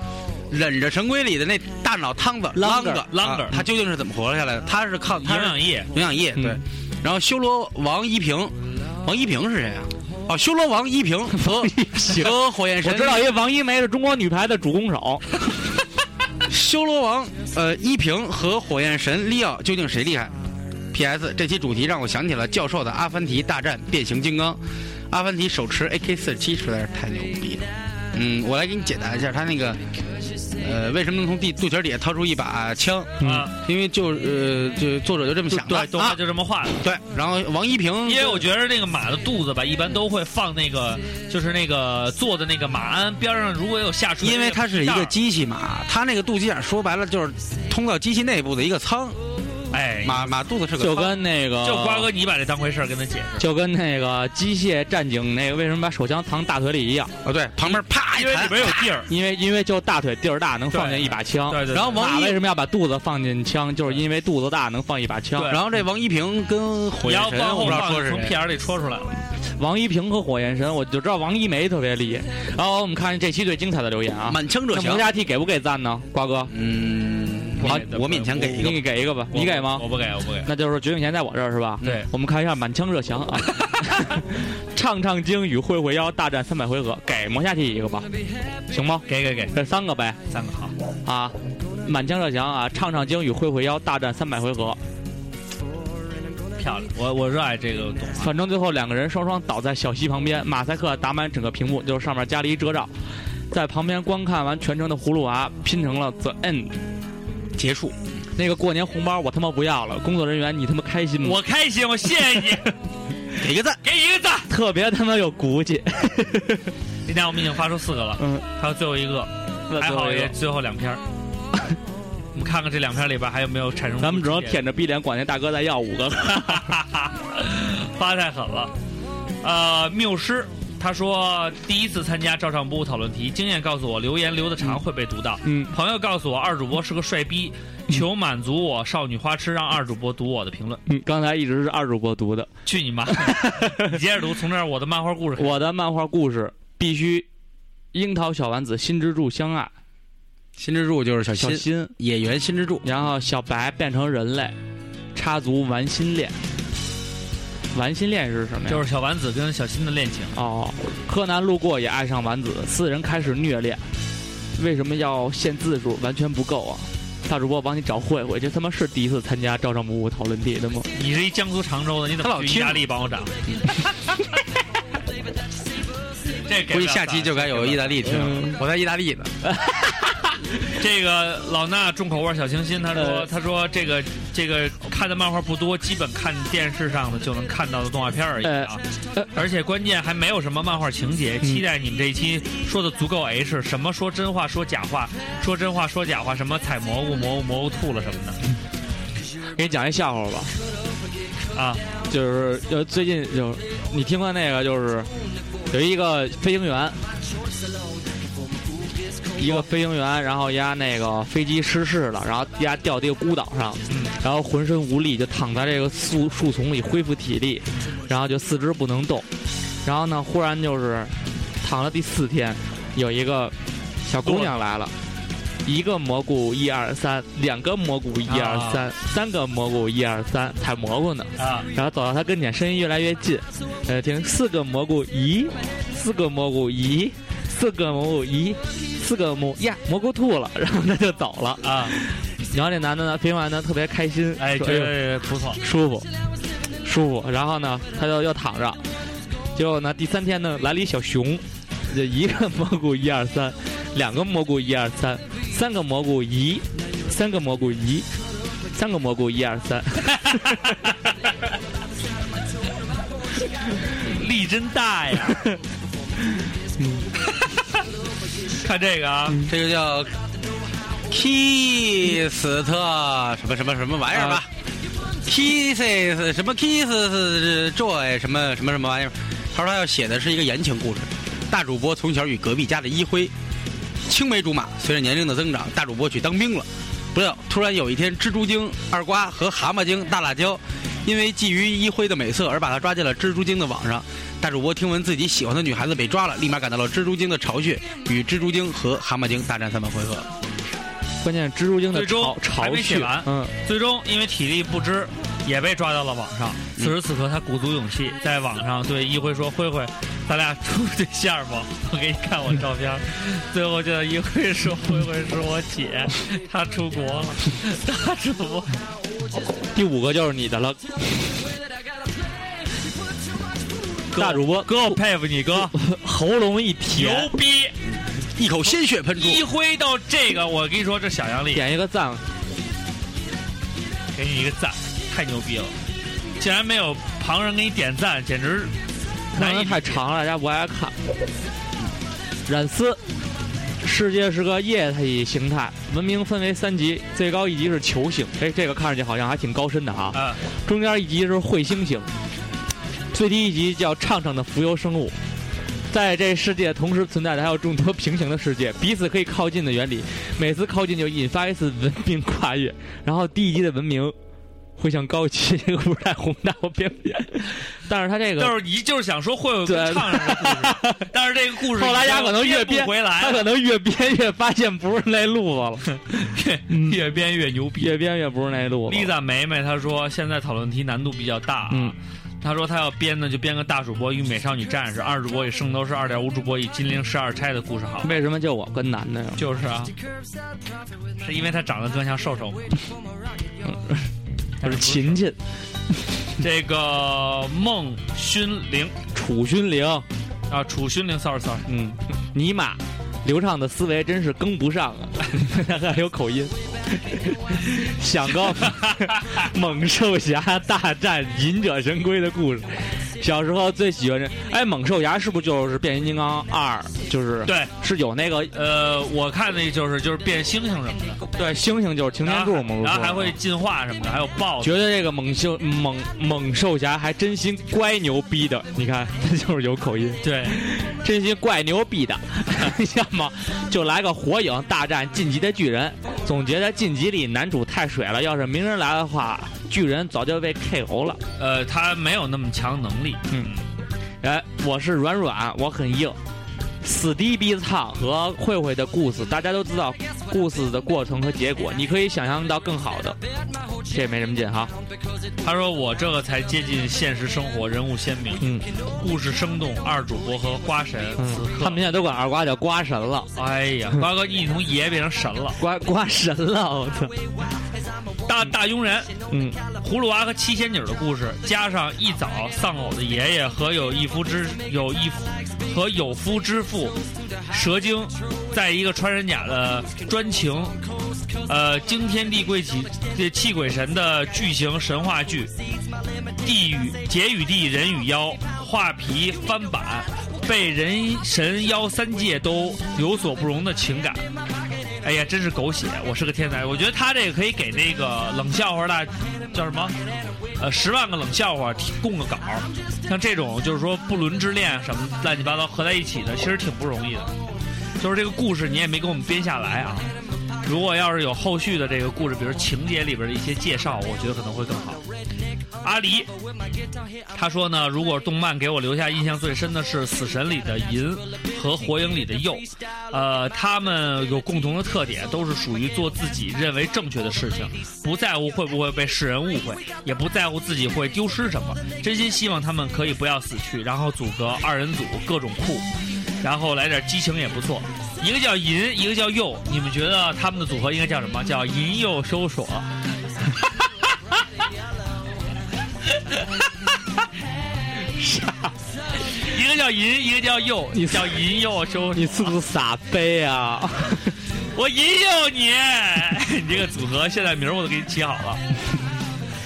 S4: 忍着神龟里的那大脑汤子
S3: 啷
S4: 啷
S3: 个
S4: 个
S2: 啷个
S4: 啊他究竟是怎么活下来的？他是靠他
S2: 营
S4: 是
S2: 养液，
S4: 营养液对。然后修罗王一平，王一平是谁啊？哦，修罗王一平和和火焰神，
S3: 我知道，因为王一梅是中国女排的主攻手，
S4: 修罗王呃一平和火焰神利奥究竟谁厉害？P.S. 这期主题让我想起了教授的《阿凡提大战变形金刚》，阿凡提手持 A.K. 四七实在是太牛逼了。嗯，我来给你解答一下，他那个呃为什么能从地肚脐底下掏出一把枪？
S2: 啊，
S4: 因为就呃就作嗯者就这么
S2: 就
S4: 想的
S2: 对，动画
S4: 啊，
S2: 就这么画的。
S4: 对。然后王一平
S2: 因为我觉得那个马的肚子吧，一般都会放那个，就是那个坐的那个马鞍边上，如果有下垂，
S4: 因为它是一
S2: 那
S4: 个
S2: 袋儿，
S4: 机器马，它那个肚脐眼说白了就是通到机器内部的一个仓，
S2: 哎，
S4: 马马肚子是个
S3: 就
S4: 仓
S3: 跟那个
S2: 就瓜哥，你把这当回事儿跟他解释，
S3: 就跟那个机械战警那个为什么把手枪藏大腿里一样，
S4: 啊对，旁边啪一
S2: 因为
S4: 弹
S2: 里，边有地儿。
S3: 因为因为就大腿地儿大能放进一把枪，
S2: 对对，
S4: 然后
S2: 对
S4: 王
S3: 马为
S4: 一，
S3: 什么要把肚子放进枪，就是因为肚子大能放一把枪。
S2: 对
S4: 然后这王一平跟火
S2: 你
S4: 焰
S2: 要
S4: 神，
S2: 往
S4: 我
S2: 后
S4: 不知道
S2: 放，
S4: 说是
S2: 从屁
S4: 谁，
S2: 眼里戳出来了。
S3: 王一平和火焰神，我就知道王一梅特别厉害。然后我们看这期最精彩的留言啊，
S4: 满腔热
S3: 那
S4: 情
S3: 蒙。家 T 给不给赞呢？瓜哥，
S4: 嗯，
S2: 我
S4: 好
S2: 给的，
S4: 我勉强给一个吧。
S3: 你给一个吧，
S2: 我
S3: 你给吗？
S2: 我不给，我不 给。
S3: 那就是决定权在我这儿是吧？
S2: 对，
S3: 我们看一下满腔热翔啊，唱唱经与会会妖大战三百回合，给魔下体一个吧，行吗？
S2: 给给给，
S3: 这三个呗
S2: 三个好。
S3: 啊，满腔热翔啊，唱唱经与会会妖大战三百回合，
S2: 漂亮，我我热爱这个动画。
S3: 反正最后两个人双双倒在小溪旁边，马赛克打满整个屏幕，就是上面加了一遮罩，在旁边观看完全程的葫芦娃拼成了 the end。
S4: 结束，
S3: 那个过年红包我他妈不要了，工作人员你他妈开心吗？
S2: 我开心，我谢谢你，
S4: 给一个赞。
S2: 给一个赞。
S3: 特别他妈有骨气，
S2: 今天我们已经发出四个了，
S3: 嗯，
S2: 还有最后一个，还好也最后两篇 儿。我们看看这两篇里边还有没有产生。
S3: 咱们只能舔着逼脸管那大哥再要五个。
S2: 发太狠了。呃，缪师他说第一次参加照唱部讨论题，经验告诉我留言留的长会被读到。
S3: 嗯，
S2: 朋友告诉我二主播是个帅逼，求满足我少女花痴，让二主播读我的评论。
S3: 嗯，刚才一直是二主播读的。
S2: 去你 妈！你接着读，从这儿我的漫画故事开始。
S3: 我的漫画故事必须，樱桃小丸子、新之助相爱，
S4: 新之助就是小
S3: 小
S4: 新，
S3: 新，
S4: 野原新之助。
S3: 然后小白变成人类，插足玩心恋。玩心恋是什么呀？
S2: 就是小丸子跟小新的恋情，
S3: 哦，柯南路过也爱上丸子，四人开始虐恋。为什么要限字数？完全不够啊！大主播帮你找慧慧，这他妈是第一次参加照常不误讨论题的吗？
S2: 你是一江苏常州的，你怎
S4: 他
S2: 么
S4: 老
S2: 去
S4: 听
S2: 意大利帮我 找？这给
S4: 估
S2: 不
S4: 计
S2: 了
S4: 下期就该有意大利听
S3: 嗯
S4: 了，我在意大利呢。
S2: 这个老衲重口味小清新，他说
S3: 呃
S2: 他说这个这个看的漫画不多，基本看电视上的就能看到的动画片而已啊
S3: 呃呃，
S2: 而且关键还没有什么漫画情节。
S4: 嗯
S2: 期待你们这一期说的足够 H，什么说真话说假话，说真话说假话，什么采蘑菇蘑菇蘑菇吐了什么的
S3: 给你讲一笑话吧。
S2: 啊，
S3: 就是呃，最近就是你听过那个，就是有一个飞行员，一个飞行员，然后压那个飞机失事了，然后压掉这个孤岛上，然后浑身无力，就躺在这个树树丛里恢复体力，然后就四肢不能动，然后呢，忽然就是躺了第四天，有一个小姑娘来了。一个蘑菇一二三，两个蘑菇一二三，三个蘑菇一二三，采蘑菇呢。
S2: 啊，
S3: 然后走到他跟前，声音越来越近，呃，听四个蘑菇，咦，四个蘑菇，咦，四个蘑菇，咦，四个蘑呀，蘑菇吐了， 然后他就走了。
S2: 啊，
S3: 然后这男的呢，听完呢特别开心，
S2: 哎，
S3: 说
S2: 觉得不错，
S3: 舒服，舒服。然后呢，他就又躺着，结果呢，第三天呢来了一小熊，就一个蘑菇一二三，两个蘑菇一二三，三个蘑菇咦，三个蘑菇咦，三个蘑菇一二三。
S2: 力真大呀。 嗯看这个啊，
S4: 这个叫 Kiss 特什么什么什么玩意儿吧？ kisses 什么 kisses joy 什么什么什么玩意儿。他说他要写的是一个言情故事。大主播从小与隔壁家的一辉青梅竹马，随着年龄的增长，大主播去当兵了。不料突然有一天，蜘蛛精、二瓜和蛤蟆精大辣椒，因为觊觎一辉的美色而把他抓进了蜘蛛精的网上。大主播听闻自己喜欢的女孩子被抓了，立马赶到了蜘蛛精的巢穴，与蜘蛛精和蛤蟆精大战三番回合。
S3: 关键是蜘蛛精的
S2: 最终
S3: 巢
S2: 还
S3: 巢
S2: 没写
S3: 穴
S2: 完，
S3: 嗯，
S2: 最终因为体力不支，也被抓到了网上。此时此刻，他鼓足勇气，在网上对一辉说：“辉辉，咱俩处对象吧， 我给你看我照片。”最后就让一辉说：“辉辉是我 姐，她出国 了。”大主播，
S3: 第五个就是你的了，大主播
S2: 哥，我佩服你哥，
S3: 喉咙一
S2: 牛
S3: 甜，
S2: 逼！
S4: 一口鲜血喷出，
S2: 一辉到这个，我跟你说，这想象力，
S3: 点一个赞，
S2: 给你一个赞，太牛逼了！竟然没有旁人给你点赞，简直
S3: 可
S2: 难
S3: 能
S2: 以
S3: 太
S2: 理解。
S3: 长了，大家不爱看。染丝，世界是个液体形态，文明分为三级，最高一级是球形，哎，这个看上去好像还挺高深的啊。
S2: 啊，
S3: 中间一级是彗星型，最低一级叫畅畅的浮游生物。在这世界同时存在的还有众多平行的世界，彼此可以靠近的原理，每次靠近就引发一次文明跨越，然后低一级的文明会向高级， 这个不是太宏大，我别，但是它这个
S2: 就是你就是想说会有个
S3: 对
S2: 唱上的故事，但是这个故事
S3: 后来
S2: 已经
S3: 丫可能
S2: 编
S3: 越
S2: 不
S3: 编
S2: 回来
S3: 他可
S2: 了，
S3: 能越编越发现不是那路子 了，嗯
S2: 越编越牛逼。
S3: 越编越不是那路子了。
S2: Lisa 梅梅她说现在讨论题难度比较大啊，
S3: 嗯
S2: 她说她要编呢就编个大主播与美少女战士，二主播与圣斗士二点五主播与金陵十二钗的故事好。
S3: 为什么就我跟男的呀？
S2: 就是啊，是因为她长得更像兽 兽吗？
S3: 我是秦秦、
S2: 这个孟勋龄
S3: 楚勋灵，
S2: 啊，楚勋龄，sorry sorry，
S3: 嗯， 尼玛，流畅的思维真是跟不上啊！ 还有口音， 想 高猛兽侠大战忍者神龟的故事。小时候最喜欢这，哎，猛兽侠是不是就是变形金刚二？就是
S2: 对，
S3: 是有那个
S2: 呃，我看那就是就是变猩猩什么的，
S3: 对猩猩就是擎天
S2: 然
S3: 柱
S2: 后
S3: 嘛，不是
S2: 然后还
S3: 说啊
S2: 会进化什么的，还有豹子。
S3: 觉得这个猛兽猛猛兽侠还真心乖牛逼的，你看 他就是有口音，
S2: 对，
S3: 真心怪牛逼的， 要么就来个火影大战晋级的巨人。总觉得晋级里男主太水了，要是鸣人来的话，巨人早就被 KO 了。
S2: 呃，他没有那么强能力。
S3: 嗯，哎，我是软软，我很硬。死低逼唱和慧慧的故事，大家都知道故事的过程和结果，你可以想象到更好的，这也没什么劲哈。
S2: 他说我这个才接近现实生活，人物鲜明，
S3: 嗯
S2: 故事生动。二主播和花神
S3: 嗯
S2: 此，
S3: 他
S2: 刻
S3: 们，现在都管二瓜叫瓜神了。
S2: 哎呀，瓜哥一从爷变成神了。
S3: 刮刮神了，我操！
S2: 大大庸人、
S3: 嗯，
S2: 葫芦娃和七仙女的故事，加上一早丧偶的爷爷和有一夫之有一夫和有夫之妇蛇精，在一个穿山甲的专情，呃，惊天地贵起这泣鬼神的巨型神话剧，地与劫与地，人与妖，画皮翻版，被人神妖三界都有所不容的情感。哎呀，真是狗血！我是个天才，我觉得他这个可以给那个冷笑话大叫什么？呃，十万个冷笑话提供个稿儿，像这种就是说不伦之恋什么乱七八糟合在一起的，其实挺不容易的。就是这个故事你也没给我们编下来啊。如果要是有后续的这个故事，比如情节里边的一些介绍，我觉得可能会更好。阿狸，他说呢，如果动漫给我留下印象最深的是《死神》里的银和《火影》里的鼬，呃，他们有共同的特点，都是属于做自己认为正确的事情，不在乎会不会被世人误会，也不在乎自己会丢失什么。真心希望他们可以不要死去，然后组个二人组，各种酷，然后来点激情也不错。一个叫银，一个叫鼬，你们觉得他们的组合应该叫什么？叫银鼬搜索。一个叫银，一个叫鼬，
S3: 你
S2: 叫银鼬搜索。
S3: 你是不是傻杯啊？
S2: 我引诱你， 你这个组合现在名儿我都给你起好了。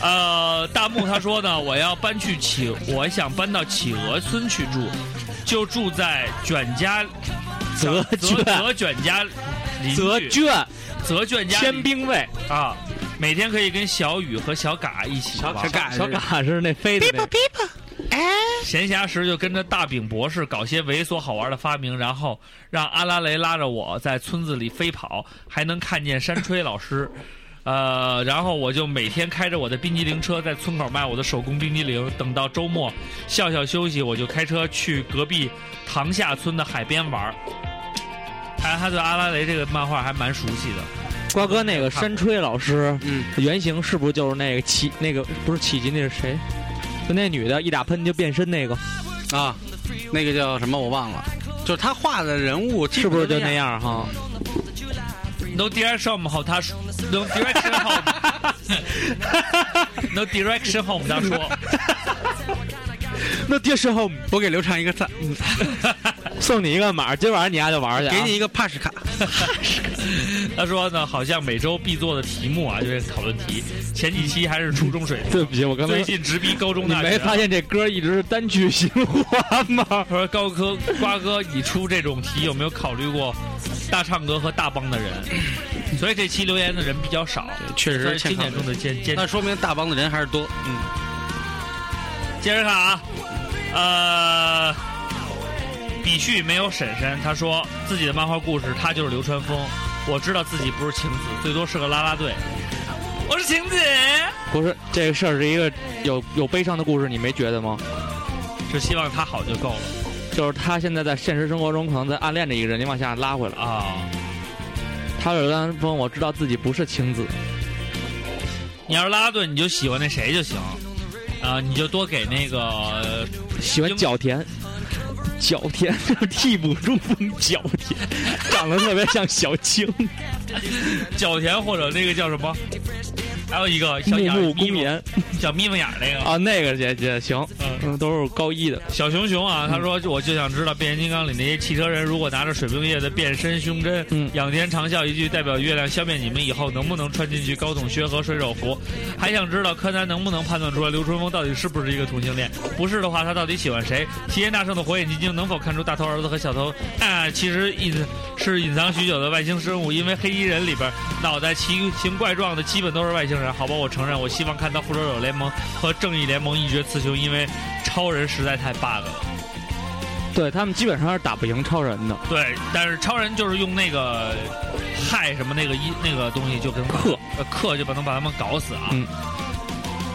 S2: 呃，大木他说呢，我要搬去企，我想搬到企鹅村去住，就住在卷家
S3: 泽
S2: 泽
S3: 卷
S2: 泽卷家邻
S3: 泽
S2: 居
S3: 卷
S2: 泽卷家
S3: 天兵卫
S2: 啊，每天可以跟小雨和小嘎一起玩。
S3: 小嘎是那飞的那个，
S2: 闲暇时就跟着大饼博士搞些猥琐好玩的发明，然后让阿拉蕾拉着我在村子里飞跑，还能看见山吹老师。呃，然后我就每天开着我的冰激凌车在村口卖我的手工冰激凌，等到周末笑笑休息，我就开车去隔壁塘下村的海边玩儿。哎，他对阿拉蕾这个漫画还蛮熟悉的。
S3: 瓜哥那个山吹老师
S4: 嗯，
S3: 原型是不是就是那个起那个不是起吉那是谁？就那女的一打喷就变身那个，
S4: 啊，那个叫什么我忘了，就是他画的人物基
S3: 是
S4: 本
S3: 不是
S4: 都
S3: 就那？样哈？
S2: No direction 好，他说 No direction 好，No direction 好，他说。
S3: 那爹事后
S4: 我给刘畅一个赞，
S3: 送你一个码，今晚上你丫就玩去、啊。
S4: 给你一个 pass 卡。
S2: 他说呢，好像每周必做的题目啊，就是讨论题。前几期还是初中水平，
S3: 对不起，我刚才
S2: 最近直逼高中
S3: 你
S2: 大学。啊
S3: 没发现这歌一直是单曲循环吗？
S2: 他说高科瓜哥，你出这种题有没有考虑过大唱歌和大帮的人？所以这期留言的人比较少，
S4: 确实
S2: 这是
S4: 欠
S2: 经
S4: 考虑
S2: 典中的坚坚
S4: 那说明大帮的人还是多。
S2: 接着看啊，呃，比旭没有婶婶，他说自己的漫画故事，他就是流川枫。我知道自己不是晴子，最多是个啦啦队。我是晴子，
S3: 不是，这个事儿是一个有有悲伤的故事，你没觉得吗？
S2: 只希望他好就够了
S3: 就是他现在在现实生活中可能在暗恋着一个人，你往下拉回来。
S2: 啊！
S3: 他有单峰，我知道自己不是青子，
S2: 你要是啦啦队，你就喜欢那谁就行，啊，你就多给那个呃
S3: 喜欢角田，角田 替补中锋角田，长得特别像小青，
S2: 角田或者那个叫什么，还有一个小
S3: 木
S2: 眼儿眯
S3: 木公
S2: 眯
S3: 园
S2: 小眯眯眼儿那个
S3: 啊，那个也也行，
S2: 嗯
S3: 嗯，都是高一的。
S2: 小熊熊啊，他说就我就想知道变形金刚里那些汽车人，如果拿着水冰月的变身胸针，
S3: 嗯
S2: 仰天长啸一句代表月亮消灭你们以后，能不能穿进去高筒靴和水手服？还想知道柯南能不能判断出来刘春风到底是不是一个同性恋？不是的话，他到底喜欢谁？齐天大圣的火眼金睛能否看出大头儿子和小头？啊、其实隐是隐藏许久的外星生物，因为黑衣人里边脑袋奇形怪状的基本都是外星人。好吧，我承认，我希望看到复仇者联盟和正义联盟一决雌雄，因为超人实在太 bug 了。
S3: 对他们基本上是打不赢超人的，
S2: 对，但是超人就是用那个氦什么那个一那个东西就跟克呃克就把能把他们搞死啊。
S3: 嗯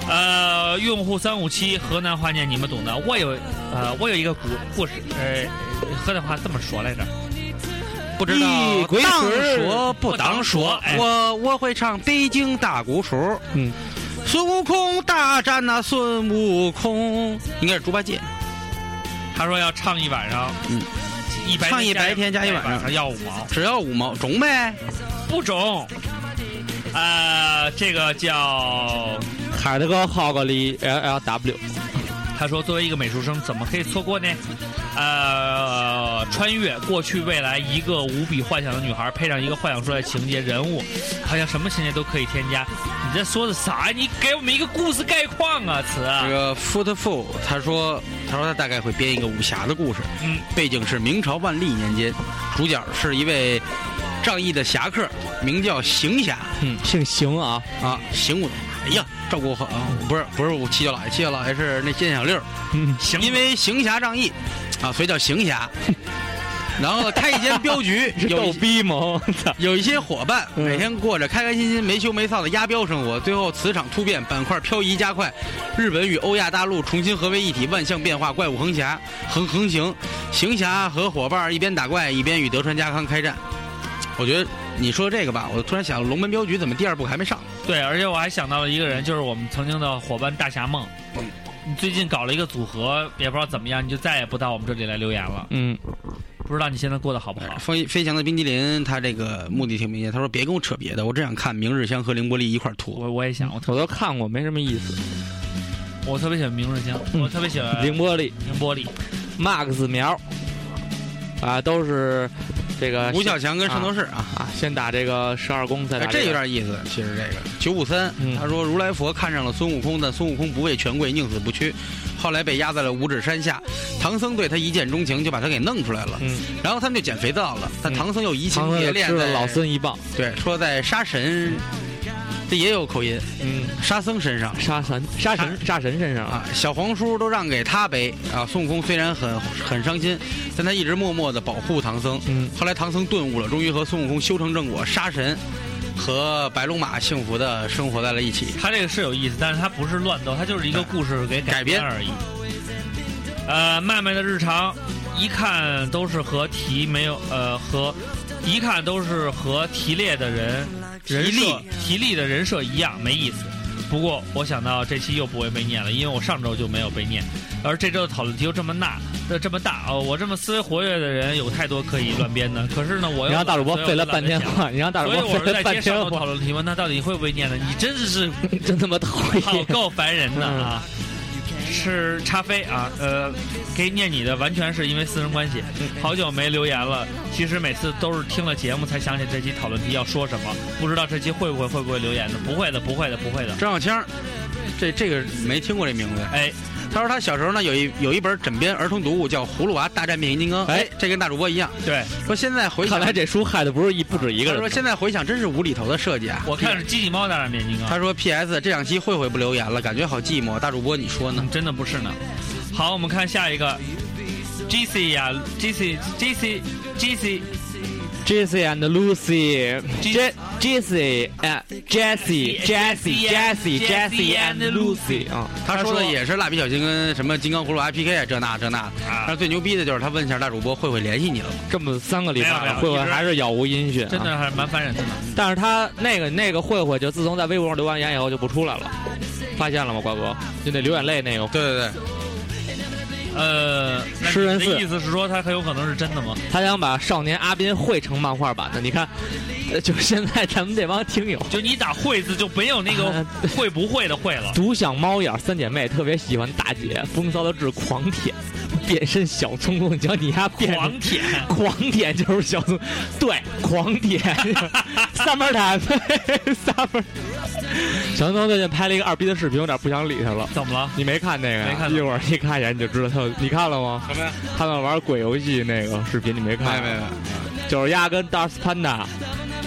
S2: 呃，用户三五七河南话念你们懂的。我有呃，我有一个故故事，呃，河南话怎么说来着？
S4: 不知道
S3: 咦鬼
S4: 当
S3: 水
S4: 说不
S2: 不
S4: 当
S2: 当
S4: 说
S2: 说，哎
S4: 我我会唱北京大鼓手。
S3: 嗯，
S4: 孙悟空大战那孙悟空，应该是猪八戒。
S2: 他说要唱一晚上，
S4: 嗯，
S2: 一白
S4: 唱一白天加一
S2: 一
S4: 晚上
S2: 上要五毛，
S4: 只要五毛中呗，
S2: 不中。呃，这个叫
S3: 海德哥浩格里 L L W，
S2: 他说：“作为一个美术生，怎么可以错过呢？呃，穿越过去未来，一个无比幻想的女孩配上一个幻想出来的情节人物，好像什么情节都可以添加。你在说的啥？你给我们一个故事概况啊，词啊
S4: 这个 Foot Fool 他说，他说他大概会编一个武侠的故事，
S2: 嗯，
S4: 背景是明朝万历年间，主角是一位仗义的侠客，名叫行侠
S3: 嗯，姓邢啊，
S4: 啊，行武。哎呀，照顾好，啊不是不是我七舅老爷，七舅老爷是那剑小六，
S3: 嗯
S2: 行，
S4: 因为行侠仗义啊，所以叫行侠。然后呢开一间镖局，
S3: 是
S4: 有
S3: 逗
S4: 一
S3: 逼吗？我操！
S4: 有一些伙伴
S3: 嗯
S4: 每天过着开开心心、没羞没臊的押镖生活，最后磁场突变，板块漂移加快，日本与欧亚大陆重新合为一体，万象变化，怪物横侠横横行，行侠和伙伴一边打怪，一边与德川家康开战。我觉得你说这个吧，我突然想，龙门镖局怎么第二部还没上？
S2: 对，而且我还想到了一个人，就是我们曾经的伙伴大侠梦。你最近搞了一个组合，也不知道怎么样，你就再也不到我们这里来留言了。
S3: 嗯，
S2: 不知道你现在过得好不
S3: 啊
S2: 好？
S4: 飞飞翔的冰激凌，他这个目的挺明显，他说别跟我扯别的，我只想看明日香和凌波丽一块儿吐。
S2: 我我也想，我特
S3: 我都看过，没什么意思。
S2: 我特别喜欢明日香，我特别喜欢
S3: 凌波丽、
S2: 凌波丽。
S3: Max 苗，啊，都是这个
S4: 吴小强跟圣斗士啊
S3: 啊，先打这个十二宫，再
S4: 哎
S3: 打，
S4: 这有
S3: 个
S4: 点意思。其实这个九五三
S3: 嗯，
S4: 他说如来佛看上了孙悟空，但孙悟空不畏权贵，宁死不屈，后来被压在了五指山下。唐僧对他一见钟情，就把他给弄出来了。
S3: 嗯
S4: 然后他们就捡肥皂了，但
S3: 嗯
S4: 唐僧又移情
S3: 唐僧
S4: 别
S3: 就
S4: 恋
S3: 吃
S4: 在
S3: 了老孙一棒，
S4: 对，说在杀神这也有口音。
S3: 嗯，
S4: 沙僧身上
S3: 杀神杀神杀神身上
S4: 啊，小黄书都让给他背啊。孙悟空虽然很很伤心，但他一直默默的保护唐僧。
S3: 嗯，
S4: 后来唐僧顿悟了，终于和孙悟空修成正果，沙神和白龙马幸福的生活在了一起。
S2: 他这个是有意思，但是他不是乱斗，他就是一个故事给
S4: 改
S2: 编
S4: 编
S2: 而已。呃，麦麦的日常一看都是和题没有呃和一看都是和提列的人人设提力的人设一样，没意思。不过我想到这期又不会被念了，因为我上周就没有被念，而这周的讨论题又这么大，呃这么大哦，我这么思维活跃的人有太多可以乱编的。可是呢，我又
S3: 你让大主播
S2: 所以我
S3: 费
S2: 就
S3: 了
S2: 懒得
S3: 半天
S2: 想
S3: 话，你让大主
S2: 所以
S3: 播
S2: 我
S3: 费
S2: 是
S3: 了
S2: 在
S3: 半
S2: 接上
S3: 天
S2: 周
S3: 话，
S2: 讨论题问，那到底会不会念呢？你真的是
S3: 真他妈 讨
S2: 好
S3: 厌！
S2: 够烦人的啊！是咖啡啊，呃，给念你的完全是因为私人关系，好久没留言了。其实每次都是听了节目才想起这期讨论题要说什么，不知道这期会不会会不会留言的？不会的，不会的，不会的。
S4: 张小青儿，这这个没听过这名字。
S2: 哎，
S4: 他说他小时候呢有一有一本枕边儿童读物叫《葫芦娃大战变形金刚》，哎，这跟大主播一样。
S2: 对
S4: 说现在回想
S3: 看，来这书害的不是一不止一个
S4: 他说
S2: 啊
S3: 人。
S4: 现在回想真是无厘头的设计啊。
S2: 我看是机器猫大战变形金刚
S4: 他，说 P.S. 这两期慧慧不留言了，感觉好寂寞。大主播你说呢
S2: 嗯？真的不是呢。好，我们看下一个，G C 呀，G C G C G C
S3: Jesse and Lucy,
S2: J-
S3: Je- Jesse and Jesse, Jesse, Jesse, Jesse and Lucy 啊，
S4: 他说的也是蜡笔小新跟什么金刚葫芦娃 P.K. 啊，这那这那的。但
S2: 啊
S4: 是，最牛逼的就是他问一下大主播慧慧联系你了吗？
S3: 这么三个礼拜
S2: 没有没有
S3: 了，慧慧
S2: 一直
S3: 还是杳无音讯啊。
S2: 真的还是蛮烦人的呢。
S3: 但是他那个那个慧慧，就自从在微博上留完言以后就不出来了，发现了吗，瓜哥？就那流眼泪那个，
S4: 对对对，
S2: 呃，那
S3: 诗人
S2: 你
S3: 寺
S2: 的意思是说他很有可能是真的吗？
S3: 他想把少年阿斌绘成漫画版的。你看，呃就现在咱们这帮听友，
S2: 就你打“会”字就没有那个
S3: 啊
S2: 会不会的“会”了。
S3: 独享猫眼三姐妹特别喜欢大姐，风骚的志狂舔，变身小聪聪，叫你丫变
S2: 狂舔，
S3: 狂舔就是小聪，对，狂 舔，summer time，summer。小聪聪最近拍了一个二逼的视频，有点不想理他了。
S2: 怎么了？
S3: 你没看那个呀？
S2: 没看
S3: 一会儿一看一眼你就知道他有。你看了吗？
S4: 什么呀？
S3: 他们玩鬼游戏那个视频，你没看？啊
S4: 没没没。
S3: 就是压跟 d a r s Panda，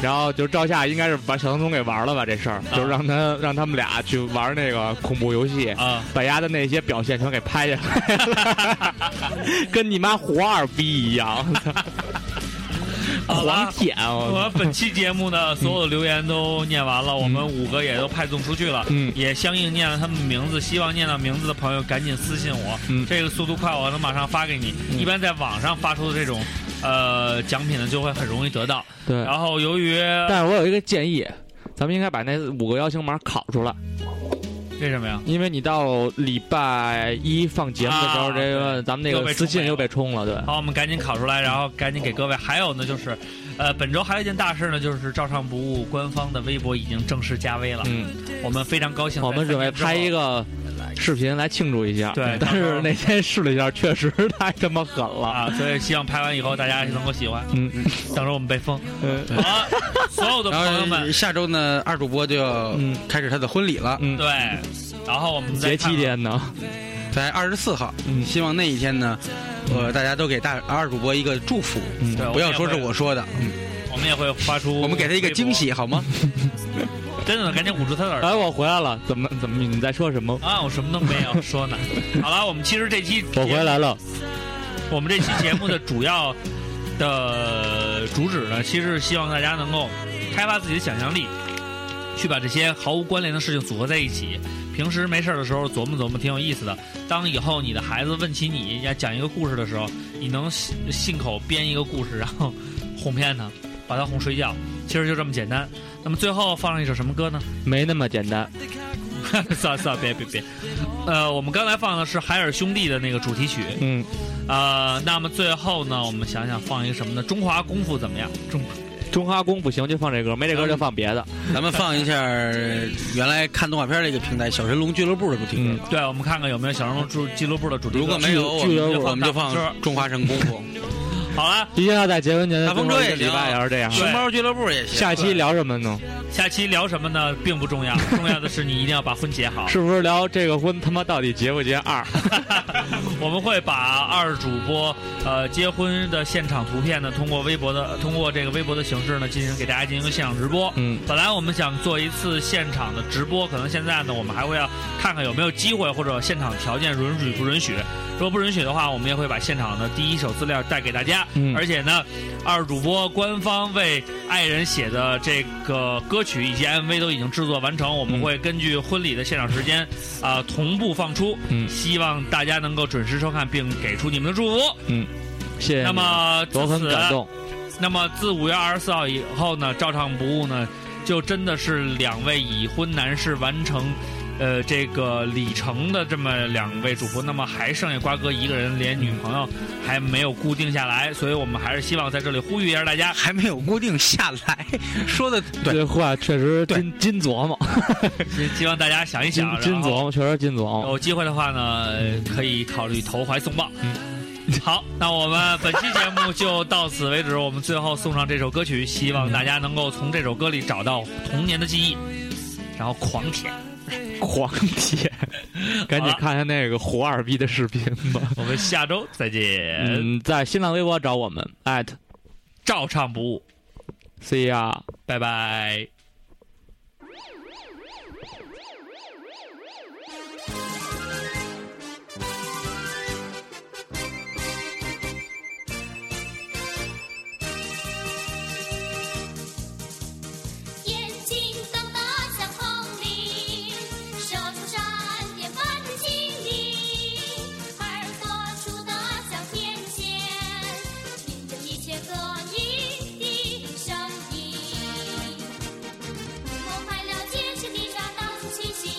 S3: 然后就赵夏应该是把小唐总给玩了吧这事儿，
S2: 啊
S3: 就是让他让他们俩去玩那个恐怖游戏。
S2: 啊，
S3: 把丫的那些表现全给拍下来 了，跟你妈活二逼一样，
S2: 好了
S3: 狂舔啊
S2: 我
S3: 我
S2: 们本期节目呢，所有的留言都念完了，我们五个也都派送出去了，
S3: 嗯
S2: 也相应念了他们名字。希望念到名字的朋友赶紧私信我，
S3: 嗯
S2: 这个速度快，我能马上发给你。
S3: 嗯
S2: 一般在网上发出的这种，呃，奖品呢就会很容易得到。
S3: 对，
S2: 然后由于
S3: 但是我有一个建议，咱们应该把那五个邀请码拷出来，
S2: 为什么呀？
S3: 因为你到礼拜一放节目的时候，
S2: 啊
S3: 这个
S2: 对
S3: 咱们那
S2: 又
S3: 个
S2: 被
S3: 私
S2: 冲没
S3: 信
S2: 了
S3: 又被冲了，对。
S2: 好，我们赶紧考出来，然后赶紧给各位。还有呢，就是，呃，本周还有一件大事呢，就是照唱不误官方的微博已经正式加微了。
S3: 嗯，
S2: 我们非常高兴。
S3: 我们准备拍一，个视频来庆祝一下。
S2: 对
S3: 但是那天试了一下，确实太他妈狠了。
S2: 啊，所以希望拍完以后大家能够喜欢。
S3: 嗯，
S2: 等着我们被封。
S3: 嗯
S2: 好了，所有的
S4: 然
S2: 朋友
S4: 后
S2: 们，
S4: 下周呢，二主播就要
S3: 嗯
S4: 开始他的婚礼了，
S3: 嗯，
S2: 对，然后我们再
S3: 节
S2: 看
S3: 气天呢？
S4: 在二十四号。
S3: 嗯
S4: 希望那一天呢，呃，大家都给大二主播一个祝福，
S3: 嗯
S2: 对，我们
S4: 不要
S2: 也
S4: 说是
S2: 会
S4: 我，说的，嗯
S2: 我们也会发出，
S4: 我们给他一个惊。喜好吗？
S2: 真的，赶紧捂住他的耳朵
S3: 哎，我回来了，怎么怎么你在说什么？
S2: 啊！我什么都没有说呢。好了，我们其实这期
S3: 我回来了。
S2: 我们这期节目的主要的主旨呢，其实是希望大家能够开发自己的想象力，去把这些毫无关联的事情组合在一起。平时没事儿的时候琢磨琢磨，挺有意思的。当以后你的孩子问起你要讲一个故事的时候，你能信信口编一个故事，然后哄骗他，把他哄睡觉，其实就这么简单。那么最后放上一首什么歌呢？
S3: 没那么简单，
S2: 算了算了，别别别。呃，我们刚才放的是海尔兄弟的那个主题曲，
S3: 嗯，
S2: 呃，那么最后呢，我们想想放一个什么呢？中华功夫怎么样？中
S3: 中华功不行就放这歌，没这歌就放别的。
S4: 咱们放一下呃原来看动画片的一个平台《小神龙俱乐部》的主题
S3: 嗯
S4: 歌。，
S2: 对，我们看看有没有小人物俱俱乐部的主题歌。
S4: 如果没有，我
S3: 俱
S4: 们
S3: 乐
S4: 就
S3: 部
S4: 我们就
S2: 大风
S4: 放
S2: 车
S4: 《中华神功夫
S2: 好了，
S3: 一定要在结婚前的
S4: 大
S3: 最
S4: 风
S3: 后
S4: 车
S3: 一个
S4: 也行
S3: 礼拜也是这样》，。
S2: 对
S4: 熊猫俱乐部也行。
S3: 下期聊什么呢？
S2: 下期聊什么呢？并不重要，重要的是你一定要把婚结好。
S3: 是不是聊这个婚他妈到底结不结二？
S2: 我们会把二主播呃结婚的现场图片呢，通过微博的通过这个微博的形式呢，进行给大家进行一个现场直播。
S3: 嗯，
S2: 本来我们想做一次现场的直播，可能现在呢，我们还会要看看有没有机会或者现场条件允许不允许。如果不允许的话，我们也会把现场的第一手资料带给大家。
S3: 嗯
S2: 而且呢，二主播官方为爱人写的这个歌曲以及 MV 都已经制作完成，
S3: 嗯
S2: 我们会根据婚礼的现场时间啊、同步放出。
S3: 嗯
S2: 希望大家能够准时收看并给出你们的祝福。
S3: 谢谢你。
S2: 那么
S3: 我
S2: 自
S3: 很
S2: 此，啊
S3: 感动，
S2: 那么自五月二十四号以后呢，照唱不误呢，就真的是两位已婚男士完成。呃，这个里程的这么两位主播，那么还剩下瓜哥一个人，连女朋友还没有固定下来，所以我们还是希望在这里呼吁一下大家，
S4: 还没有固定下来， 说的对，
S3: 这话确实
S4: 对
S3: 金金琢磨，
S2: 希希望大家想一
S3: 金
S2: 想，啊哦然后
S3: 金琢磨，确实金琢磨。
S2: 有机会的话呢，可以考虑投怀送抱。好，那我们本期节目就到此为止。我们最后送上这首歌曲，希望大家能够从这首歌里找到童年的记忆，然后狂舔。
S3: 狂舔， 赶紧看看那个胡二逼的视频吧。
S2: 我们下周再见。
S3: 嗯，在新浪微博找我们，at
S2: 照唱不误，
S3: see ya。
S2: 拜拜。
S6: 眼睛瞪大像铜铃，手触闪电般精灵，耳朵竖大像天线，听着一切各异的声音。我快乐街市里找到处星星，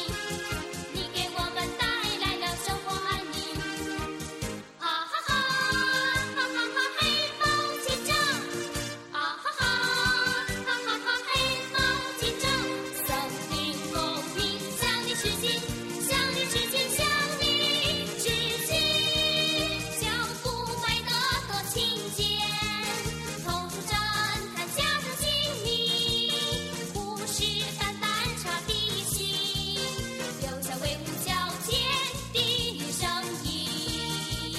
S6: 你给我们带来了生活安宁。啊哈哈，哈哈哈，黑猫警长！啊哈哈，哈哈哈，黑猫警长！森林公平，向你致敬，向你致敬，向你致敬！小兔快乐多情见，童书展看家的精明，虎视眈眈查地心，留下威武矫健的声音。你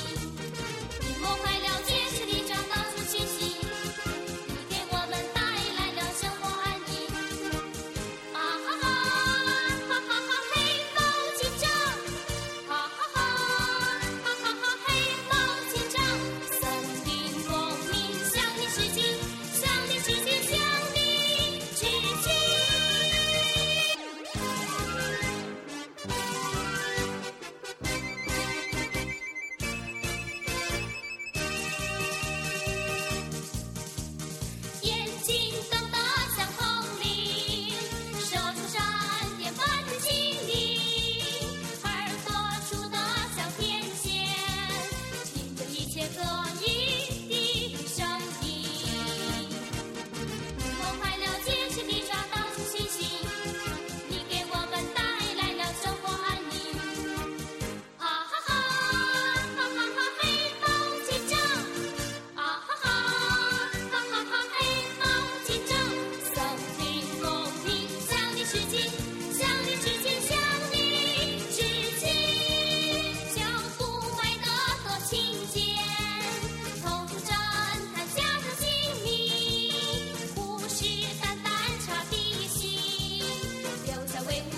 S6: 我快乐街市里找到处栖息，你给我们带来了生活安宁。啊哈哈，哈哈哈，黑猫警长！啊哈哈，哈哈哈，黑猫警长！森林公民向你致敬，向你致敬，向你致敬。眼睛瞪大像铜铃，手触闪电般精灵，耳朵竖大像天线，听着一切各异的声音。我快乐街市里找到处星星，你给我们带来了生活安宁。啊哈哈，哈哈哈，黑猫警长！啊哈哈，哈哈哈，黑猫警长！森林公平，向你致敬，向你致敬，向你致敬！小兔快乐多情见，童书展看家的精明，虎视眈眈查地形，留下威武。